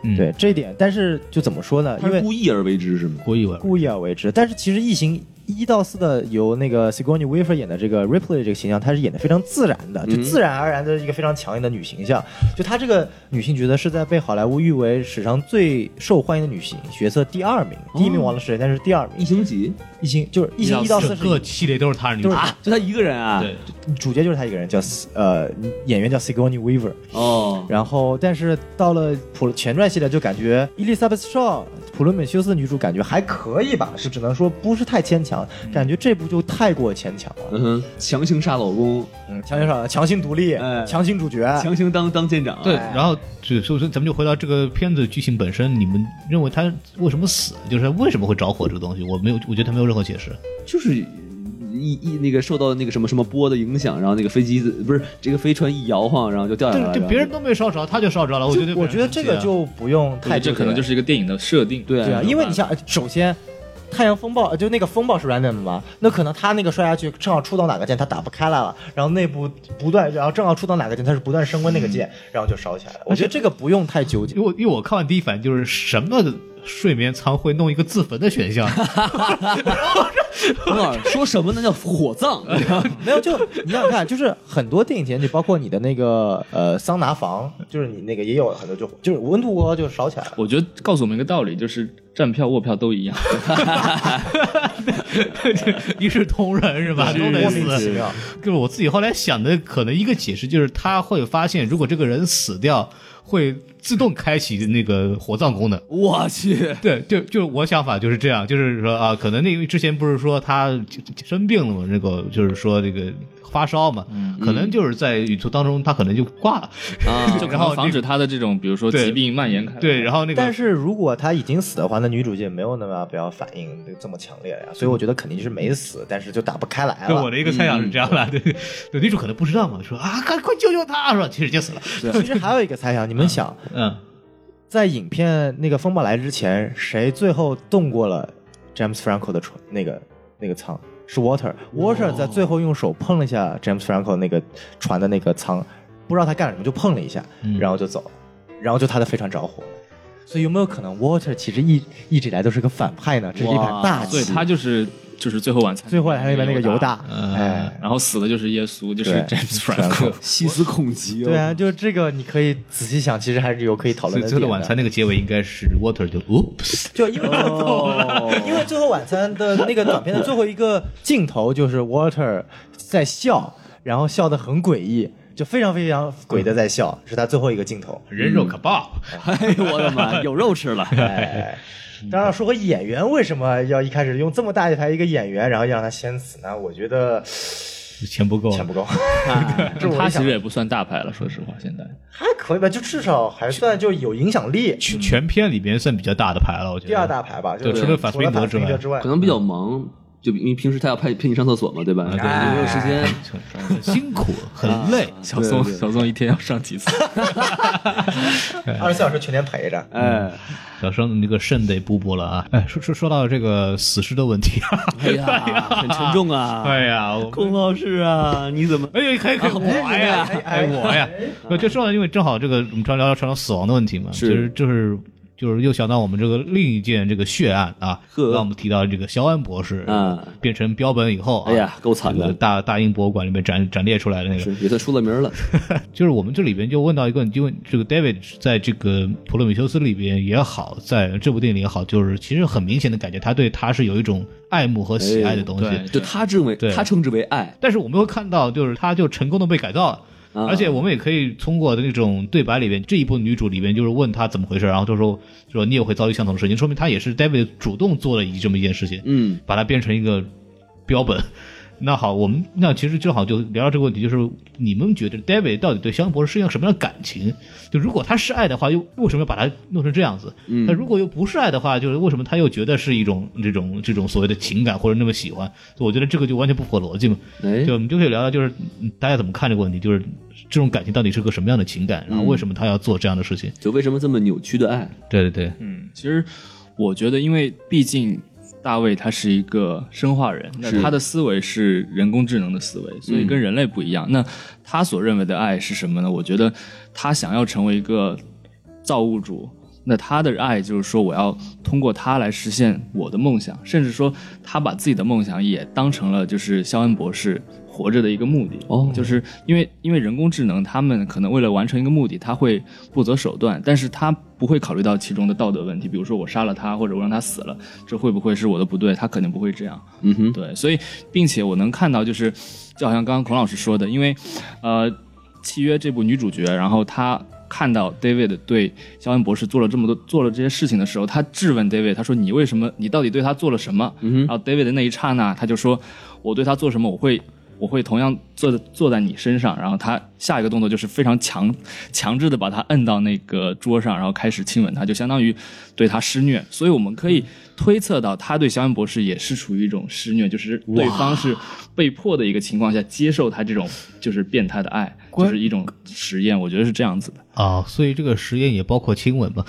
Speaker 1: 嗯
Speaker 4: 对这一点。但是就怎么说呢？
Speaker 2: 他
Speaker 4: 因
Speaker 2: 是
Speaker 4: 为
Speaker 2: 故意而为之是吗？
Speaker 1: 故意为
Speaker 4: 故意而为之。但是其实《异形》一到四的由那个 Sigourney Weaver 演的这个 Ripley 这个形象，她是演的非常自然的，就自然而然的一个非常强硬的女形象。就她这个女性角色是在被好莱坞誉为史上最受欢迎的女性角色第二名，第一名王的是谁？但是第二
Speaker 2: 异
Speaker 4: 名。
Speaker 2: 形集
Speaker 4: 异形就是《异哦形》一到四
Speaker 1: 整
Speaker 4: 是
Speaker 1: 个系列都是他的女
Speaker 4: 都
Speaker 1: 主
Speaker 4: 是，
Speaker 2: 啊，就他一个人啊？
Speaker 1: 对，
Speaker 4: 主角就是她一个人，叫呃演员叫 Sigourney Weaver。
Speaker 2: 哦，
Speaker 4: 然后，但是到了普前传系列，就感觉伊丽莎白·绍普罗米修斯女主感觉还可以吧，是只能说不是太牵强，感觉这部就太过牵强了，
Speaker 2: 嗯哼，强行杀老公，
Speaker 4: 嗯、强行上强行独立，
Speaker 2: 哎
Speaker 4: 强行主角，
Speaker 2: 强行当当舰长，啊
Speaker 1: 对，然后就所以说咱们就回到这个片子剧情本身，你们认为他为什么死，就是他为什么会着火这个东西，我没有，我觉得他没有任何解释。
Speaker 2: 就是一一那个受到那个什么什么波的影响，然后那个飞机不是这个飞船一摇晃，然后就掉下来
Speaker 1: 对
Speaker 2: 了。
Speaker 1: 对，
Speaker 2: 然后
Speaker 1: 别人都没烧着，他就烧着了，我觉得
Speaker 4: 嗯就我觉得这个就不用
Speaker 3: 对
Speaker 4: 太
Speaker 3: 这可能就是是一嗯个电影的设定。
Speaker 2: 对
Speaker 4: 对啊，
Speaker 2: 啊，
Speaker 4: 因为你像呃首先。太阳风暴呃就那个风暴是 random 的嘛，那可能他那个摔下去正好触到哪个键，他打不开来了，然后内部不断，然后正好触到哪个键，它是不断升温那个键，然后就烧起来了。我觉得这个不用太纠结
Speaker 1: 因为。我因为我看完第一反应就是什么睡眠舱会弄一个自焚的选 (laughs) 项，
Speaker 2: 等会儿说什么那叫火
Speaker 4: (laughs)
Speaker 2: 葬，
Speaker 4: 没有，就你想想看，就是很多电影节，就包括你的那个呃桑拿房，就是你那个也有很多就就是温度过高就烧起来了。
Speaker 3: 我觉得告诉我们一个道理，就是站票、卧票
Speaker 1: (laughs)
Speaker 3: 都一样。
Speaker 1: 一视同仁是吧？都得
Speaker 4: 莫名其
Speaker 1: 死。
Speaker 4: 妙，
Speaker 1: 就是我自己后来想的，可能一个解释就是他会发现，如果这个人死掉，会自动开启那个火葬功能。
Speaker 2: 我去，
Speaker 1: 对，就就我想法就是这样，就是说啊，可能那因为之前不是说他生病了嘛，那个就是说这个发烧嘛，可能就是在宇宙当中他可能就挂了，
Speaker 2: 啊
Speaker 3: 就可
Speaker 1: (laughs) 然后
Speaker 3: 能防止他的这种，比如说
Speaker 1: 对
Speaker 3: 疾病蔓延开来。
Speaker 1: 对，然后那个
Speaker 4: 但是如果他已经死的话，那女主就没有那么不要反应这么强烈呀、所以我觉得肯定是没死，但是就打不开来
Speaker 1: 对，我
Speaker 4: 了。嗯
Speaker 1: 的一个猜想是这样的，对，对，女主可能不知道嘛，说啊，快快救救他，说其实已经死了，
Speaker 4: 其实还有一个猜想，你们想，
Speaker 1: 嗯，
Speaker 4: 在影片那个风暴来之前，谁最后动过了 James Franco 的唇那个那个舱？是 Water。Water 在最后用手碰了一下 James Franco 那个船的那个舱，不知道他干了什么，就碰了一下，
Speaker 1: 嗯
Speaker 4: 然后就走了，然后就他的飞船着火了。所以有没有可能 Water 其实一一直以来都是个反派呢？这是一盘大
Speaker 3: 对
Speaker 4: 棋。
Speaker 3: 啊他就是就是最后晚餐
Speaker 4: 最后来里面那个犹
Speaker 3: 大，
Speaker 4: 大，
Speaker 1: 嗯
Speaker 4: 哎，
Speaker 3: 然后死的就是耶稣，就是
Speaker 4: 对
Speaker 3: James Franco。
Speaker 2: 细思恐极、哦。
Speaker 4: 对啊，就这个你可以仔细想，其实还是有可以讨
Speaker 1: 所
Speaker 4: 论
Speaker 1: 以
Speaker 4: 的
Speaker 1: 最
Speaker 4: 点
Speaker 1: 后
Speaker 4: 的。
Speaker 1: 的晚餐那个结尾应该是 Water 就哦，
Speaker 4: 就因为那个、 (laughs) 因为《最后晚餐》的那个短片的最后一个镜头就是 Water 在笑，然后笑得很诡异，就非常非常鬼的在笑，是他最后一个镜头。
Speaker 1: 人肉可爆，
Speaker 2: 哎呦我的 (laughs) 妈，有肉吃了。
Speaker 4: (laughs) 哎，当然说回演员为什么要一开始用这么大一台一个演员，然后要让他先死呢？我觉得
Speaker 1: 钱不够，
Speaker 4: 钱不够，这我
Speaker 3: 他
Speaker 4: 一
Speaker 3: 其
Speaker 4: 想
Speaker 3: 实也不算大牌了，说实话，现在
Speaker 4: 还可以吧，就至少还算就有影响力，
Speaker 1: 全全片里边算比较大的牌了，我觉得
Speaker 4: 第二大牌吧，就
Speaker 1: 对
Speaker 4: 是除
Speaker 1: 除
Speaker 4: 了
Speaker 1: 了
Speaker 4: 反
Speaker 1: 反
Speaker 4: 弗
Speaker 1: 弗
Speaker 4: 林
Speaker 1: 林德
Speaker 4: 德之
Speaker 1: 之
Speaker 4: 外
Speaker 2: 可，能比较忙，就因为平时他要派陪你上厕所嘛，对吧？
Speaker 1: 哎
Speaker 2: 没有时间。
Speaker 1: 很辛苦，很累，
Speaker 4: 啊
Speaker 3: 小宋
Speaker 2: 对对
Speaker 3: 小宋一天要上几次？
Speaker 4: 二十四小时全天陪着。
Speaker 2: 哎，
Speaker 1: 小生那个肾得补补了啊。哎，说说说到这个死尸的问题，
Speaker 4: 啊
Speaker 2: (laughs) 哎呀，很沉重
Speaker 1: (laughs)
Speaker 2: 啊。(laughs)
Speaker 1: 哎呀，我
Speaker 2: 孔老师啊，你怎么？
Speaker 1: 哎呦，可以可
Speaker 4: 啊
Speaker 1: 以，我呀，哎我呀，呃，就说到，因为正好这个我们聊聊传到死亡的问题嘛，
Speaker 2: 是
Speaker 1: 其实就是就是又想到我们这个另一件这个血案啊，
Speaker 2: 呵
Speaker 1: 让我们提到这个肖恩博士
Speaker 2: 啊
Speaker 1: 变成标本以后啊，
Speaker 2: 哎呀，够惨
Speaker 1: 这个
Speaker 2: 的，
Speaker 1: 大大英博物馆里面展展列出来的那个，
Speaker 2: 是也算出了名了。
Speaker 1: 就是我们这里边就问到一个，因为这个 David 在这个《普罗米修斯》里边也好，在这部电影里也好，就是其实很明显的感觉，他对他是有一种爱慕和喜爱的东西。
Speaker 3: 哎对
Speaker 2: 就他认为，
Speaker 1: 对
Speaker 2: 他称之为爱。
Speaker 1: 但是我们会看到，就是他就成功的被改造了。
Speaker 2: 啊
Speaker 1: 而且我们也可以通过那种对白里边，这一部女主里边就是问他怎么回事，然后就说说你也会遭遇相同的事情，说明他也是 David 主动做了一这么一件事情，
Speaker 2: 嗯，
Speaker 1: 把它变成一个标本。那好，我们那其实正好就聊聊这个问题，就是你们觉得 David 到底对香博士是一个什么样的感情？就如果他是爱的话，又为什么要把他弄成这样子？
Speaker 2: 嗯
Speaker 1: 那如果又不是爱的话，就是为什么他又觉得是一种这种这种所谓的情感或者那么喜欢？所以我觉得这个就完全不符合逻辑嘛。
Speaker 2: 哎
Speaker 1: 就，我们就可以聊聊，就是嗯大家怎么看这个问题，就是这种感情到底是个什么样的情感，然后为什么他要做这样的事情？
Speaker 2: 就为什么这么扭曲的爱？
Speaker 1: 对对对，
Speaker 3: 嗯，其实我觉得，因为毕竟大卫他是一个生化人，那
Speaker 2: 是
Speaker 3: 他的思维是人工智能的思维，所以跟人类不一样。那他所认为的爱是什么呢？我觉得他想要成为一个造物主。那他的爱就是说，我要通过他来实现我的梦想，甚至说他把自己的梦想也当成了就是肖恩博士活着的一个目的。
Speaker 2: 哦
Speaker 3: 就是因为因为人工智能，他们可能为了完成一个目的，他会不择手段，但是他不会考虑到其中的道德问题，比如说我杀了他，或者我让他死了，这会不会是我的不对？他肯定不会这样。
Speaker 2: 嗯哼，
Speaker 3: 对，所以并且我能看到，就是就好像刚刚孔老师说的，因为呃，《契约》这部女主角，然后她看到 David 对肖恩博士做了这么多做了这些事情的时候，她质问 David，她说：“你为什么？你到底对他做了什么？”然后 David 的那一刹那，他就说：“我对他做什么，我会。”我会同样坐坐在你身上，然后他下一个动作就是非常强强制的把他摁到那个桌上，然后开始亲吻他，就相当于对他施虐。所以我们可以推测到，他对肖恩博士也是处于一种施虐，就是对方是被迫的一个情况下接受他这种就是变态的爱，就是一种实验。我觉得是这样子的。
Speaker 1: 啊，所以这个实验也包括亲吻吧？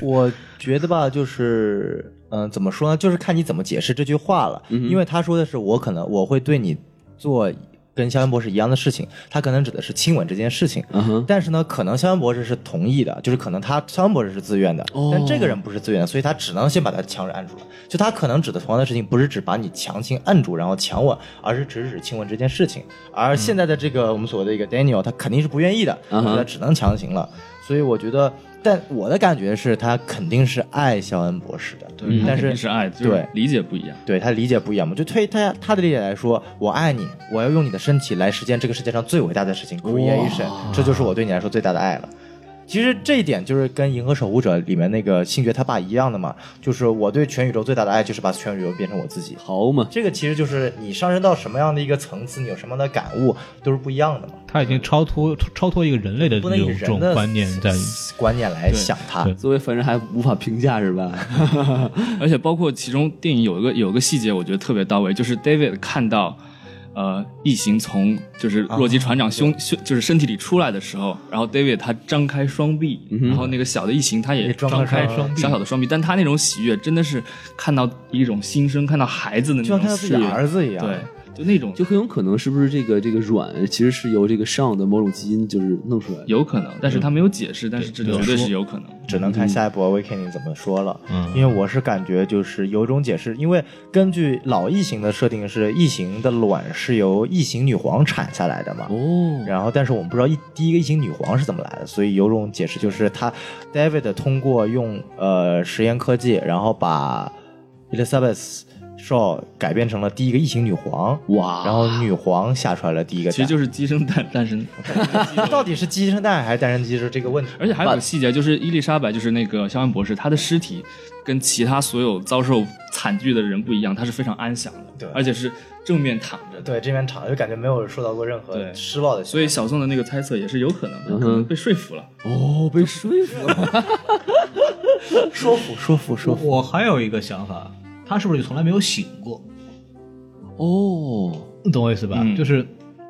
Speaker 4: 我觉得吧，就是嗯、呃怎么说呢？就是看你怎么解释这句话了。因为他说的是我可能我会对你做跟肖恩博士一样的事情，他可能指的是亲吻这件事情。
Speaker 2: 嗯哼，
Speaker 4: 但是呢，可能肖恩博士是同意的，就是可能他肖恩博士是自愿的，但这个人不是自愿的，所以他只能先把他强制按住了。就他可能指的同样的事情，不是指把你强行按住然后强吻，而是只是指亲吻这件事情。而现在的这个、我们所谓的一个 Daniel，他肯定是不愿意的，
Speaker 2: 嗯哼
Speaker 4: 所以他只能强行了。所以我觉得，但我的感觉是他肯定是爱肖恩博士的，
Speaker 3: 对，他嗯
Speaker 4: 但
Speaker 3: 肯定
Speaker 4: 是
Speaker 3: 是爱，就是
Speaker 4: 对
Speaker 3: 理解不一样。
Speaker 4: 对他理解不一样嘛，就推他他的理解来说，我爱你，我要用你的身体来实践这个世界上最伟大的事情 creation，这就是我对你来说最大的爱了。其实这一点就是跟《银河守护者》里面那个星爵他爸一样的嘛，就是我对全宇宙最大的爱就是把全宇宙变成我自己。
Speaker 2: 好嘛，
Speaker 4: 这个其实就是你上升到什么样的一个层次，你有什么样的感悟，都是不一样的嘛，
Speaker 1: 他已经超脱超脱一个人类的
Speaker 4: 不能以
Speaker 1: 这种这
Speaker 4: 人
Speaker 1: 种
Speaker 4: 的
Speaker 1: 观念在里面。
Speaker 4: 观念来想它。
Speaker 1: 对
Speaker 2: 作为凡人还无法评价是吧？ (laughs)
Speaker 3: 而且包括其中电影有一个有一个细节，我觉得特别到位，就是 David 看到，呃，异形从就是
Speaker 4: 啊
Speaker 3: 洛基船长胸胸、就是身体里出来的时候，然后 David 他张开双臂，然后那个小的异形他也
Speaker 4: 嗯也张
Speaker 3: 张
Speaker 4: 开
Speaker 3: 开
Speaker 4: 双
Speaker 1: 臂
Speaker 3: 小小的双臂，但他那种喜悦真的是看到一种新生，看到孩子的那
Speaker 4: 就像
Speaker 3: 种
Speaker 4: 看到自己的儿
Speaker 3: 子
Speaker 4: 子一样，
Speaker 3: 对，就那种
Speaker 2: 就很有可能是不是这个这个卵其实是由这个上的某种基因就是弄出来的？
Speaker 3: 有可能，
Speaker 4: 嗯
Speaker 3: 但是他没有解释，但是这
Speaker 1: 对
Speaker 3: 绝对
Speaker 1: 说
Speaker 3: 是有可能。
Speaker 4: 只能看下一步 Awakening 怎么说了。
Speaker 1: 嗯
Speaker 4: 因为我是感觉就是有一种解释，因为根据老异形的设定是异形的卵是由异形女皇产下来的嘛。
Speaker 2: 哦，
Speaker 4: 然后，但是我们不知道一第一个异形女皇是怎么来的，所以有种解释就是他 David 通过用呃实验科技，然后把 Elizabeth Shaw 改变成了第一个异形女皇，
Speaker 2: 哇，
Speaker 4: 然后女皇下出来了第一个蛋，
Speaker 3: 其实就是鸡生蛋，蛋生。
Speaker 4: (laughs) 到底是鸡生蛋还是蛋生鸡是这个问题。
Speaker 3: 而且还有个细节，就是伊丽莎白，就是那个肖恩博士，她的尸体跟其他所有遭受惨剧的人不一样，她是非常安详的，
Speaker 4: 对
Speaker 3: 而且是正面躺着的。
Speaker 4: 对这边场就感觉没有受到过任何
Speaker 3: 对
Speaker 4: 施暴的行为，
Speaker 3: 所以小宋的那个猜测也是有可能的，
Speaker 2: 嗯哼
Speaker 3: 可能被说服了。
Speaker 2: 哦，被说服了，
Speaker 4: 说服说服说服。
Speaker 1: 我还有一个想法，他是不是就从来没有醒过？
Speaker 2: 哦，
Speaker 1: 你懂我意思吧？
Speaker 3: 嗯
Speaker 1: 就是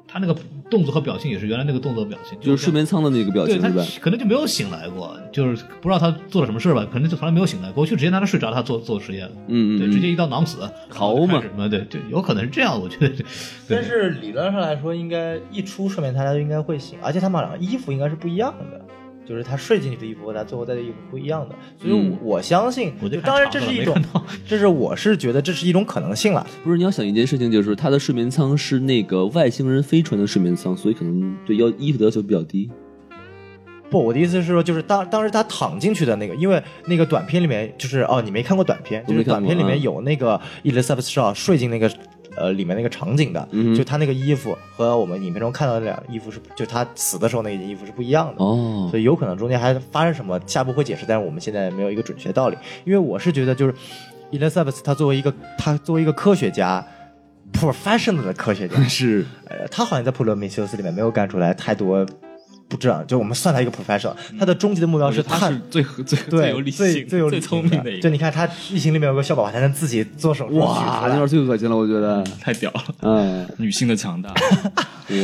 Speaker 1: 他那个动作和表情也是原来那个动作和表情，
Speaker 2: 就是睡眠舱的那个表
Speaker 1: 对
Speaker 2: 情
Speaker 1: 他
Speaker 2: 是吧？
Speaker 1: 可能就没有醒来过，就是不知道他做了什么事儿吧，可能就从来没有醒来过，我就直接拿他睡着，他做做实验了，
Speaker 2: 嗯嗯
Speaker 1: 对，
Speaker 2: 嗯
Speaker 1: 直接一刀囊死，
Speaker 2: 好嘛
Speaker 1: 什么对，对，有可能是这样，我觉得，对
Speaker 4: 但是理论上来说，应该一出睡眠，他就应该会醒，而且他们两个衣服应该是不一样的，就是他睡进去的衣服和他最后带的衣服不一样的，所以
Speaker 2: 嗯
Speaker 4: 我我相信，
Speaker 1: 我就
Speaker 4: 就
Speaker 1: 看
Speaker 4: 当然
Speaker 1: 场
Speaker 4: 这
Speaker 1: 子
Speaker 4: 是
Speaker 1: 了
Speaker 4: 一
Speaker 1: 没
Speaker 4: 种
Speaker 1: 看到，
Speaker 4: 这是我是觉得这是一种可能性了。
Speaker 2: 不是，你要想一件事情，就是他的睡眠舱是那个外星人飞船的睡眠舱，所以可能对要衣服的要求比较低。
Speaker 4: 不，我的意思是说，就是当当时他躺进去的那个，因为那个短片里面就是哦，你没看过短片，
Speaker 2: 我
Speaker 4: 就
Speaker 2: 没
Speaker 4: 是
Speaker 2: 看过
Speaker 4: 短片里
Speaker 2: 啊
Speaker 4: 面有那个 Elizabeth Shaw 睡进那个呃里面那个场景的，
Speaker 2: 嗯哼
Speaker 4: 就他那个衣服和我们影片中看到的两个衣服是，就他死的时候那件衣服是不一样的。
Speaker 2: 哦
Speaker 4: 所，以有可能中间还发生什么，下一步会解释，但是我们现在没有一个准确道理。因为我是觉得，就是 Elizabeth 她作为一个她作为一个科学家， professional 的
Speaker 3: (laughs)
Speaker 4: 科学家，
Speaker 2: 是
Speaker 4: 呃，他好像在普罗米修斯里面没有干出来太多不知道，就我们算他一个 professional，他的终极的目标
Speaker 3: 嗯我觉
Speaker 4: 是
Speaker 3: 得他
Speaker 4: 探
Speaker 3: 是。最合最
Speaker 4: 对，
Speaker 3: 最有理
Speaker 4: 最
Speaker 3: 性、
Speaker 4: 最有理
Speaker 3: 聪明的一
Speaker 4: 就
Speaker 3: 个，
Speaker 4: 你看他疫情里面有个小宝宝，还能自己做手术取出
Speaker 2: 哇，那
Speaker 4: 来
Speaker 2: 段最恶心了，我觉得，
Speaker 3: 太屌了，
Speaker 2: 嗯，
Speaker 3: 女性的强大， (laughs)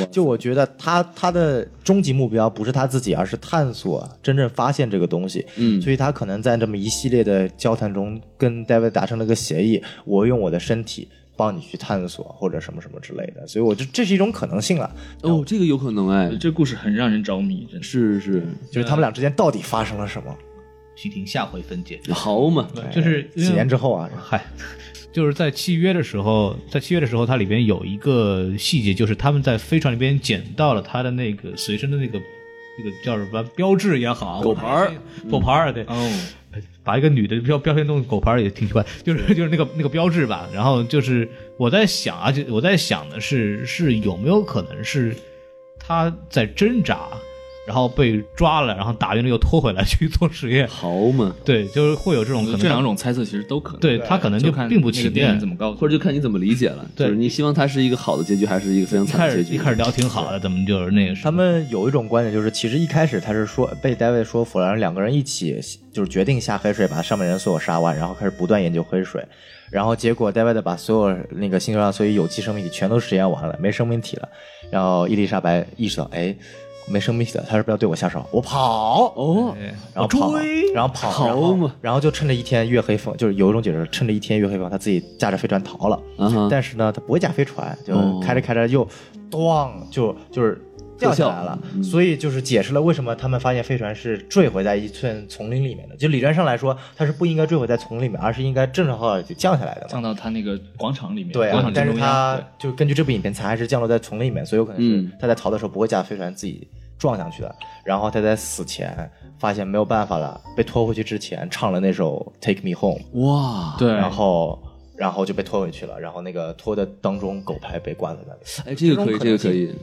Speaker 2: 我
Speaker 4: 就我觉得他他的终极目标不是他自己，而是探索真正发现这个东西。
Speaker 2: 嗯
Speaker 4: 所以他可能在这么一系列的交谈中，跟 David 达成了个协议，我用我的身体帮你去探索或者什么什么之类的。所以我就这是一种可能性啊，
Speaker 2: 哦，这个有可能哎，
Speaker 3: 这故事很让人着迷，真的。
Speaker 2: 是是，
Speaker 4: 就是他们俩之间到底发生了什么？
Speaker 1: 请听下回分解。
Speaker 2: 好嘛，
Speaker 1: 就是嗯因为
Speaker 4: 几年之后啊，
Speaker 1: 嗨，就是在契约的时候，在契约的时候，它里边有一个细节，就是他们在飞船里边捡到了他的那个随身的那个那个叫什么标志也好，啊
Speaker 2: 狗牌儿，
Speaker 4: 嗯
Speaker 1: 狗牌儿对。
Speaker 3: 哦，
Speaker 1: 把一个女的标标签弄狗牌儿也挺奇怪，就是就是那个那个标志吧。然后就是我在想啊，就我在想的是是有没有可能是他在挣扎，然后被抓了，然后打晕了又拖回来去做实验。
Speaker 2: (laughs) 好嘛，
Speaker 1: 对，就是会有这种可能。
Speaker 3: 这两种猜测其实都可能。
Speaker 1: 对他可能
Speaker 3: 就看
Speaker 1: 并不起
Speaker 3: 那个电
Speaker 1: 变
Speaker 3: 影，怎么告诉你，
Speaker 2: 或者就看你怎么理解了，就
Speaker 1: 对
Speaker 2: 是你希望它是一个好的结局，还是一个非常
Speaker 1: 一
Speaker 2: 惨
Speaker 1: 开
Speaker 2: 的
Speaker 1: 始
Speaker 2: 结局？
Speaker 1: 一开始聊挺好的，怎么就是那个什
Speaker 4: 他
Speaker 1: 么？
Speaker 4: 们有一种观点，就是其实一开始他是说被 David 说服了，让两个人一起就是决定下黑水，把上面人所有杀完，然后开始不断研究黑水，然后结果 David 把所有那个星球上所有有机生命体全都实验完了，没生命体了，然后伊丽莎白意识到，哎，没生命体了，他是不是要对我下手？我跑，
Speaker 2: 哦，
Speaker 1: 对
Speaker 4: 然后跑
Speaker 2: 追，
Speaker 4: 然后跑，
Speaker 2: 好
Speaker 4: 然后
Speaker 2: 嘛
Speaker 4: 然后就趁着一天月黑风，就是有一种解释，趁着一天月黑风，他自己驾着飞船逃了。
Speaker 2: 啊哈，
Speaker 4: 但是呢，他不会驾飞船，就
Speaker 2: 哦
Speaker 4: 开着开着又咣就就是掉下来了，所以就是解释了为什么他们发现飞船是坠毁在一寸丛林里面的。就理论上来说，它是不应该坠毁在丛林里面，而是应该正正好好就降下来的嘛。
Speaker 3: 降到他那个广场里面，
Speaker 4: 对
Speaker 3: 广
Speaker 4: 啊
Speaker 3: 场，
Speaker 4: 但
Speaker 3: 正中
Speaker 4: 是
Speaker 3: 央
Speaker 4: 它就根据这部影片，它还是降落在丛林里面，所以有可能是
Speaker 2: 嗯
Speaker 4: 他在逃的时候不会驾飞船自己撞上去的。然后他在死前发现没有办法了，被拖回去之前唱了那首《Take Me Home》。
Speaker 2: 哇，
Speaker 3: 对，
Speaker 4: 然后然后就被拖回去了，然后那个拖的当中狗牌被关在那里。
Speaker 2: 哎，这个可以，
Speaker 4: 这种可
Speaker 2: 这个
Speaker 4: 能性
Speaker 2: 可以，
Speaker 4: 这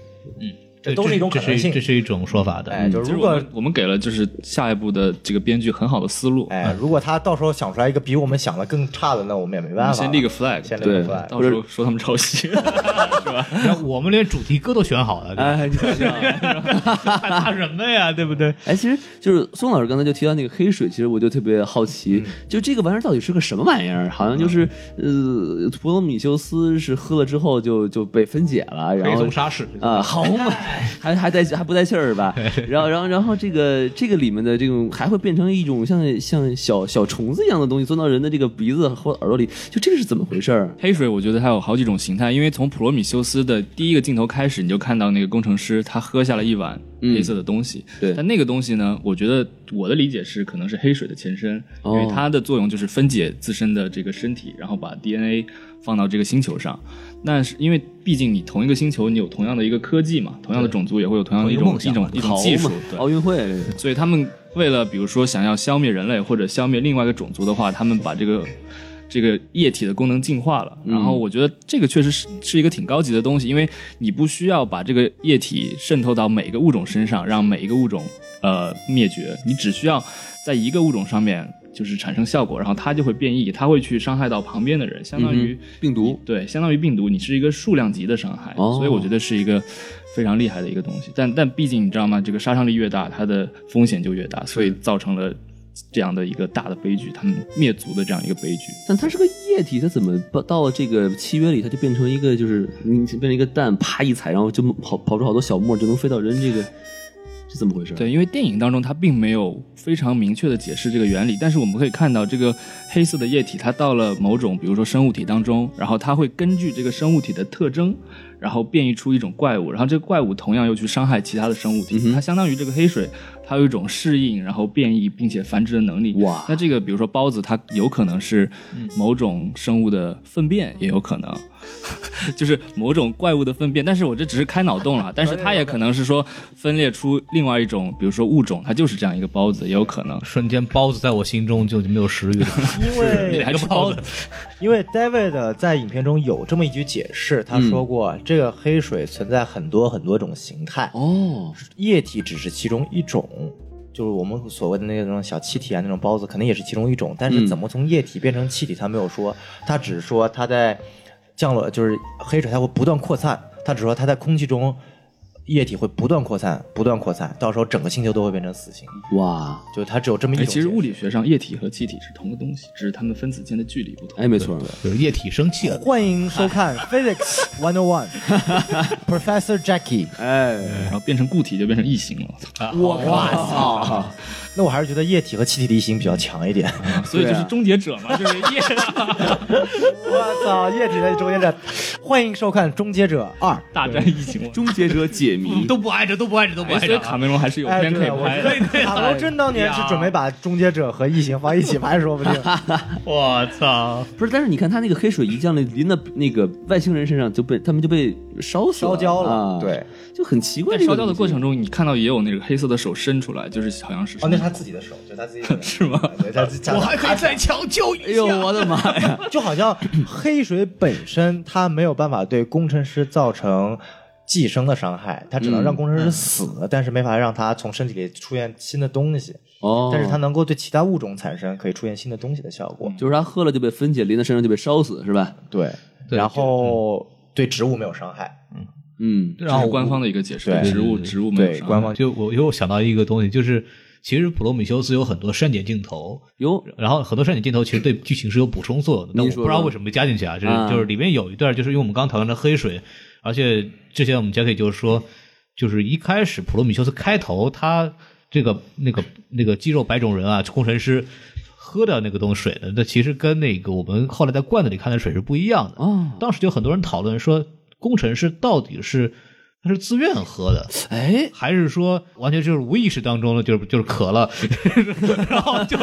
Speaker 1: 对
Speaker 4: 都是一种
Speaker 1: 这
Speaker 4: 可能性
Speaker 1: 这是一种说法的。
Speaker 4: 哎，就
Speaker 3: 就是
Speaker 4: 如
Speaker 3: 我
Speaker 4: 果
Speaker 3: 们我们给了就是下一步的这个编剧很好的思路，
Speaker 4: 哎，如果他到时候想出来一个比我们想的更差的，那我们也没
Speaker 3: 我
Speaker 4: 办
Speaker 3: 们
Speaker 4: 法。
Speaker 3: 先立个 flag，
Speaker 4: 先立
Speaker 2: 对
Speaker 4: 个 flag。
Speaker 3: 到时候说他们抄袭，是 (laughs) 吧？
Speaker 1: 然后我们连主题歌都选好了，对吧
Speaker 2: 哎，你看这样。
Speaker 1: 还怕什么呀？对不对？
Speaker 2: 哎，其实就是宋老师刚才就提到那个黑水，其实我就特别好奇，
Speaker 3: 嗯
Speaker 2: 就这个玩意儿到底是个什么玩意儿？好像就是、呃，普罗米修斯是喝了之后就就被分解了，然
Speaker 1: 黑
Speaker 2: 后
Speaker 1: 松沙士，
Speaker 2: 啊，好嘛，还还带还不带气儿吧？然后然后然后这个这个里面的这种还会变成一种像像小小虫子一样的东西钻到人的这个鼻子或耳朵里，就这个是怎么回事儿？
Speaker 3: 黑水我觉得它有好几种形态，因为从普罗米修斯的第一个镜头开始，你就看到那个工程师他喝下了一碗
Speaker 2: 嗯
Speaker 3: 黑色的东西。
Speaker 2: 对
Speaker 3: 但那个东西呢，我觉得我的理解是可能是黑水的前身，
Speaker 2: 哦
Speaker 3: 因为它的作用就是分解自身的这个身体，然后把 DNA 放到这个星球上。那是因为毕竟你同一个星球，你有同样的一个科技嘛，同样的种族也会有同样的一种
Speaker 1: 同一
Speaker 3: 一
Speaker 1: 个
Speaker 3: 种
Speaker 1: 梦
Speaker 3: 一
Speaker 2: 好
Speaker 3: 种技术
Speaker 2: 嘛，，
Speaker 3: 对。
Speaker 2: 奥运会
Speaker 3: 所以他们为了比如说想要消灭人类或者消灭另外一个种族的话，他们把这个这个液体的功能进化了。然后我觉得这个确实是是一个挺高级的东西，因为你不需要把这个液体渗透到每一个物种身上，让每一个物种呃灭绝，你只需要在一个物种上面。就是产生效果，然后它就会变异，它会去伤害到旁边的人，相当于、
Speaker 2: 嗯病毒
Speaker 3: 对，相当于病毒，你是一个数量级的伤害，
Speaker 2: 哦
Speaker 3: 所以我觉得是一个非常厉害的一个东西。但但毕竟你知道吗？这个杀伤力越大，它的风险就越大，所以造成了这样的一个大的悲剧，他们灭族的这样一个悲剧。
Speaker 2: 但它是个液体，它怎么到到了这个契约里，它就变成一个就是你变成一个蛋，啪一踩，然后就跑跑出好多小沫，就能飞到人这个，这怎么回事？，
Speaker 3: 对，因为电影当中它并没有非常明确的解释这个原理，但是我们可以看到，这个黑色的液体它到了某种，比如说生物体当中，然后它会根据这个生物体的特征，然后变异出一种怪物，然后这个怪物同样又去伤害其他的生物体，它相当于这个黑水，它有一种适应，然后变异并且繁殖的能力。
Speaker 2: 哇
Speaker 3: 那这个比如说孢子，它有可能是某种生物的粪便，也有可能。 (laughs) 就是某种怪物的粪便，但是我这只是开脑
Speaker 4: (laughs)
Speaker 3: 洞了，但是它也可能是说分裂出另外一种，比如说物种，它就是这样一个孢子，也有可能。
Speaker 1: 瞬间包子在我心中就没有食欲了。
Speaker 4: 因
Speaker 3: 你
Speaker 1: (laughs)
Speaker 4: 为
Speaker 3: 还吃包子？
Speaker 4: 因为 David 在影片中有这么一句解释，他说过、这个黑水存在很多很多种形态，
Speaker 2: 哦，
Speaker 4: 液体只是其中一种。就是我们所谓的那种小气体啊，那种
Speaker 3: 嗯
Speaker 4: 孢子，可能也是其中一种。但是怎么从液体变成气体，他没有说，他只是说他在降落就是黑水，它会不断扩散。它只说它在空气中液体会不断扩散，不断扩散，到时候整个星球都会变成死星。
Speaker 2: 哇，
Speaker 4: 就它只有这么一
Speaker 3: 哎，
Speaker 4: 种解释。
Speaker 3: 其实物理学上液体和气体是同个东西，只是它们分子间的距离不同。
Speaker 2: 哎，没 (laughs) 错，
Speaker 1: 就是液体生
Speaker 3: (laughs)
Speaker 1: 气了。
Speaker 4: 欢迎收看 Physics One O One Professor Jackie。
Speaker 2: 哎，
Speaker 3: 然后变成固体就变成异形
Speaker 4: (laughs)
Speaker 3: 了，
Speaker 2: 我操！ (laughs)
Speaker 4: 那我还是觉得液体和气体离心比较强一
Speaker 3: (laughs)
Speaker 4: 点。
Speaker 3: 所以就
Speaker 2: 对
Speaker 3: 是
Speaker 2: 啊
Speaker 3: 终结者嘛，就是 (laughs) 液。
Speaker 4: 我操，液体的终结者，欢迎收看《终结者二》。
Speaker 3: 大战异
Speaker 4: (laughs) 哎
Speaker 3: 形了。
Speaker 4: 啊
Speaker 2: 终结者解谜，
Speaker 1: (laughs) 都不挨着，都不挨着，都不
Speaker 3: 哎，
Speaker 1: 挨
Speaker 3: 所以
Speaker 1: 着
Speaker 3: 卡
Speaker 1: 啊。
Speaker 3: 梅隆还是有
Speaker 4: 哎，
Speaker 3: 片可以
Speaker 4: 对，我哎
Speaker 3: 拍的。
Speaker 4: 觉得卡啊罗真当年是准备把《终结者》和《异形》放一起拍，说不定。
Speaker 1: 我操！
Speaker 2: 不是，但是你看他那个黑水一降临临到那个外星人身上，就被他们就被烧死
Speaker 4: 烧焦了
Speaker 2: 啊
Speaker 4: 对，
Speaker 2: (laughs) 就很奇怪。
Speaker 3: 在
Speaker 2: 这个
Speaker 3: 烧焦的
Speaker 2: 东西
Speaker 3: 过程中，你看到也有那个黑色的手伸出来，就是好像是
Speaker 4: (laughs) 哦，那是他自己的手，就他自己
Speaker 3: (laughs)
Speaker 4: 的
Speaker 3: 是吗？
Speaker 4: (laughs) 对，他自己啊
Speaker 1: 我还可以再抢救
Speaker 2: 哎
Speaker 1: 一
Speaker 2: 呦，
Speaker 1: 下。
Speaker 2: 我的妈呀！
Speaker 4: 就好像黑水本身它没有办法对工程师造成寄生的伤害，它
Speaker 3: 嗯
Speaker 4: 只能让工程师死，但是没法让它从身体里出现新的东西。
Speaker 2: 哦，
Speaker 4: (laughs) 但是它能够对其他物种产生可以出现新的东西的效
Speaker 3: 嗯
Speaker 4: 果。
Speaker 2: 就是他喝了就被分解，淋到身上就被烧死，是吧？
Speaker 4: 对，
Speaker 1: 对
Speaker 4: 然后
Speaker 3: 嗯
Speaker 4: 对植物没有伤害。
Speaker 2: 嗯，
Speaker 3: 这
Speaker 1: 然
Speaker 3: 是
Speaker 1: 后
Speaker 3: 官方的一个解释，
Speaker 4: 对
Speaker 3: 植物植物没有
Speaker 4: 对，
Speaker 3: 伤
Speaker 4: 官
Speaker 3: 害。
Speaker 4: 方
Speaker 1: 就我又想到一个东西，就是其实普罗米修斯有很多删减镜头，
Speaker 2: 哟，
Speaker 1: 然后很多删减镜头其实对 (laughs) 剧情是有补充作用的，但
Speaker 2: 您
Speaker 1: 我
Speaker 2: 说
Speaker 1: 不知道
Speaker 2: 说
Speaker 1: 为什么没加进去啊。就
Speaker 2: 啊
Speaker 1: 是就是里面有一段，就是因为我们刚讨论的黑水，而且之前我们 Jackie 就是说，就是一开始普罗米修斯开头他这个那个那个肌肉白种人啊，工程师喝的那个东西水呢，那其实跟那个我们后来在罐子里看的水是不一样的。
Speaker 2: 哦
Speaker 1: 当时就很多人讨论说，工程师到底是他是自愿喝的，
Speaker 2: 哎，
Speaker 1: 还是说完全就是无意识当中的，就是就是渴了， (laughs) 然后就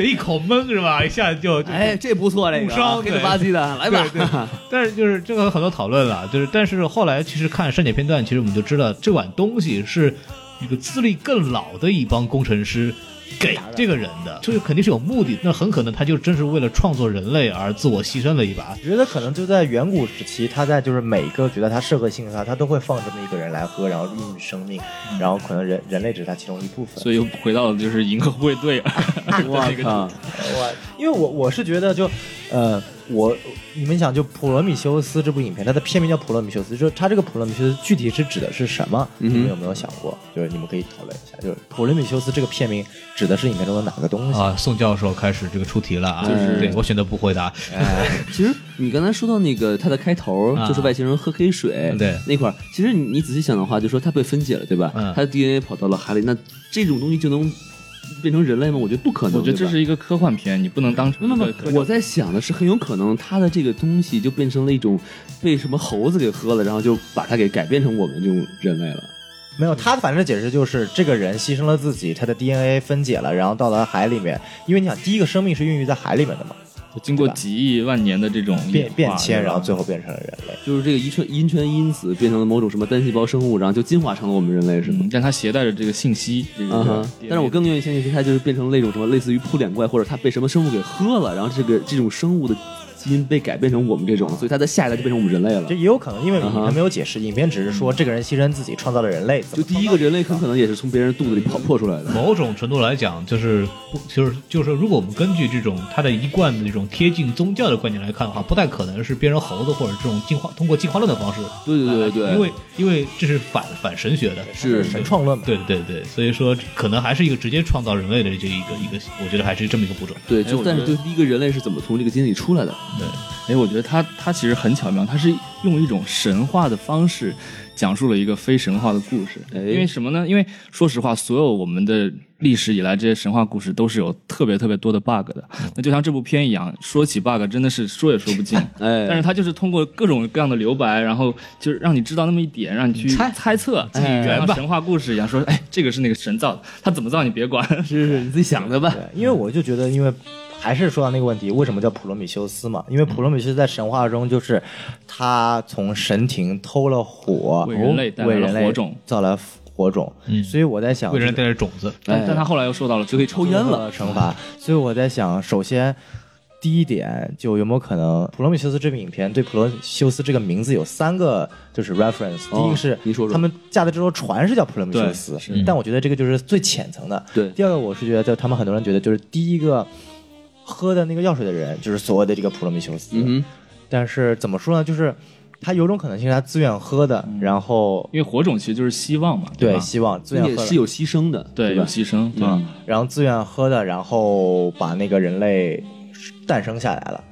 Speaker 1: 一口闷是吧？一下就就
Speaker 2: (laughs) 哎，这不错，这
Speaker 1: 误
Speaker 2: 个
Speaker 1: 伤
Speaker 2: 啊黑了吧唧
Speaker 1: (laughs)
Speaker 2: 的，来
Speaker 1: 对对
Speaker 2: 吧。
Speaker 1: 但是就是这个很多讨论了，就是但是后来其实看删减片段，其实我们就知道这碗东西是一个资历更老的一帮工程师给这个人的，就是肯定是有目的。那很可能他就真是为了创作人类而自我牺牲了一把。
Speaker 4: 觉得可能就在远古时期，他在就是每个觉得他适合性格他，他都会放这么一个人来喝，然后孕育生命，然后可能人人类只是他其中一部分。
Speaker 3: 所以又回到了就是银河护卫
Speaker 4: (laughs)
Speaker 3: 队
Speaker 2: 我 (laughs) 靠，
Speaker 4: 我因为我我是觉得就，呃，我你们想就《普罗米修斯》这部影片，它的片名叫《普罗米修斯》，就是它这个普罗米修斯具体是指的是什么？
Speaker 2: 嗯哼
Speaker 4: 你们有没有想过？就是你们可以讨论一下，就是《普罗米修斯》这个片名指的是影片中的哪个东西？
Speaker 1: 啊，宋教授开始这个出题了啊！
Speaker 2: 就是
Speaker 1: 对我选择不回答。
Speaker 2: 其实你刚才说到那个它的开头，
Speaker 1: 啊
Speaker 2: 就是外星人喝黑水，
Speaker 1: 对
Speaker 2: 那块儿，其实你你仔细想的话，就说它被分解了，对吧？
Speaker 1: 嗯
Speaker 2: 它的 DNA 跑到了海里，那这种东西就能变成人类吗？我觉得不可能。
Speaker 3: 我觉得这
Speaker 2: 对吧
Speaker 3: 是一个科幻片，你不能当
Speaker 2: 不
Speaker 3: 成
Speaker 2: 不
Speaker 3: 一个科
Speaker 2: 不，我在想的是，很有可能它的这个东西就变成了一种被什么猴子给喝了，然后就把它给改变成我们这种人类了。
Speaker 4: 没有，他反正的解释就是这个人牺牲了自己，他的 DNA 分解了，然后到了海里面，因为你想第一个生命是孕育在海里面的嘛，
Speaker 3: 经过
Speaker 4: 对吧
Speaker 3: 几亿万年的这种演
Speaker 4: 变
Speaker 3: 化
Speaker 4: 变迁，
Speaker 3: 对吧
Speaker 4: 然后最后变成了人类。
Speaker 2: 就是这个遗传遗传因子变成了某种什么单细胞生物，然后就进化成了我们人类，是吗
Speaker 3: 嗯？但它携带着这个信息，这个
Speaker 2: 啊哈
Speaker 3: DNA
Speaker 2: 但是我更愿意相信是它就是变成那种什么类似于扑脸怪，或者它被什么生物给喝了，然后这个这种生物的基因被改变成我们这种，所以它在下一代就变成我们人类了
Speaker 4: 这。也有可能，因为
Speaker 2: 啊
Speaker 4: 影
Speaker 2: 哈
Speaker 4: 片没有解释，影片只是说这个人牺牲自己创造了人类，怎
Speaker 2: 就
Speaker 4: 么
Speaker 2: 第一个人类很可能也是从别人肚子里跑破出来的。
Speaker 1: 某种程度来讲，就是不就是就是说，如果我们根据这种他的一贯的这种贴近宗教的观点来看的话，不太可能是变成猴子或者这种进化通过进化论的方式。
Speaker 2: 对对对对，
Speaker 1: 因为因为这是反反神学的，
Speaker 2: 是
Speaker 4: 神创论嘛？
Speaker 1: 对对对，所以说可能还是一个直接创造人类的这一个一个，我觉得还是这么一个步骤。
Speaker 2: 对，
Speaker 3: 哎
Speaker 2: 就
Speaker 3: 我
Speaker 2: 但
Speaker 3: 觉
Speaker 2: 是就第一个人类是怎么从这个基因里出来的？
Speaker 3: 哎，我觉得他他其实很巧妙，他是用一种神话的方式讲述了一个非神话的故事。
Speaker 2: 哎
Speaker 3: 因为什么呢？因为说实话，所有我们的历史以来这些神话故事都是有特别特别多的 bug 的。
Speaker 2: 嗯
Speaker 3: 那就像这部片一样，说起 bug 真的是说也说不尽。
Speaker 2: (laughs) 哎，
Speaker 3: 但是他就是通过各种各样的留白，然后就是让你知道那么一点，让你去
Speaker 2: 猜哎
Speaker 3: 猜测，
Speaker 2: 己圆
Speaker 3: 像
Speaker 1: 吧
Speaker 3: 神话故事一样说，哎，这个是那个神造的，他怎么造你别管。
Speaker 2: (laughs) 是是你自己想的吧。
Speaker 4: 对，因为我就觉得，因为还是说到那个问题，为什么叫普罗米修斯嘛？因为普罗米修斯在神话中就是他从神庭偷了火，
Speaker 3: 为人类带来了
Speaker 4: 为人类
Speaker 3: 火种
Speaker 4: 造来火种。
Speaker 1: 嗯
Speaker 4: 所以我在想，
Speaker 1: 为人类带来种子，
Speaker 3: 但
Speaker 2: 哎
Speaker 3: 但他后来又受到了就可以抽
Speaker 2: 烟了
Speaker 4: 惩罚。所以我在想，首先第一点就有没有可能，《普罗米修斯》这部影片对普罗修斯这个名字有三个就是 reference，、
Speaker 2: 哦
Speaker 4: 第一个是
Speaker 2: 你说说
Speaker 4: 他们驾的这艘船是叫普罗米修斯
Speaker 3: 对是，
Speaker 4: 但我觉得这个就是最浅层的。
Speaker 2: 对
Speaker 4: 第二个我是觉得，就他们很多人觉得就是第一个喝的那个药水的人就是所谓的这个普罗米修斯。
Speaker 2: 嗯哼，
Speaker 4: 但是怎么说呢，就是他有种可能性，他自愿喝的，
Speaker 2: 嗯
Speaker 4: 然后
Speaker 3: 因为火种其实就是希望嘛，
Speaker 4: 对
Speaker 3: 吧？
Speaker 4: 希望自愿
Speaker 2: 你
Speaker 4: 喝
Speaker 2: 也
Speaker 4: 的
Speaker 2: 是有牺牲的，
Speaker 3: 对，有
Speaker 2: 吧？
Speaker 3: 牺牲，对
Speaker 2: 嗯
Speaker 4: 然后自愿喝的，然后把那个人类诞生下来了。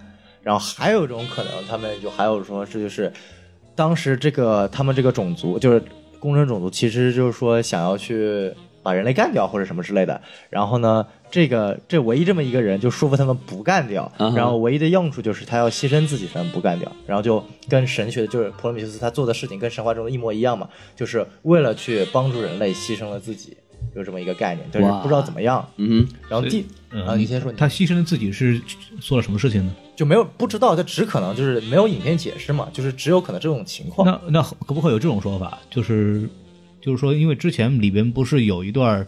Speaker 4: 然后还有一种可能，他们就还有说是就是，当时这个他们这个种族就是工程种族，其实就是说想要去把人类干掉或者什么之类的。然后呢，这个这唯一这么一个人就说服他们不干掉，
Speaker 2: 嗯哼
Speaker 4: 然后唯一的用处就是他要牺牲自己才能不干掉，然后就跟神学就是普罗米修斯他做的事情跟神话中的一模一样嘛，就是为了去帮助人类牺牲了自己。有这么一个概念，但是
Speaker 2: 哇
Speaker 4: 不知道怎么样。
Speaker 2: 嗯哼，
Speaker 4: 然后第
Speaker 1: 嗯
Speaker 4: 啊，你先说，你
Speaker 1: 他牺牲自己是做了什么事情呢？
Speaker 4: 就没有不知道，他只可能就是没有影片解释嘛，就是只有可能这种情况。
Speaker 1: 那那可不可以有这种说法？就是就是说，因为之前里边不是有一段儿，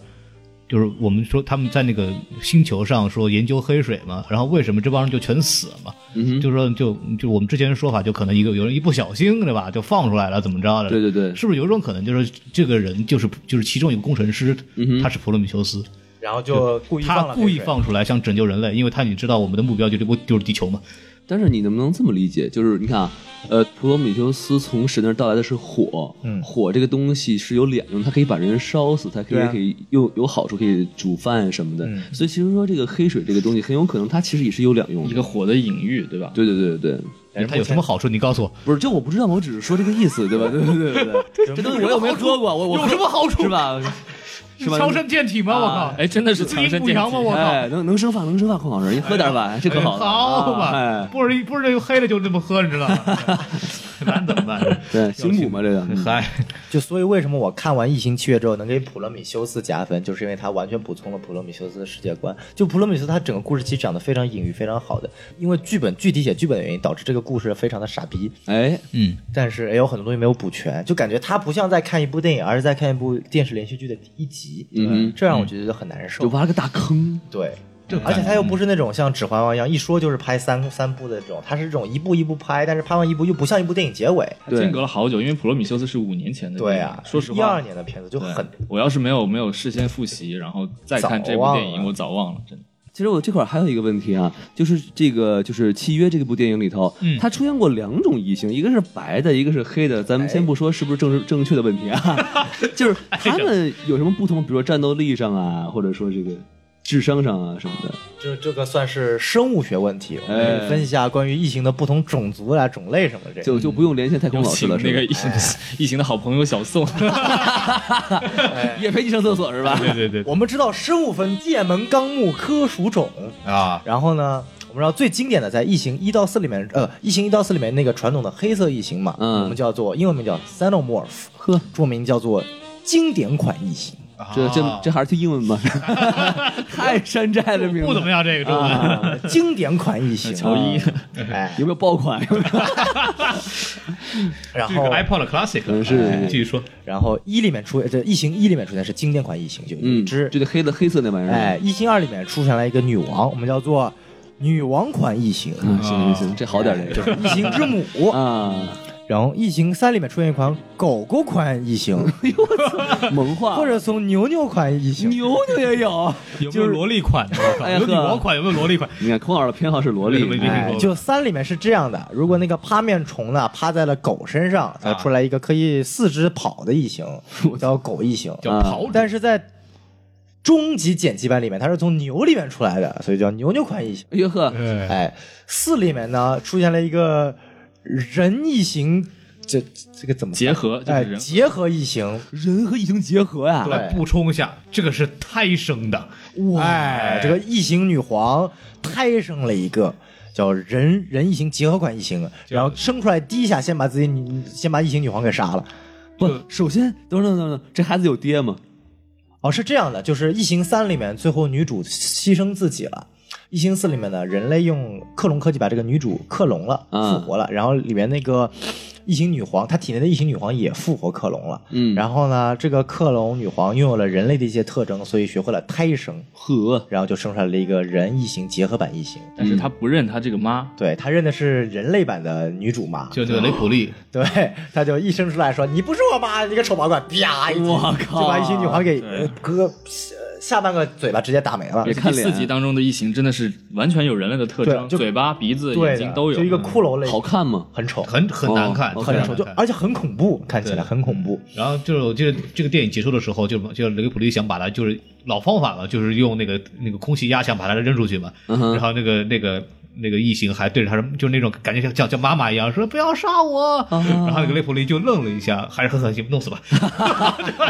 Speaker 1: 就是我们说他们在那个星球上说研究黑水嘛，然后为什么这帮人就全死了嘛？
Speaker 2: 嗯哼，
Speaker 1: 就是说就就我们之前说法，就可能一个有人一不小心对吧，就放出来了，怎么着的？
Speaker 2: 对对对，
Speaker 1: 是不是有一种可能，就是这个人就是就是其中一个工程师，
Speaker 2: 嗯
Speaker 1: 他是普罗米修斯，
Speaker 4: 然后就故意
Speaker 1: 他
Speaker 4: 放了，
Speaker 1: 故意。放出来想拯救人类，因为他你知道我们的目标就是不就是地球嘛？
Speaker 2: 但是你能不能这么理解？就是你看啊，呃，普罗米修斯从神那儿到来的是火，
Speaker 4: 嗯
Speaker 2: 火这个东西是有两用，它可以把人烧死，它可以、
Speaker 4: 对啊
Speaker 2: 可以有有好处，可以煮饭什么的。
Speaker 4: 嗯
Speaker 2: 所以其实说这个黑水这个东西，很有可能它其实也是有两用
Speaker 3: 一
Speaker 2: 的。
Speaker 3: 个火的隐喻，对吧？
Speaker 2: 对对对对对，
Speaker 4: 但是
Speaker 1: 他有什么好处？你告诉我，
Speaker 2: 不是，就我不知道嘛，我只是说这个意思，对吧？对对对对 (laughs) 对，这东西我又没喝过，我我有什么好处是吧？是吧？
Speaker 1: 健体吗？
Speaker 2: 我靠
Speaker 3: 哎，真的是强身健体。
Speaker 1: 我
Speaker 2: 哎，能能生发能生发，孔老师，你喝点吧，这可好了。哎，
Speaker 1: 不是不是这黑的就这么喝，你知道吗？咱怎么办？
Speaker 2: 对，行补嘛这个，嗯
Speaker 1: 嗨，
Speaker 4: 就所以为什么我看完《异形契约》之后能给普罗米修斯加分，就是因为他完全补充了普罗米修斯的世界观。就普罗米修斯他整个故事其实讲的非常隐喻，非常好的。因为剧本具体写剧本的原因，导致这个故事非常的傻逼，
Speaker 2: 哎，
Speaker 1: 嗯，
Speaker 4: 但是也有很多东西没有补全，就感觉他不像在看一部电影，而是在看一部电视连续剧的第一集。
Speaker 2: 嗯哼嗯
Speaker 4: 这让我觉得很难受。
Speaker 2: 就挖了个大坑，
Speaker 4: 对，
Speaker 1: 这个
Speaker 4: 而且
Speaker 1: 感觉
Speaker 4: 它又不是那种像《指环王》一样一说就是拍三三部的这种，它是这种一步一步拍，但是拍完一部又不像一部电影结尾。
Speaker 3: 它
Speaker 2: 对
Speaker 3: 间隔了好久，因为《普罗米修斯》是五年前的电影。
Speaker 4: 对啊，
Speaker 3: 嗯说实
Speaker 4: 一
Speaker 3: 话
Speaker 4: 二，年的片子就
Speaker 3: 对
Speaker 4: 很，
Speaker 3: 我要是没有没有事先复习，然后再看这部
Speaker 4: 早忘
Speaker 3: 电影，
Speaker 4: 了
Speaker 3: 我早忘了，真的。
Speaker 2: 其实我这块儿还有一个问题啊，就是这个就是《契约》这个部电影里头，
Speaker 1: 嗯
Speaker 2: 它出现过两种异形，一个是白的，一个是黑的。咱们先不说是不是正正确的问题啊，就是他们有什么不同？比如说战斗力上啊，或者说这个智商上啊什么的。
Speaker 4: 这这个算是生物学问题。我
Speaker 2: 哎
Speaker 4: 们可以分析一下关于异形的不同种族啊、种类什么的这
Speaker 2: 就
Speaker 4: 个。
Speaker 2: 就不用连线太空
Speaker 3: 有
Speaker 2: 老师
Speaker 3: 请
Speaker 2: 了，
Speaker 3: 那个
Speaker 2: 是
Speaker 3: (laughs) 异形异形的好朋友小宋，
Speaker 2: (laughs) 吧？也陪你上厕所是吧？
Speaker 1: 对对对
Speaker 4: 我们知道生物分界门纲目科属种，
Speaker 1: 啊，
Speaker 4: 然后呢，我们知道最经典的在《异形一到四》里面，呃，《异形一到四》里面那个传统的黑色异形嘛，
Speaker 2: 嗯
Speaker 4: 我们叫做英文名叫 xenomorph，
Speaker 2: (laughs) 呵，
Speaker 4: 中文名叫做经典款异形。
Speaker 2: 这
Speaker 1: 啊
Speaker 2: 这这还是英文吧？太山寨的名
Speaker 1: 不怎
Speaker 2: 字
Speaker 1: 么，样，这个中文。
Speaker 4: 啊，经典款异形，
Speaker 3: 乔伊，
Speaker 4: 哎，
Speaker 2: 有没有爆款？有没有
Speaker 4: 然
Speaker 1: 这个
Speaker 4: 后
Speaker 1: iPod Classic
Speaker 2: 可能是
Speaker 1: 哎继续说，
Speaker 4: 然后一里面出这异形一里面出现是经典款异形，就有一
Speaker 2: 嗯，
Speaker 4: 只
Speaker 2: 就，那黑的黑色那玩意儿。
Speaker 4: 哎，，异形二里面出现了一个女王，我们叫做女王款异形，哎
Speaker 2: 嗯，行行行，这好点儿这
Speaker 4: 就
Speaker 2: 个
Speaker 4: 是异形之母。
Speaker 2: (laughs) 啊，
Speaker 4: 然后异形三里面出现一款狗狗款异形，
Speaker 2: 嗯哎萌化 (laughs)
Speaker 4: 或者从牛牛款异形。
Speaker 2: 牛牛也有。
Speaker 1: 有没有萝莉款的？我靠
Speaker 2: 哎呀
Speaker 1: 有女
Speaker 2: 呵
Speaker 1: 王款，有没有萝莉款？
Speaker 2: 你看，孔老师的偏好是萝莉
Speaker 1: 没，听
Speaker 2: 哎
Speaker 4: 哎，就三里面是这样的，如果那个趴面虫呢趴在了狗身上，才出来一个可以四肢跑的
Speaker 3: (laughs)
Speaker 4: 异形，叫狗异形。
Speaker 1: 叫跑者，
Speaker 4: 但是在终极剪辑版里面，它是从牛里面出来的，所以叫牛牛款异形。
Speaker 2: 哎呦呵，
Speaker 1: 哎
Speaker 4: 哎，四里面呢出现了一个人异形，这这个怎么翻
Speaker 3: 结合就是
Speaker 4: 哎，
Speaker 3: 人
Speaker 4: 结合异形，
Speaker 2: 人和异形结合呀，
Speaker 1: 来补充一下，这个是胎生的，
Speaker 4: 哎，这个异形女皇胎生了一个。叫人人异形结合款异形，然后生出来第一下先把自己女先把异形女皇给杀了。
Speaker 2: 不，首先等等等等，这孩子有爹吗？
Speaker 4: 哦，是这样的，就是《异形三》里面最后女主牺牲自己了，《异形四》里面呢，人类用克隆科技把这个女主克隆了，
Speaker 2: 嗯
Speaker 4: 复活了，然后里面那个异形女皇，她体内的异形女皇也复活克隆了。
Speaker 2: 嗯，
Speaker 4: 然后呢，这个克隆女皇拥有了人类的一些特征，所以学会了胎生，
Speaker 2: 呵，
Speaker 4: 然后就生出来了一个人异形结合版异形。
Speaker 3: 但是他不认他这个妈，
Speaker 4: 对她认的是人类版的女主嘛？
Speaker 1: 就那个雷普利，
Speaker 4: 对，她就一生出来说：“你不是我妈，你个丑八怪！”啪一击，
Speaker 2: 我靠
Speaker 4: 就把异形女皇给
Speaker 3: 对
Speaker 4: 呃割下半个嘴巴直接打没了
Speaker 2: 也。
Speaker 3: 第
Speaker 2: 看脸
Speaker 3: 四集当中的异形真的是完全有人类的特征，
Speaker 4: 对就
Speaker 3: 嘴巴、鼻子、
Speaker 4: 对
Speaker 3: 眼
Speaker 4: 的，
Speaker 3: 睛都有，
Speaker 4: 就一个骷髅类，
Speaker 2: 嗯好看
Speaker 4: (laughs)
Speaker 2: 吗？
Speaker 4: 很丑，
Speaker 1: 很很难看，
Speaker 2: 哦
Speaker 1: 非
Speaker 4: 很
Speaker 1: 常难
Speaker 4: 丑，就
Speaker 1: 看
Speaker 4: 而且很恐怖，看起来
Speaker 1: 对
Speaker 4: 很恐怖。
Speaker 1: 然后就是我记得这个电影结束的时候，就就雷普利想把它就是老方法了，就是用那个那个空气压强把它扔出去嘛。
Speaker 2: 嗯哼
Speaker 1: 然后那个那个那个异形还对着他说，就是那种感觉像叫叫妈妈一样，说不要杀我。然后那个雷普利就愣了一下，还是很狠心，弄死吧。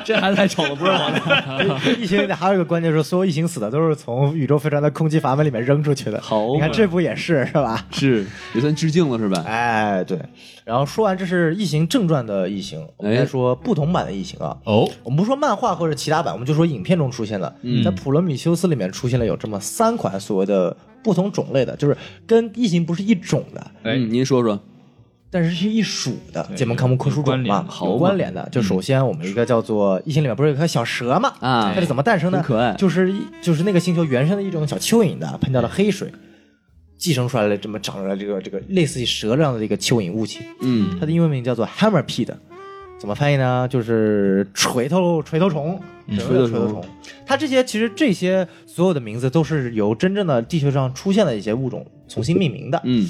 Speaker 2: 这孩子太丑了，不是我。
Speaker 4: (laughs) 异形里面还有一个关键是，所有异形死的都是从宇宙飞船的空气阀门里面扔出去的。
Speaker 2: 好
Speaker 4: 你看这部也是是吧？
Speaker 2: 是也算致敬了是吧？
Speaker 4: 哎，对。然后说完这是《异形正传》的异形，我们再
Speaker 2: 哎
Speaker 4: 说不同版的异形啊。
Speaker 1: 哦，
Speaker 4: 我们不说漫画或者其他版，我们就说影片中出现的，在《普罗米修斯》里面出现了有这么三款所谓的不同种类的，就是跟异形不是一种的，
Speaker 1: 哎
Speaker 2: 嗯，您说说，
Speaker 4: 但是是一属的，界门纲目科属种嘛，
Speaker 2: 好嘛
Speaker 4: 有关联的。嗯就首先我们一个叫做异形里面不是有一条小蛇嘛，
Speaker 2: 啊
Speaker 4: 它是怎么诞生的？
Speaker 2: 很可爱
Speaker 4: 就是一就是那个星球原生的一种小蚯蚓的，喷掉了黑水。寄生出来了，这么长出来这个这个类似于蛇这样的一个蚯蚓物体，
Speaker 2: 嗯，
Speaker 4: 它的英文名叫做 hammerpede，怎么翻译呢？就是锤头锤头虫，锤
Speaker 2: 嗯锤头
Speaker 4: 头
Speaker 2: 虫
Speaker 4: 虫。它这些其实这些所有的名字都是由真正的地球上出现的一些物种重新命名的。
Speaker 2: 嗯，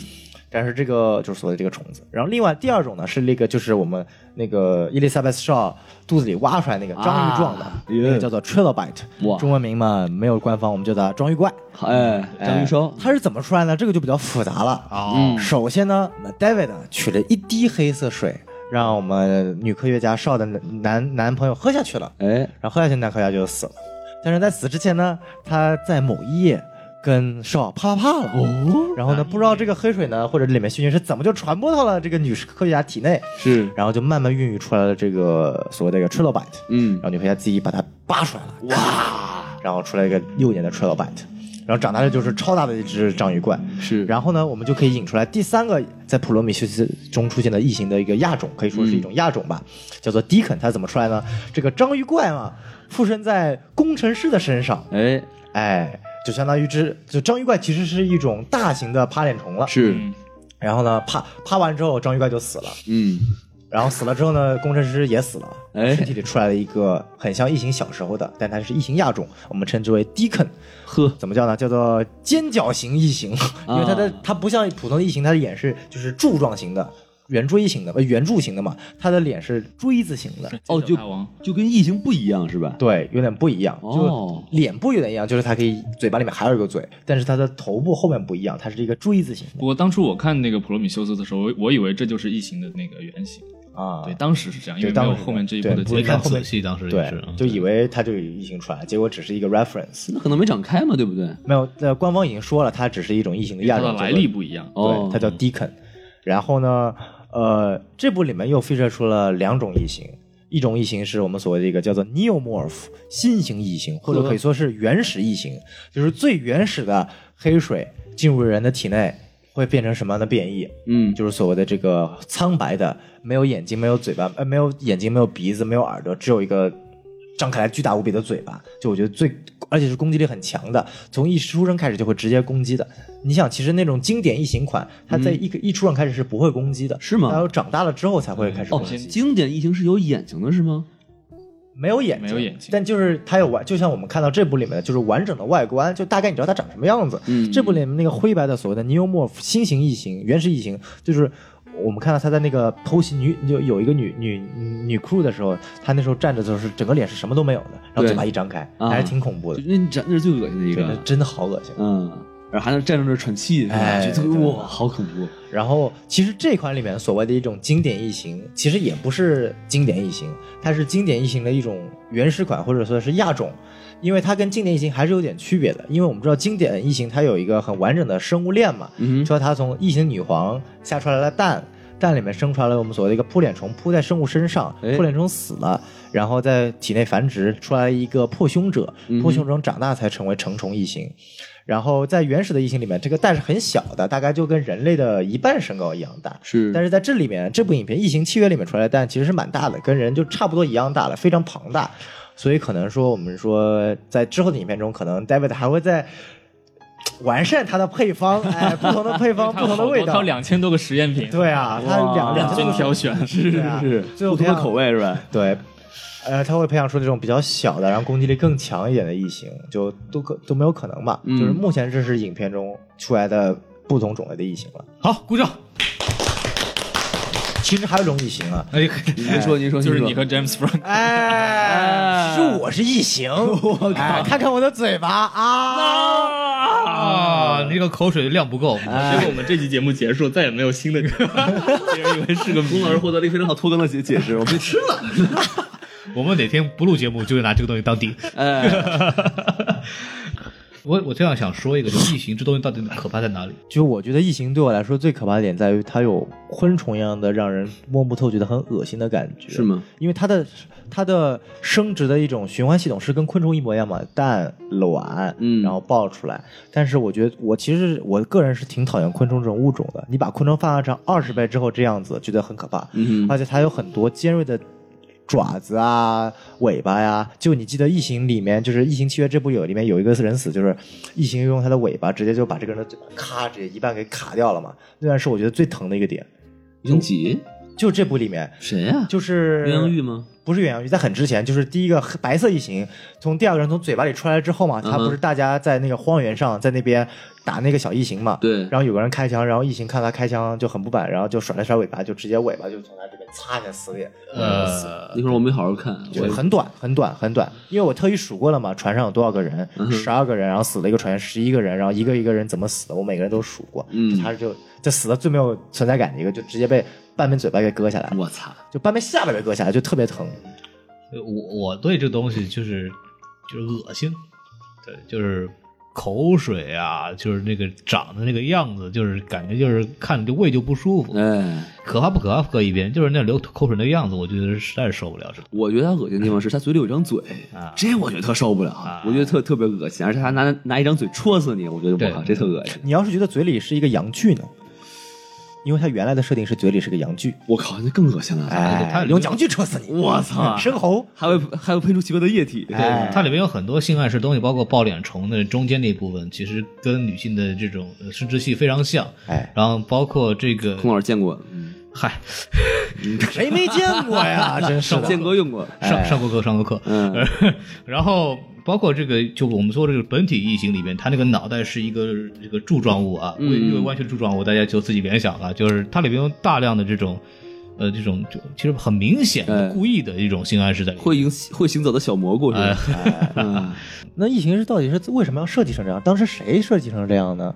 Speaker 4: 但是这个就是所谓的这个虫子。然后另外第二种呢是那个就是我们那个伊丽莎白·斯绍肚子里挖出来那个章鱼状的，
Speaker 2: 啊
Speaker 4: 那个叫做 trilobite，
Speaker 2: 哇
Speaker 4: 中文名嘛没有官方，我们就叫它章鱼怪。
Speaker 2: 哎，章鱼烧
Speaker 4: 哎，它是怎么出来呢？这个就比较复杂了。
Speaker 1: 哦
Speaker 2: 嗯
Speaker 4: 首先呢我们，David 呢取了一滴黑色水，让我们女科学家少的男男朋友喝下去了，
Speaker 2: 哎，
Speaker 4: 然后喝下去，男科学家就死了。但是在死之前呢，他在某一夜跟少啪啪啪了。哦，然后呢，不知道这个黑水呢，或者里面细菌是怎么就传播到了这个女科学家体内，
Speaker 2: 是，
Speaker 4: 然后就慢慢孕育出来了这个所谓的一个 trilobite。
Speaker 2: 嗯
Speaker 4: 然，后女科学家自己把它扒出来了，哇！然后出来一个六年的 trilobite，然后长大了就是超大的一只章鱼怪。
Speaker 2: 是，
Speaker 4: 然后呢，我们就可以引出来第三个在普罗米修斯中出现的异形的一个亚种，可以说是一种亚种吧，叫做 Deacon。它怎么出来呢？这个章鱼怪嘛，附身在工程师的身上，
Speaker 2: 哎，
Speaker 4: 哎，就相当于只就章鱼怪其实是一种大型的趴脸虫了。
Speaker 2: 是，
Speaker 3: 嗯
Speaker 4: 然后呢，趴趴完之后，章鱼怪就死了。
Speaker 2: 嗯，
Speaker 4: 然后死了之后呢，工程师也死了，
Speaker 2: 哎
Speaker 4: 身体里出来了一个很像异形小时候的，但它是异形亚种，我们称之为 Deacon。
Speaker 2: 呵，
Speaker 4: 怎么叫呢？叫做尖角型异形，因为它的它不像普通的异形，它的眼是就是柱状型的、圆锥形的、呃圆柱形的嘛，它的脸是锥子型的，
Speaker 2: 哦，就
Speaker 3: 大王
Speaker 2: 就跟异形不一样是吧？
Speaker 4: 对，有点不一样，
Speaker 2: 哦
Speaker 4: 就脸部有点一样，就是它可以嘴巴里面还有一个嘴，但是它的头部后面不一样，它是一个锥子型
Speaker 3: 不过当初我看那个《普罗米修斯》的时候，我我以为这就是异形的那个原型。
Speaker 4: 的啊。
Speaker 3: 对，当时是这样，因
Speaker 4: 对
Speaker 3: 为没有
Speaker 4: 当时
Speaker 3: 后面这一部的
Speaker 4: 对不
Speaker 3: 结
Speaker 1: 没
Speaker 4: 是
Speaker 3: 局。
Speaker 1: 看仔细，当时也
Speaker 4: 对
Speaker 1: 是，嗯
Speaker 4: 就以为它就有异形出来，结果只是一个 reference。
Speaker 2: 那可能没长开嘛，对不对？
Speaker 4: 没有，呃，官方已经说了，它只是一种异形的亚
Speaker 3: 它
Speaker 4: 种
Speaker 3: 的
Speaker 4: 叫做
Speaker 3: 来历不一样，
Speaker 2: 哦
Speaker 4: 对，它叫 Deacon。然后呢，呃，这部里面又 feature 出了两种异形，一种异形是我们所谓的一个叫做 neomorph 新型异形，或者可以说是原始异形，就是最原始的黑水进入人的体内会变成什么样的变异？
Speaker 2: 嗯，
Speaker 4: 就是所谓的这个苍白的，没有眼睛，没有嘴巴，呃，没有眼睛，没有鼻子，没有耳朵，只有一个张开来巨大无比的嘴巴。就我觉得最，而且是攻击力很强的，从一出生开始就会直接攻击的。你想，其实那种经典异形款，它在一个、一出生开始是不会攻击的，
Speaker 2: 是吗
Speaker 4: 它要长大了之后才会开始攻
Speaker 2: 哦
Speaker 4: 击，
Speaker 2: 经典异形是有眼睛的是吗？
Speaker 4: 没有眼睛，
Speaker 3: 没有眼睛
Speaker 4: 但就是它有完，就像我们看到这部里面的，就是完整的外观，就大概你知道它长什么样子。
Speaker 2: 嗯
Speaker 4: 这部里面那个灰白的所谓的 neomorph 新型异形、原始异形，就是我们看到它在那个剖析女有有一个女女女 crew 的时候，她那时候站着的时候是整个脸是什么都没有的，然后
Speaker 2: 对
Speaker 4: 嘴巴一张开，
Speaker 2: 啊
Speaker 4: 还是挺恐怖的
Speaker 2: 就，那你长那是最恶心的一
Speaker 4: 对，那
Speaker 2: 个，
Speaker 4: 真的好恶心。啊
Speaker 2: 嗯，然后还能站在那儿喘气，是吧
Speaker 4: 哎
Speaker 2: 就
Speaker 4: 对
Speaker 2: 哇，好恐怖，
Speaker 4: 然后，其实这款里面所谓的一种经典异形，其实也不是经典异形，它是经典异形的一种原始款，或者说是亚种，因为它跟经典异形还是有点区别的。因为我们知道经典异形它有一个很完整的生物链嘛，
Speaker 2: 嗯哼，
Speaker 4: 说它从异形女皇下出来了蛋，蛋里面生出来了我们所谓的一个扑脸虫，扑在生物身上，
Speaker 2: 哎
Speaker 4: 扑脸虫死了，然后在体内繁殖出来一个破胸者，
Speaker 2: 嗯
Speaker 4: 破胸者长大才成为成虫异形。然后在原始的异形里面，这个蛋是很小的，大概就跟人类的一半身高一样大。
Speaker 2: 是，
Speaker 4: 但是在这里面，这部影片《异形契约》里面出来的蛋其实是蛮大的，跟人就差不多一样大了，非常庞大。所以可能说，我们说在之后的影片中，可能 David 还会再完善它的配方，哎，不同的配
Speaker 2: (laughs)
Speaker 4: 方，不同的味道。
Speaker 3: 两千多个实验品，
Speaker 4: 对啊，它两两
Speaker 3: 任
Speaker 4: 千
Speaker 3: 君
Speaker 4: 多
Speaker 3: 挑选，
Speaker 4: (laughs) 对啊
Speaker 2: 是
Speaker 4: 最后
Speaker 2: 不同
Speaker 4: 看
Speaker 2: 的
Speaker 4: 到
Speaker 2: 口味是吧？
Speaker 4: 对，呃，他会培养出那种比较小的，然后攻击力更强一点的异形，就都可都没有可能吧。
Speaker 2: 嗯
Speaker 4: 就是目前这是影片中出来的不同种类的异形了。
Speaker 1: 好，鼓掌。
Speaker 4: 其实还有一种异形啊，
Speaker 1: 哎，
Speaker 2: 您说，您说，
Speaker 3: 就是
Speaker 2: 您
Speaker 3: 你
Speaker 2: 说
Speaker 3: 和 James Franco。
Speaker 4: 哎，是我是异形，哎我靠，看看我的嘴巴啊！
Speaker 1: 啊，你这个口水量不够。
Speaker 4: 哎
Speaker 3: 结果我们这期节目结束，再也没有新的梗，别人以为
Speaker 2: (laughs)
Speaker 3: 是个
Speaker 2: 龚老师获得了一个非常好拖更的解解释，我们吃了。
Speaker 1: 我们哪天不录节目，就拿这个东西当底。 (laughs)
Speaker 2: (laughs) 哎，
Speaker 1: 我我这样想说一个，就是异形这东西到底可怕在哪里？
Speaker 4: 就我觉得异形对我来说最可怕的点在于它有昆虫一样的让人摸不透、觉得很恶心的感觉，
Speaker 2: 是？吗？
Speaker 4: 因为它的它的生殖的一种循环系统是跟昆虫一模一样嘛，蛋、卵，
Speaker 2: 嗯
Speaker 4: 然后爆出来。但是我觉得我其实我个人是挺讨厌昆虫这种物种的。你把昆虫放大成二十倍之后这样子，觉得很可怕。
Speaker 2: 嗯 (laughs) 哼
Speaker 4: 而且它有很多尖锐的爪子啊、尾巴呀、就你记得《异形》里面，就是《异形契约》这部有里面有一个人死，就是异形用它的尾巴直接就把这个人的嘴巴咔直接一半给卡掉了嘛。那段是我觉得最疼的一个点。
Speaker 2: 云集
Speaker 4: 就这部里面，
Speaker 2: 谁呀？ (laughs)
Speaker 4: 就是
Speaker 2: 鸳鸯玉吗？
Speaker 4: 不是鸳鸯浴，在很之前，就是第一个白色异形从第二个人从嘴巴里出来之后嘛，
Speaker 2: 嗯哼
Speaker 4: 他不是大家在那个荒原上在那边打那个小异形嘛，
Speaker 2: 对
Speaker 4: 然后有个人开枪，然后异形看他开枪就很不满，然后就甩了甩尾巴，就直接尾巴就从他这边擦一下撕裂，
Speaker 1: 呃，
Speaker 2: 那会儿我没好好看，
Speaker 4: 就
Speaker 2: 我也
Speaker 4: 很短很短很短，因为我特意数过了嘛，船上有多少个人，十二、个人，然后死了一个船员，十一个人，然后一个一个人怎么死的，我每个人都数过，
Speaker 2: 嗯
Speaker 4: 就他就这死的最没有存在感的一个，就直接被半边嘴巴给割下来，
Speaker 2: 我操，
Speaker 4: 就半边下巴给割下来，就特别疼。
Speaker 1: 呃我我对这东西就是就是恶心，对，就是口水啊，就是那个长的那个样子，就是感觉就是看着就胃就不舒服。
Speaker 2: 哎，
Speaker 1: 可怕不可怕搁一边，就是那流口水那个样子，我觉得实在是受不了。这
Speaker 2: 我觉得他恶心的地方是他嘴里有一张嘴
Speaker 1: 啊，
Speaker 2: 这我觉得特受不了，我觉得特特别恶心，而且他拿拿一张嘴戳死你，我觉得
Speaker 1: 对
Speaker 2: 我靠，这特恶心，
Speaker 4: 你要是觉得嘴里是一个阳具呢？因为它原来的设定是嘴里是个阳具，
Speaker 2: 我靠，那更恶心了，
Speaker 1: 它
Speaker 4: 哎，用阳具戳死你！
Speaker 2: 我操
Speaker 4: 生猴！
Speaker 2: 还会还会喷出奇怪的液体，
Speaker 4: 哎
Speaker 1: 它里面有很多性暗示东西，包括抱脸虫的中间那部分，其实跟女性的这种呃生殖器非常像。
Speaker 4: 哎，
Speaker 1: 然后包括这个，
Speaker 2: 孔老师见过，嗯
Speaker 1: 嗨，
Speaker 4: 谁没见过
Speaker 2: (laughs)
Speaker 4: 呀？真是的
Speaker 2: 见过用过，
Speaker 1: 上上过课，上过课。
Speaker 2: 哎嗯，
Speaker 1: (laughs) 然后包括这个，就我们说这个本体异形里面，它那个脑袋是一个这个柱状物啊，微
Speaker 2: 嗯
Speaker 1: 微弯曲的柱状物，大家就自己联想了，啊就是它里面有大量的这种，呃，这种就其实很明显的
Speaker 2: 哎
Speaker 1: 故意的一种性暗示在里面。
Speaker 2: 会行会行走的小蘑菇是吧？
Speaker 1: 哎
Speaker 2: 嗯
Speaker 4: 那异形是到底是为什么要设计成这样？当时谁设计成这样呢？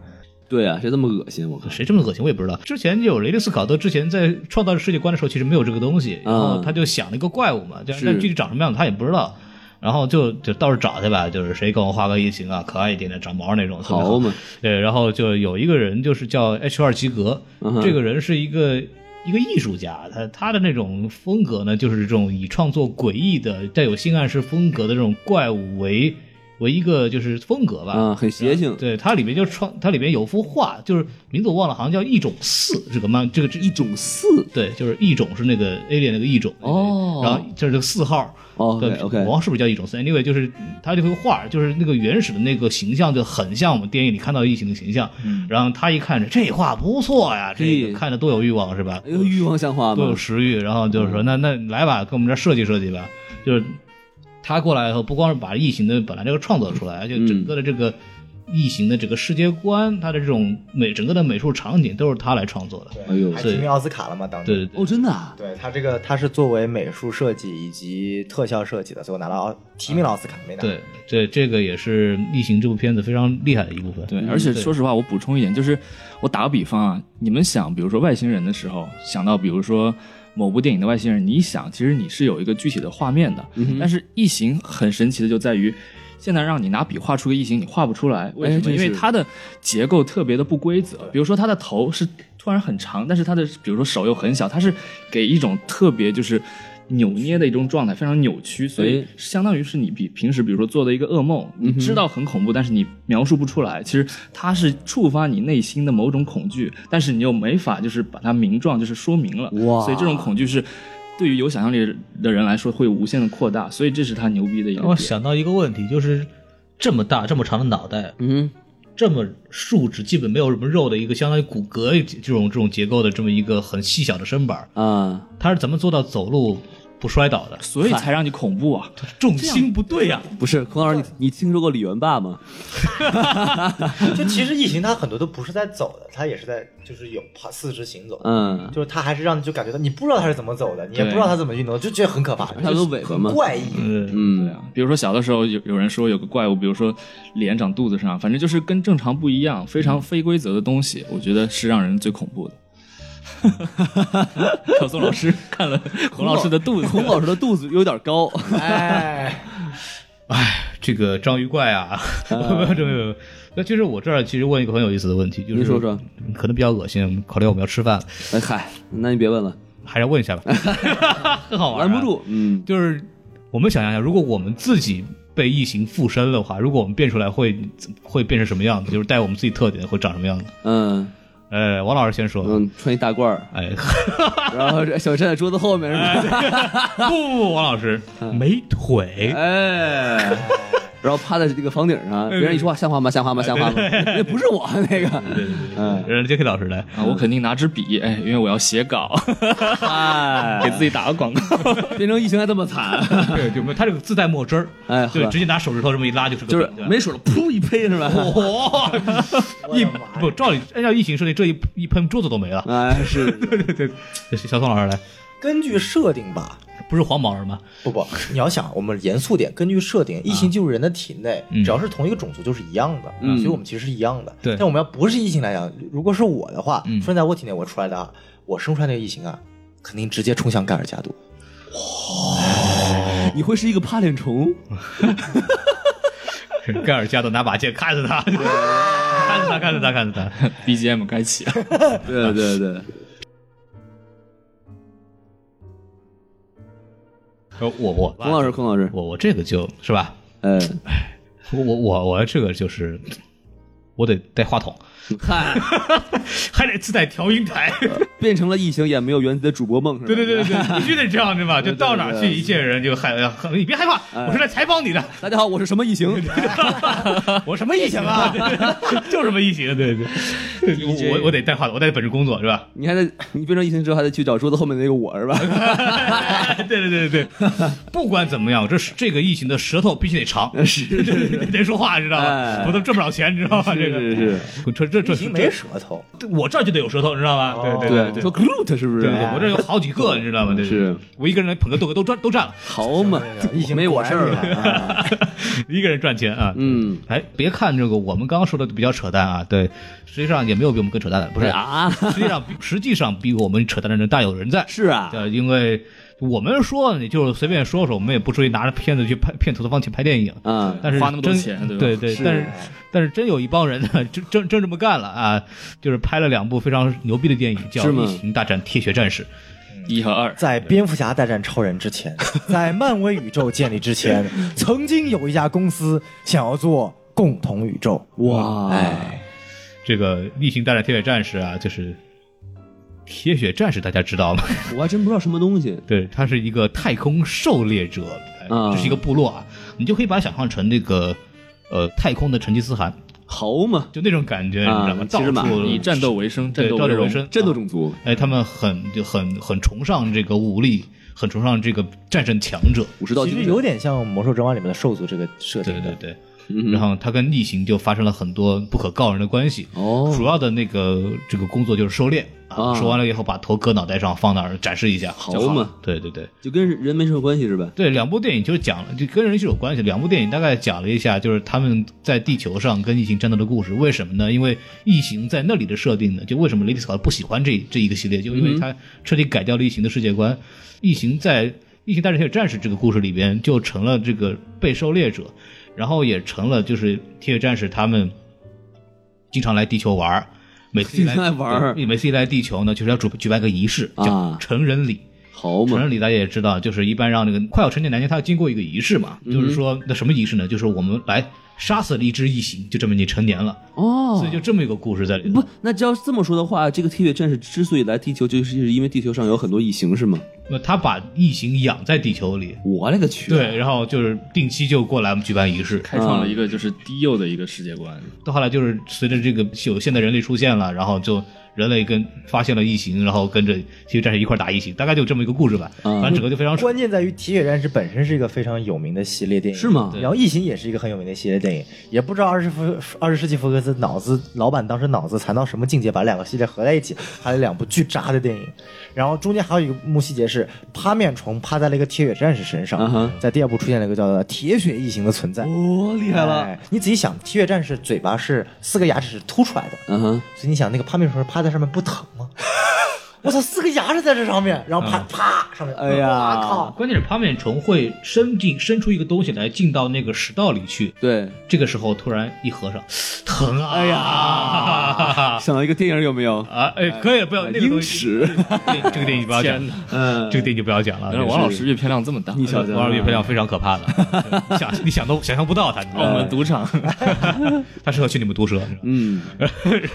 Speaker 2: 对啊，谁这么恶心？我靠，
Speaker 1: 谁这么恶心，我也不知道。之前就有雷利斯考特之前在创造世界观的时候，其实没有这个东西，然后他就想了一个怪物嘛，但
Speaker 2: 嗯是
Speaker 1: 但具体长什么样子他也不知道。然后就就到处找去吧，就是谁给我画个异形啊，可爱一点的，长毛那种，特别
Speaker 2: 好嘛，
Speaker 1: 对，呃然后就有一个人就是叫 H 二吉格，
Speaker 2: 嗯哼
Speaker 1: 这个人是一个一个艺术家，他他的那种风格呢，就是这种以创作诡异的、带有性暗示风格的这种怪物为为一个就是风格吧。
Speaker 2: 啊，很邪性，
Speaker 1: 对，它里面就创，它里面有幅画，就是名字我忘了，好像叫《异种四》这个漫，这个这
Speaker 2: 一种四
Speaker 1: 对，就是异种是那个 alien 那个异种，
Speaker 2: 哦
Speaker 1: 然后就是这个四号，
Speaker 2: 哦
Speaker 1: 对
Speaker 2: ，OK，
Speaker 1: 我忘了是不是叫异种四？Anyway，就是它这幅画，就是那个原始的那个形象就很像我们电影里看到异形的形象，然后他一看这画不错呀，这
Speaker 2: 嗯嘿
Speaker 1: 个看着多有欲望是吧
Speaker 2: 哎？呦，欲望嗯像话
Speaker 1: 多
Speaker 2: 吗
Speaker 1: 有？食欲，然后就是说，那那你来吧，跟我们这儿设计设计吧，就是他过来以后，不光是把异形的本来这个创作出来，而且
Speaker 2: 嗯
Speaker 1: 整个的这个异形的整个世界观，它的这种美整个的美术场景都是他来创作的。
Speaker 2: 哎呦
Speaker 4: 还提名奥斯卡了吗？当
Speaker 1: 对对
Speaker 4: 时。
Speaker 1: 对，
Speaker 2: 哦，真的啊，
Speaker 4: 对他这个，他是作为美术设计以及特效设计的，所以我拿了奥提名了奥斯卡，没拿。
Speaker 1: 对，这这个也是《异形》这部片子非常厉害的一部分。
Speaker 3: 对，而且说实话，我补充一点，就是我打个比方啊，你们想，比如说外星人的时候，想到比如说某部电影的外星人，你一想，其实你是有一个具体的画面的。但是异形很神奇的就在于，现在让你拿笔画出个异形，你画不出来，为什
Speaker 2: 真
Speaker 3: 么？因为
Speaker 2: 哎是
Speaker 3: 它的结构特别的不规则，比如说它的头是突然很长，但是它的比如说手又很小，它是给一种特别就是。扭捏的一种状态，非常扭曲，所以
Speaker 2: 哎嗯
Speaker 3: 相当于是你比平时，比如说做的一个噩梦，你知道很恐怖，但是你描述不出来。其实它是触发你内心的某种恐惧，但是你又没法就是把它名状就是说明了。
Speaker 2: 哇
Speaker 3: 所以这种恐惧是对于有想象力的人来说会无限的扩大，所以这是他牛逼的一个
Speaker 2: 哦
Speaker 1: 让我
Speaker 2: 啊
Speaker 3: 点。
Speaker 1: 想到一个问题，就是这么大、这么长的脑袋，
Speaker 2: 嗯，
Speaker 1: 这么竖直、基本没有什么肉的一个，相当于骨骼这种这种结构的这么一个很细小的身板，
Speaker 2: 啊，
Speaker 1: 它是怎么做到走路不摔倒的，
Speaker 3: 所以才让你恐怖啊！重心不对啊！
Speaker 2: 不是孔老师，你你听说过李元霸吗？
Speaker 4: 就其实异形它很多都不是在走的，它也是在就是有爬四肢行走，
Speaker 2: 嗯，
Speaker 4: 就是它还是让你就感觉到你不知道它是怎么走的，你也不知道它怎么运动，就觉得很可怕，
Speaker 2: 它有尾巴吗
Speaker 4: 很怪异。
Speaker 1: 嗯，
Speaker 2: 嗯，
Speaker 3: 比如说小的时候有有人说有个怪物，比如说脸长肚子上，反正就是跟正常不一样，非常非规则的东西，我觉得是让人最恐怖的。小宋老师看了孔老师
Speaker 2: (laughs)
Speaker 3: 的肚子，
Speaker 2: 孔老师的肚子有点高，
Speaker 4: 哎，
Speaker 1: 这个章鱼怪啊，没 (laughs) 有没有没有。那其实我这儿其实问一个很有意思的问题，就是
Speaker 2: 您说说，
Speaker 1: 可能比较恶心，考虑我们要吃饭了，
Speaker 2: (laughs) 哎嗨，那你别问了，
Speaker 1: 还是要问一下吧，很好玩、啊，
Speaker 2: 拦不。住，嗯，
Speaker 1: 就是我们想象一下，如果我们自己被异形附身的话，如果我们变出来会会变成什么样子？就是带我们自己特点会长什么样子？
Speaker 2: 嗯
Speaker 1: 呃，王老师先说。
Speaker 2: 嗯，穿一大褂儿，
Speaker 1: 哎， (laughs)
Speaker 2: 然后这小站在桌子后面是吧？
Speaker 1: 不不不，王老师没腿，
Speaker 2: 哎，然后趴在这个房顶上，别人一说话像话吗？像话吗？像话吗？
Speaker 1: 哎
Speaker 2: 那不是我那个，嗯，
Speaker 1: 让 J.K. 老师来。
Speaker 3: 啊，我肯定拿支笔，哎，因为我要写稿，给
Speaker 2: 哎，
Speaker 3: 自己打个广告。
Speaker 2: 变成异形还这
Speaker 1: (laughs)
Speaker 2: 么惨，
Speaker 1: 对，就没有他这个自带墨汁儿，
Speaker 2: 哎
Speaker 1: 对，
Speaker 2: 呵
Speaker 1: 直接拿手指头这么一拉就是个
Speaker 2: 就是
Speaker 1: 梗对吧
Speaker 2: 没水了，噗一呸是吧？
Speaker 1: (laughs) 哦哇，一
Speaker 4: 我的妈呀
Speaker 1: 不照理按照疫情设定，这一一喷桌子都没了。
Speaker 2: 哎，是，
Speaker 1: 对对对，小宋老师来，
Speaker 4: 根据设定吧，
Speaker 1: 不是黄毛人吗？
Speaker 4: 不不，你要想，我们严肃点，根据设定，异形进入人的体内，
Speaker 1: 嗯
Speaker 4: 只要是同一个种族就是一样的，啊
Speaker 2: 嗯
Speaker 4: 所以我们其实是一样的。
Speaker 1: 对
Speaker 4: 但我们要不是异形来讲，如果是我的话，
Speaker 1: 嗯
Speaker 4: 出生在我体内，我出来的啊，我生出来那个异形啊，肯定直接冲向盖尔加朵。
Speaker 1: 哦
Speaker 2: 你会是一个趴脸虫，
Speaker 1: 是盖尔加朵拿把剑看着他，看着他，看着他，看着他。
Speaker 3: BGM 该起了，
Speaker 2: 对对对，
Speaker 1: 呃我我
Speaker 2: 孔老师，孔老师，
Speaker 1: 我我这个就是吧，
Speaker 2: 哎，
Speaker 1: 我我我我这个就是，我得带话筒，
Speaker 2: 嗨，
Speaker 1: 还得自带调音台。
Speaker 2: 变成了异形也没有原子的主播梦，是吧
Speaker 1: 对对对对对，必须得这样对吧？就到哪儿去，一见人就害，呃你别害怕，
Speaker 2: 哎
Speaker 1: 我是来采访你的。
Speaker 2: 大家好，我是什么异形？
Speaker 1: 我什么异形啊？ (laughs) 就什么异形，对对，我我我得带话筒，我得本职工作是
Speaker 2: (laughs)
Speaker 1: 吧？
Speaker 2: 你还得你变成异形之后还得去找桌子后面那个我
Speaker 1: (laughs)
Speaker 2: 是吧？
Speaker 1: 对对对对对，不管怎么样，这是这个异形的舌头必须得长， (laughs)
Speaker 2: 是是
Speaker 1: 得说话，知道吧
Speaker 2: 哎？
Speaker 1: 我都挣不了钱，知道吧？这
Speaker 2: 是
Speaker 1: 个
Speaker 2: 是，
Speaker 1: 这这
Speaker 4: 异
Speaker 1: 这
Speaker 4: 形没
Speaker 1: 这，
Speaker 4: 舌头，
Speaker 1: 我这儿就得有舌头，知道吧？对对对
Speaker 2: 说 Groot 是不是啊
Speaker 1: 对，？我这有好几个，你知道吗？对，
Speaker 2: 是
Speaker 1: 我一个人来捧个豆哥都占都占了，
Speaker 2: 好嘛，
Speaker 1: 啊
Speaker 2: (laughs)
Speaker 4: 异形
Speaker 2: 没我
Speaker 4: 果
Speaker 2: 事
Speaker 4: 然
Speaker 2: 儿
Speaker 4: 厉害
Speaker 2: 了。
Speaker 4: 啊。
Speaker 1: 一个人赚钱啊。
Speaker 2: 嗯，
Speaker 1: 哎，别看这个，我们刚刚说的比较扯淡啊，对，实际上也没有比我们更扯淡的，不
Speaker 2: 不
Speaker 1: 是
Speaker 2: 是？啊，
Speaker 1: 实际上，实际上比我们扯淡的人大有人在。
Speaker 2: 是啊，
Speaker 1: 对，因为我们说你就是随便说说，我们也不至于拿着片子去拍骗投资方去拍电影。
Speaker 2: 啊，
Speaker 1: 但是
Speaker 3: 花那么多
Speaker 1: 真
Speaker 3: 钱对吧
Speaker 1: 对对，但是但是真有一帮人呢，真真真这么干了啊！就是拍了两部非常牛逼的电影，叫
Speaker 2: 是
Speaker 1: 《
Speaker 2: 吗
Speaker 1: 异形大战铁血战士》。
Speaker 3: 一和二，
Speaker 4: 在蝙蝠侠大战超人之前，在漫威宇宙建立之前，曾经有一家公司想要做共同宇宙。
Speaker 2: 哇，
Speaker 4: 哎，
Speaker 1: 这个《异形大战铁血战士》啊，就是铁血战士，大家知道吗？
Speaker 2: 我还真不知道什么东西。
Speaker 1: 对，它是一个太空狩猎者，哎
Speaker 2: 啊
Speaker 1: 这是一个部落啊，你就可以把它想象成这个呃太空的成吉思汗，
Speaker 2: 好嘛，
Speaker 1: 就那种感觉，你知
Speaker 2: 啊
Speaker 1: 道吗？
Speaker 2: 骑着
Speaker 1: 到
Speaker 2: 马
Speaker 1: 处
Speaker 3: 以战斗为生，战
Speaker 1: 对
Speaker 3: 斗
Speaker 1: 赵
Speaker 3: 为
Speaker 1: 志
Speaker 3: 荣
Speaker 1: 为。生
Speaker 2: 战斗种族，
Speaker 1: 哎，他们很就很很崇尚这个武力，很崇尚这个战胜强者。
Speaker 2: 武士道
Speaker 4: 其
Speaker 2: 精
Speaker 4: 实
Speaker 2: 神
Speaker 4: 有点像《魔兽争霸》里面的兽族这个设定
Speaker 1: 对
Speaker 4: 的。
Speaker 1: 对对，
Speaker 2: 嗯
Speaker 1: 然后他跟逆行就发生了很多不可告人的关系。
Speaker 2: 哦
Speaker 1: 主要的那个这个工作就是狩猎啊，
Speaker 2: 啊
Speaker 1: 狩完了以后把头搁脑袋上放那儿展示一下，
Speaker 2: 好
Speaker 1: 就好
Speaker 2: 嘛
Speaker 1: 了。对对对
Speaker 2: 就跟人没什么关系是吧？
Speaker 1: 对，两部电影就是讲了，就跟人是有关系。两部电影大概讲了一下，就是他们在地球上跟异形战斗的故事。为什么呢？因为异形在那里的设定呢，就为什么雷迪斯考不喜欢这这一个系列，就因
Speaker 2: 嗯
Speaker 1: 为他彻底改掉了异形的世界观。异形在《异形大战铁血战士》这个故事里边，就成了这个被狩猎者，然后也成了就是铁血战士他们经常来地球玩儿每次一来
Speaker 2: 经常来玩儿
Speaker 1: 对每次一来地球呢，就是要举举办个仪式，叫
Speaker 2: 啊
Speaker 1: 成人礼。
Speaker 2: 好
Speaker 1: 成
Speaker 2: 嘛
Speaker 1: 人，礼大家也
Speaker 2: 嗯
Speaker 1: 知道，就是一般让那个快要成年男性，他要经过一个仪式嘛，就是说那什么仪式呢？就是我们来杀死了一只异形，就证明你成年了。
Speaker 2: 哦，
Speaker 1: 所以就这么一个故事在里头。
Speaker 2: 不，那只要这么说的话，这个铁血战士之所以来地球，就是因为地球上有很多异形，是吗？
Speaker 1: 那他把异形养在地球里，
Speaker 2: 我勒个去！
Speaker 1: 对，，然后就是定期就过来举办仪式。
Speaker 3: 开创了一个就是低幼的一个世界观。
Speaker 1: 到后来就是随着这个有限的人类出现了，然后就人类跟发现了异形，然后跟着其实战士一块儿打异形，大概就这么一个故事吧。
Speaker 2: 嗯
Speaker 1: 反正整个就非常爽。
Speaker 4: 关键在于《铁血战士》本身是一个非常有名的系列电影，
Speaker 2: 是吗对
Speaker 4: 然后《异形》也是一个很有名的系列电影，也不知道二十福二十世纪福克斯脑子老板当时脑子残到什么境界，把两个系列合在一起，拍了两部巨渣的电影。然后中间还有一个幕细节是趴面虫趴在了一个铁血战士身上，
Speaker 2: 啊哈
Speaker 4: 在第二部出现了一个叫做“铁血异形”的存在。
Speaker 2: 哦，厉害了，
Speaker 4: 哎你仔细想，铁血战士嘴巴是四个牙齿是凸出来的，
Speaker 2: 嗯哼，
Speaker 4: 所以你想那个趴面虫趴在上面不疼吗？ (laughs) 我操，四个牙齿在这上面，然后啪、啪上面，
Speaker 2: 哎呀
Speaker 4: 哇靠！
Speaker 1: 关键是趴面虫会伸进伸出一个东西来进到那个食道里去，
Speaker 2: 对，
Speaker 1: 这个时候突然一合上，疼啊！哎呀，
Speaker 2: 想到一个电影有没有？
Speaker 1: (laughs) 啊，哎，可以了，不要那个
Speaker 2: 英
Speaker 1: 东西，
Speaker 2: 尺，
Speaker 1: 对这个电影就不要讲
Speaker 3: 天哪，
Speaker 2: 嗯，
Speaker 1: 这个电影就不要讲了。
Speaker 3: 原来王老师阅片量这么大，
Speaker 2: 你想想，
Speaker 1: 呃王老师配量非常可怕的， (laughs) 对想你想都想象不到他，你知
Speaker 3: 澳
Speaker 1: 道吗？
Speaker 3: 门赌场，
Speaker 1: 他适合去你们毒舌。你知道吗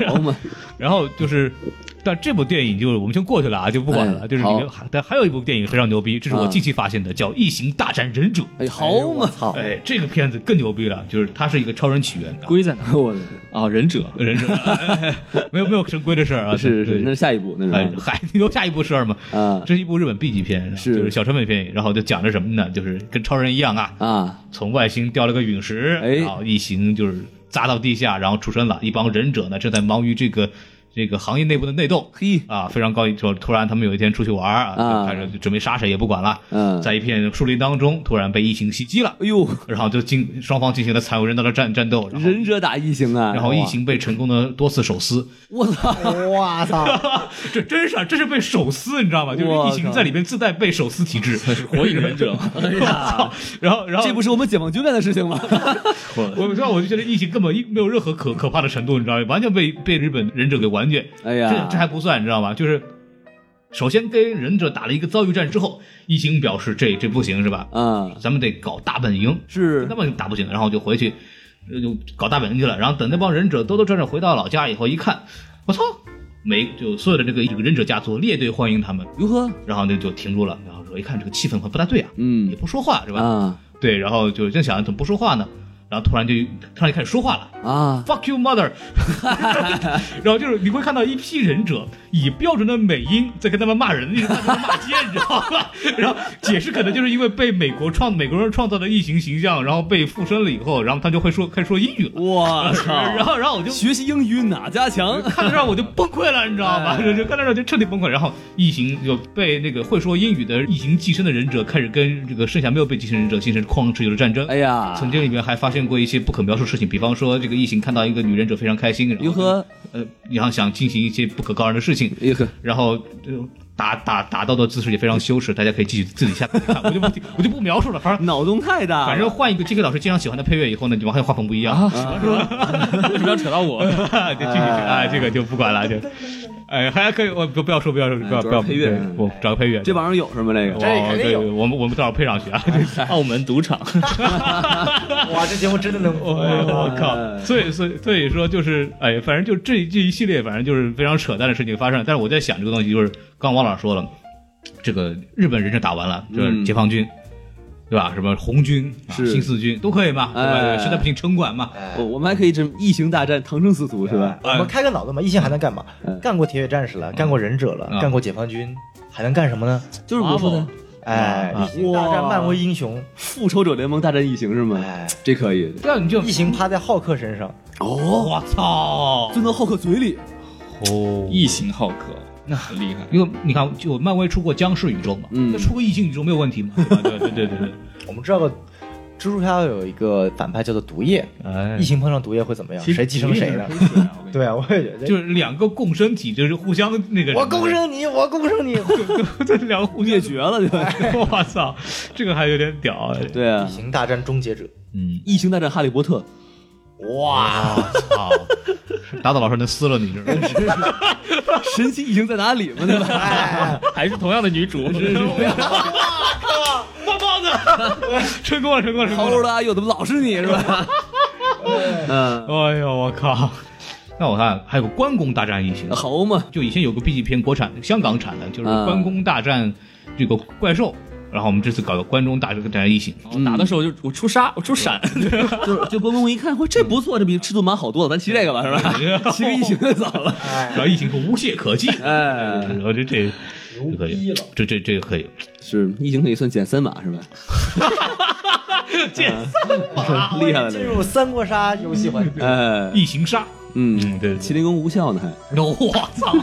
Speaker 2: 嗯，好嘛，
Speaker 1: (laughs) 然后就是，但这部电影就是我们先过去了啊，就不管了。
Speaker 2: 哎
Speaker 1: 就是里面还但还有一部电影非常牛逼，这是我
Speaker 2: 啊
Speaker 1: 近期发现的，叫《异形大战忍者》。
Speaker 2: 哎，好嘛，
Speaker 4: 操！
Speaker 1: 哎，这个片子更牛逼了，就是它是一个超人起源的
Speaker 3: 龟在哪？
Speaker 2: (laughs) 我
Speaker 3: 哦，忍者，
Speaker 1: 忍者，哎没有没有神龟的事儿啊，
Speaker 2: (laughs) 是
Speaker 1: 对
Speaker 2: 是，那是下一步，那是
Speaker 1: 哎
Speaker 2: 吧，
Speaker 1: 嗨， (laughs) 你有下一部事儿吗？
Speaker 2: 啊
Speaker 1: 这是一部日本 B 级片，
Speaker 2: 是
Speaker 1: 就是小成本片，然后就讲着什么呢？就是跟超人一样啊，
Speaker 2: 啊，
Speaker 1: 从外星掉了个陨石，
Speaker 2: 哎
Speaker 1: 然后异形就是砸到地下，然后出生了。一帮忍者呢，正在忙于这个这个行业内部的内斗，
Speaker 2: 嘿
Speaker 1: 啊，非常高兴。说突然他们有一天出去玩儿啊，
Speaker 2: 啊
Speaker 1: 就开始就准备杀谁也不管了，
Speaker 2: 嗯
Speaker 1: 在一片树林当中，突然被异形袭击了，
Speaker 2: 哎呦，
Speaker 1: 然后就进双方进行了惨无人道的战战斗，然后
Speaker 2: 忍者打异形啊，
Speaker 1: 然后异，形被成功的多次手撕，
Speaker 2: 我操， (laughs)
Speaker 4: 哇操！
Speaker 1: 这 (laughs) 真是啊，这是被手撕，你知道吗？就是
Speaker 2: 我
Speaker 1: 异形
Speaker 2: 靠
Speaker 1: 在里面自带被手撕体质，
Speaker 3: 火影忍者哎嘛，
Speaker 1: (laughs) 我操！然后然后
Speaker 2: 这不是我们解放军干的事情吗？ (laughs)
Speaker 1: 我知道，我就觉得疫情根本一没有任何可可怕的程度，你知道吗？完全被被日本忍者给完全。
Speaker 2: 哎
Speaker 1: 这
Speaker 2: 呀，
Speaker 1: 这还不算，你知道吗？就是首先跟忍者打了一个遭遇战之后，疫情表示这这不行是吧？
Speaker 2: 啊，
Speaker 1: 咱们得搞大本营，
Speaker 2: 是
Speaker 1: 那么打不行，然后就回去呃就搞大本营去了。然后等那帮忍者兜兜转转回到老家以后，一看，我操，没就所有的这个这个忍者家族列队欢迎他们，
Speaker 2: 如何？
Speaker 1: 然后就就停住了。然后说一看这个气氛不大对啊，也
Speaker 2: 嗯
Speaker 1: 不说话是吧？
Speaker 2: 啊
Speaker 1: 对，然后就正想怎么不说话呢，然后突然就突然就开始说话了。
Speaker 2: 啊，
Speaker 1: Fuck you mother，然后就是你会看到一批忍者以标准的美音在跟他们骂人，一直在跟他们骂街，你知道吧？ (laughs) 然后解释可能就是因为被美国创美国人创造的异形形象，然后被附身了以后，然后他就会说开始说英语了，
Speaker 2: 我
Speaker 1: (laughs) 然
Speaker 2: 操，
Speaker 1: 后然后我就
Speaker 2: 学习英语哪家强？
Speaker 1: 看得让我就崩溃了，你知道吧？
Speaker 2: 哎
Speaker 1: 就看得让我就彻底崩溃。然后异形就被那个会说英语的异形寄生的忍者开始跟这个剩下没有被寄生忍者形成旷持久的战争。
Speaker 2: 哎呀，
Speaker 1: 曾经里面还发现过一些不可描述的事情，比方说这个异形看到一个女忍者非常开心，然后
Speaker 2: 如何？
Speaker 1: 呃，然后想进行一些不可告人的事情，
Speaker 2: 哎呵，
Speaker 1: 然后就打打打斗的姿势也非常羞耻，大家可以继续自己下去看，我就不我就不描述了，反正。
Speaker 2: 脑洞太大了，
Speaker 1: (laughs) 反正换一个 J.K. 老师经常喜欢的配乐以后呢，你完全画风不一样。
Speaker 3: 啊
Speaker 1: (laughs)
Speaker 3: (laughs) 为什么要扯到我？哎
Speaker 1: 就继续啊，这个就不管了，就，哎，还可以，我不不要说，不要说，不要
Speaker 2: 嗯主
Speaker 1: 不要
Speaker 2: 要配乐
Speaker 1: 对我找个配乐，
Speaker 2: 这玩意儿有什么那
Speaker 1: 哇
Speaker 2: 个？
Speaker 4: 肯定
Speaker 1: 对，
Speaker 4: 有
Speaker 1: 我们我们到时候配上去啊。 (laughs)
Speaker 3: 澳门赌场，
Speaker 4: 哇，这节目真的能
Speaker 2: 哦
Speaker 1: 我哎我
Speaker 2: 哎
Speaker 1: 靠！所以所以所以说就是哎，反正就这这一系列，反正就是非常扯淡的事情发生了。但是我在想这个东西，就是刚王老师说了，这个日本人是打完了，就是
Speaker 2: 嗯
Speaker 1: 解放军。对吧？什么红军、啊、
Speaker 2: 是
Speaker 1: 新四军都可以嘛？对吧？
Speaker 2: 哎
Speaker 1: 实在不行城管嘛。
Speaker 2: 我我们还可以这么异形大战唐僧师徒哎是
Speaker 1: 哎
Speaker 2: 吧？
Speaker 4: 哎我们开个脑洞吧，异形还能干嘛
Speaker 2: 嗯？
Speaker 4: 干过铁血战士了，干过忍者了
Speaker 1: 嗯，
Speaker 4: 干过解放军，还能干什么呢？
Speaker 2: 就是我说的
Speaker 3: Marvel
Speaker 4: 哎，
Speaker 2: 嗯
Speaker 1: 啊
Speaker 4: 异形大战漫威英雄，
Speaker 2: 复仇者联盟大战异形是吗？
Speaker 4: 哎，
Speaker 2: 这可以
Speaker 1: 这样你就
Speaker 4: 异形趴在浩克身上，
Speaker 2: 哦，
Speaker 1: 我操
Speaker 2: 钻到浩克嘴里，
Speaker 1: 哦
Speaker 3: 异形浩克，那很厉害。
Speaker 1: 因为你看，就漫威出过僵尸宇宙嘛，
Speaker 2: 嗯
Speaker 1: 那出过异形宇宙没有问题嘛？对吧？对对对对对。
Speaker 4: 我们知道个蜘蛛侠有一个反派叫做毒液，
Speaker 1: 哎
Speaker 2: 嗯
Speaker 4: 异形碰上毒液会怎么样？谁继承谁呢？ (laughs) 对啊，我也觉得，
Speaker 1: 就是两个共生体，就是互相那个什么。
Speaker 4: 我攻生你，我攻 (laughs) 生你。
Speaker 1: (laughs) 这两个互相 (laughs)
Speaker 2: 灭绝了对吧？
Speaker 1: 我操，这个还有点屌哎。
Speaker 2: 对啊
Speaker 4: 异，形大战终结者，
Speaker 1: 嗯，
Speaker 2: 异形大战哈利波特，
Speaker 4: 哇，
Speaker 1: 操，打倒老师能撕了你这是。
Speaker 2: 神奇异形在哪里嘛对 (laughs) 吧？
Speaker 4: 哎
Speaker 3: 还是同样的女
Speaker 1: (laughs)
Speaker 3: 主，
Speaker 1: (laughs) 棒棒的，成功了，成功了，成
Speaker 2: 好
Speaker 1: 功
Speaker 2: 好
Speaker 1: 了。
Speaker 2: 啊的阿佑怎么老是你是吧？嗯，
Speaker 1: 哎呦，我靠！那我看还有个关公大战异形，
Speaker 2: 好嘛，
Speaker 1: 就以前有个 B 级片，国产香港产的，就是
Speaker 2: 啊
Speaker 1: 关公大战这个怪兽。然后我们这次搞个关中大战异形，
Speaker 3: 我打的时候就我出杀，我出
Speaker 1: (laughs)
Speaker 3: 闪，
Speaker 2: 就是就关公一看，嚯，这不错，这比赤兔马好多了，咱骑这个吧，是吧？骑个异形就走
Speaker 4: 哎
Speaker 2: 了。
Speaker 1: 然后异形说无懈可击，
Speaker 2: 哎，
Speaker 1: 我觉得这这可以，这这这个可以，
Speaker 2: 是 (laughs) 异形可以算减三码是吧？
Speaker 1: 见
Speaker 2: 啊厉害了，
Speaker 4: 进
Speaker 2: 这
Speaker 4: 入三国杀游戏环节。
Speaker 2: 个。哎，
Speaker 1: 异形杀，嗯
Speaker 2: 嗯，
Speaker 1: (laughs) 对对
Speaker 2: 麒麟功无效呢，还
Speaker 1: 我操， (laughs)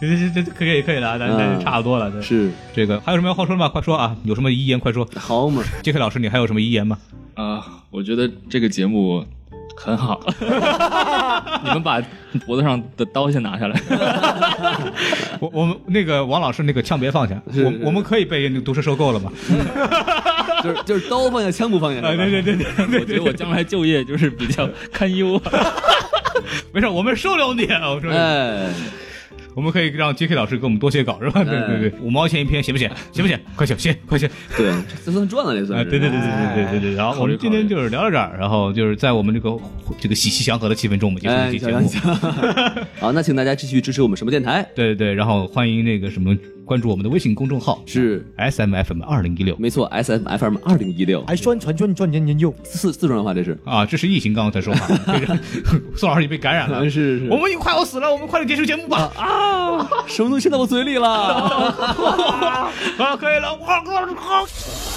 Speaker 1: 这这这这可以可以了，咱
Speaker 2: 嗯
Speaker 1: 这差不多了，这
Speaker 2: 是
Speaker 1: 这个还有什么要话说的吗？快说啊，有什么遗言快说。
Speaker 2: 好嘛？
Speaker 1: 杰克老师，你还有什么遗言吗？
Speaker 3: 啊，我觉得这个节目很 (laughs) 好。你们把脖子上的刀先拿下来。
Speaker 1: 我我们那个王老师那个枪别放下，
Speaker 2: 是是
Speaker 1: 我我们可以被那个毒蛇收购了吗？
Speaker 2: 就是就是刀放下，枪不 (laughs) 放下。
Speaker 1: 啊，
Speaker 2: 是吧
Speaker 1: 对对对对对
Speaker 3: 我觉得我将来就业就是比较堪忧。
Speaker 1: 没事，我们收留你。啊我说，
Speaker 2: 哎，
Speaker 1: 我们可以让 J.K. 老师给我们多写稿，是吧？对对对，五毛钱一篇，写不写？写不写？快写，写，快写！
Speaker 2: 对，这算赚了，这
Speaker 1: 啊，
Speaker 2: 算是。
Speaker 1: 对对对对对对对对。然后我们今天就是聊到这儿，然后就是在我们这个这个喜气祥和的气氛中，我们结束
Speaker 2: 哎，
Speaker 1: 这期
Speaker 2: 小
Speaker 1: 节
Speaker 2: 杨
Speaker 1: 目。
Speaker 2: 讲。好，那请大家继续支持我们什么电台？
Speaker 1: 对对对，然后欢迎那个什么关注我们的微信公众号
Speaker 2: 是
Speaker 1: S M F M 二零一六
Speaker 2: 没错，S M F M 二零一六，
Speaker 4: 还哎宣传宣传研究，
Speaker 2: 哎四四川话这是。
Speaker 1: 啊，这是疫情刚刚才 (laughs) 说话，这个宋老师已经被感染了 (laughs)
Speaker 2: 是。嗯是是，
Speaker 1: 我们已经快要死了，我们快点结束节目吧！
Speaker 2: (laughs) 什么东西到我嘴里了？
Speaker 1: 啊，可以了，我我我。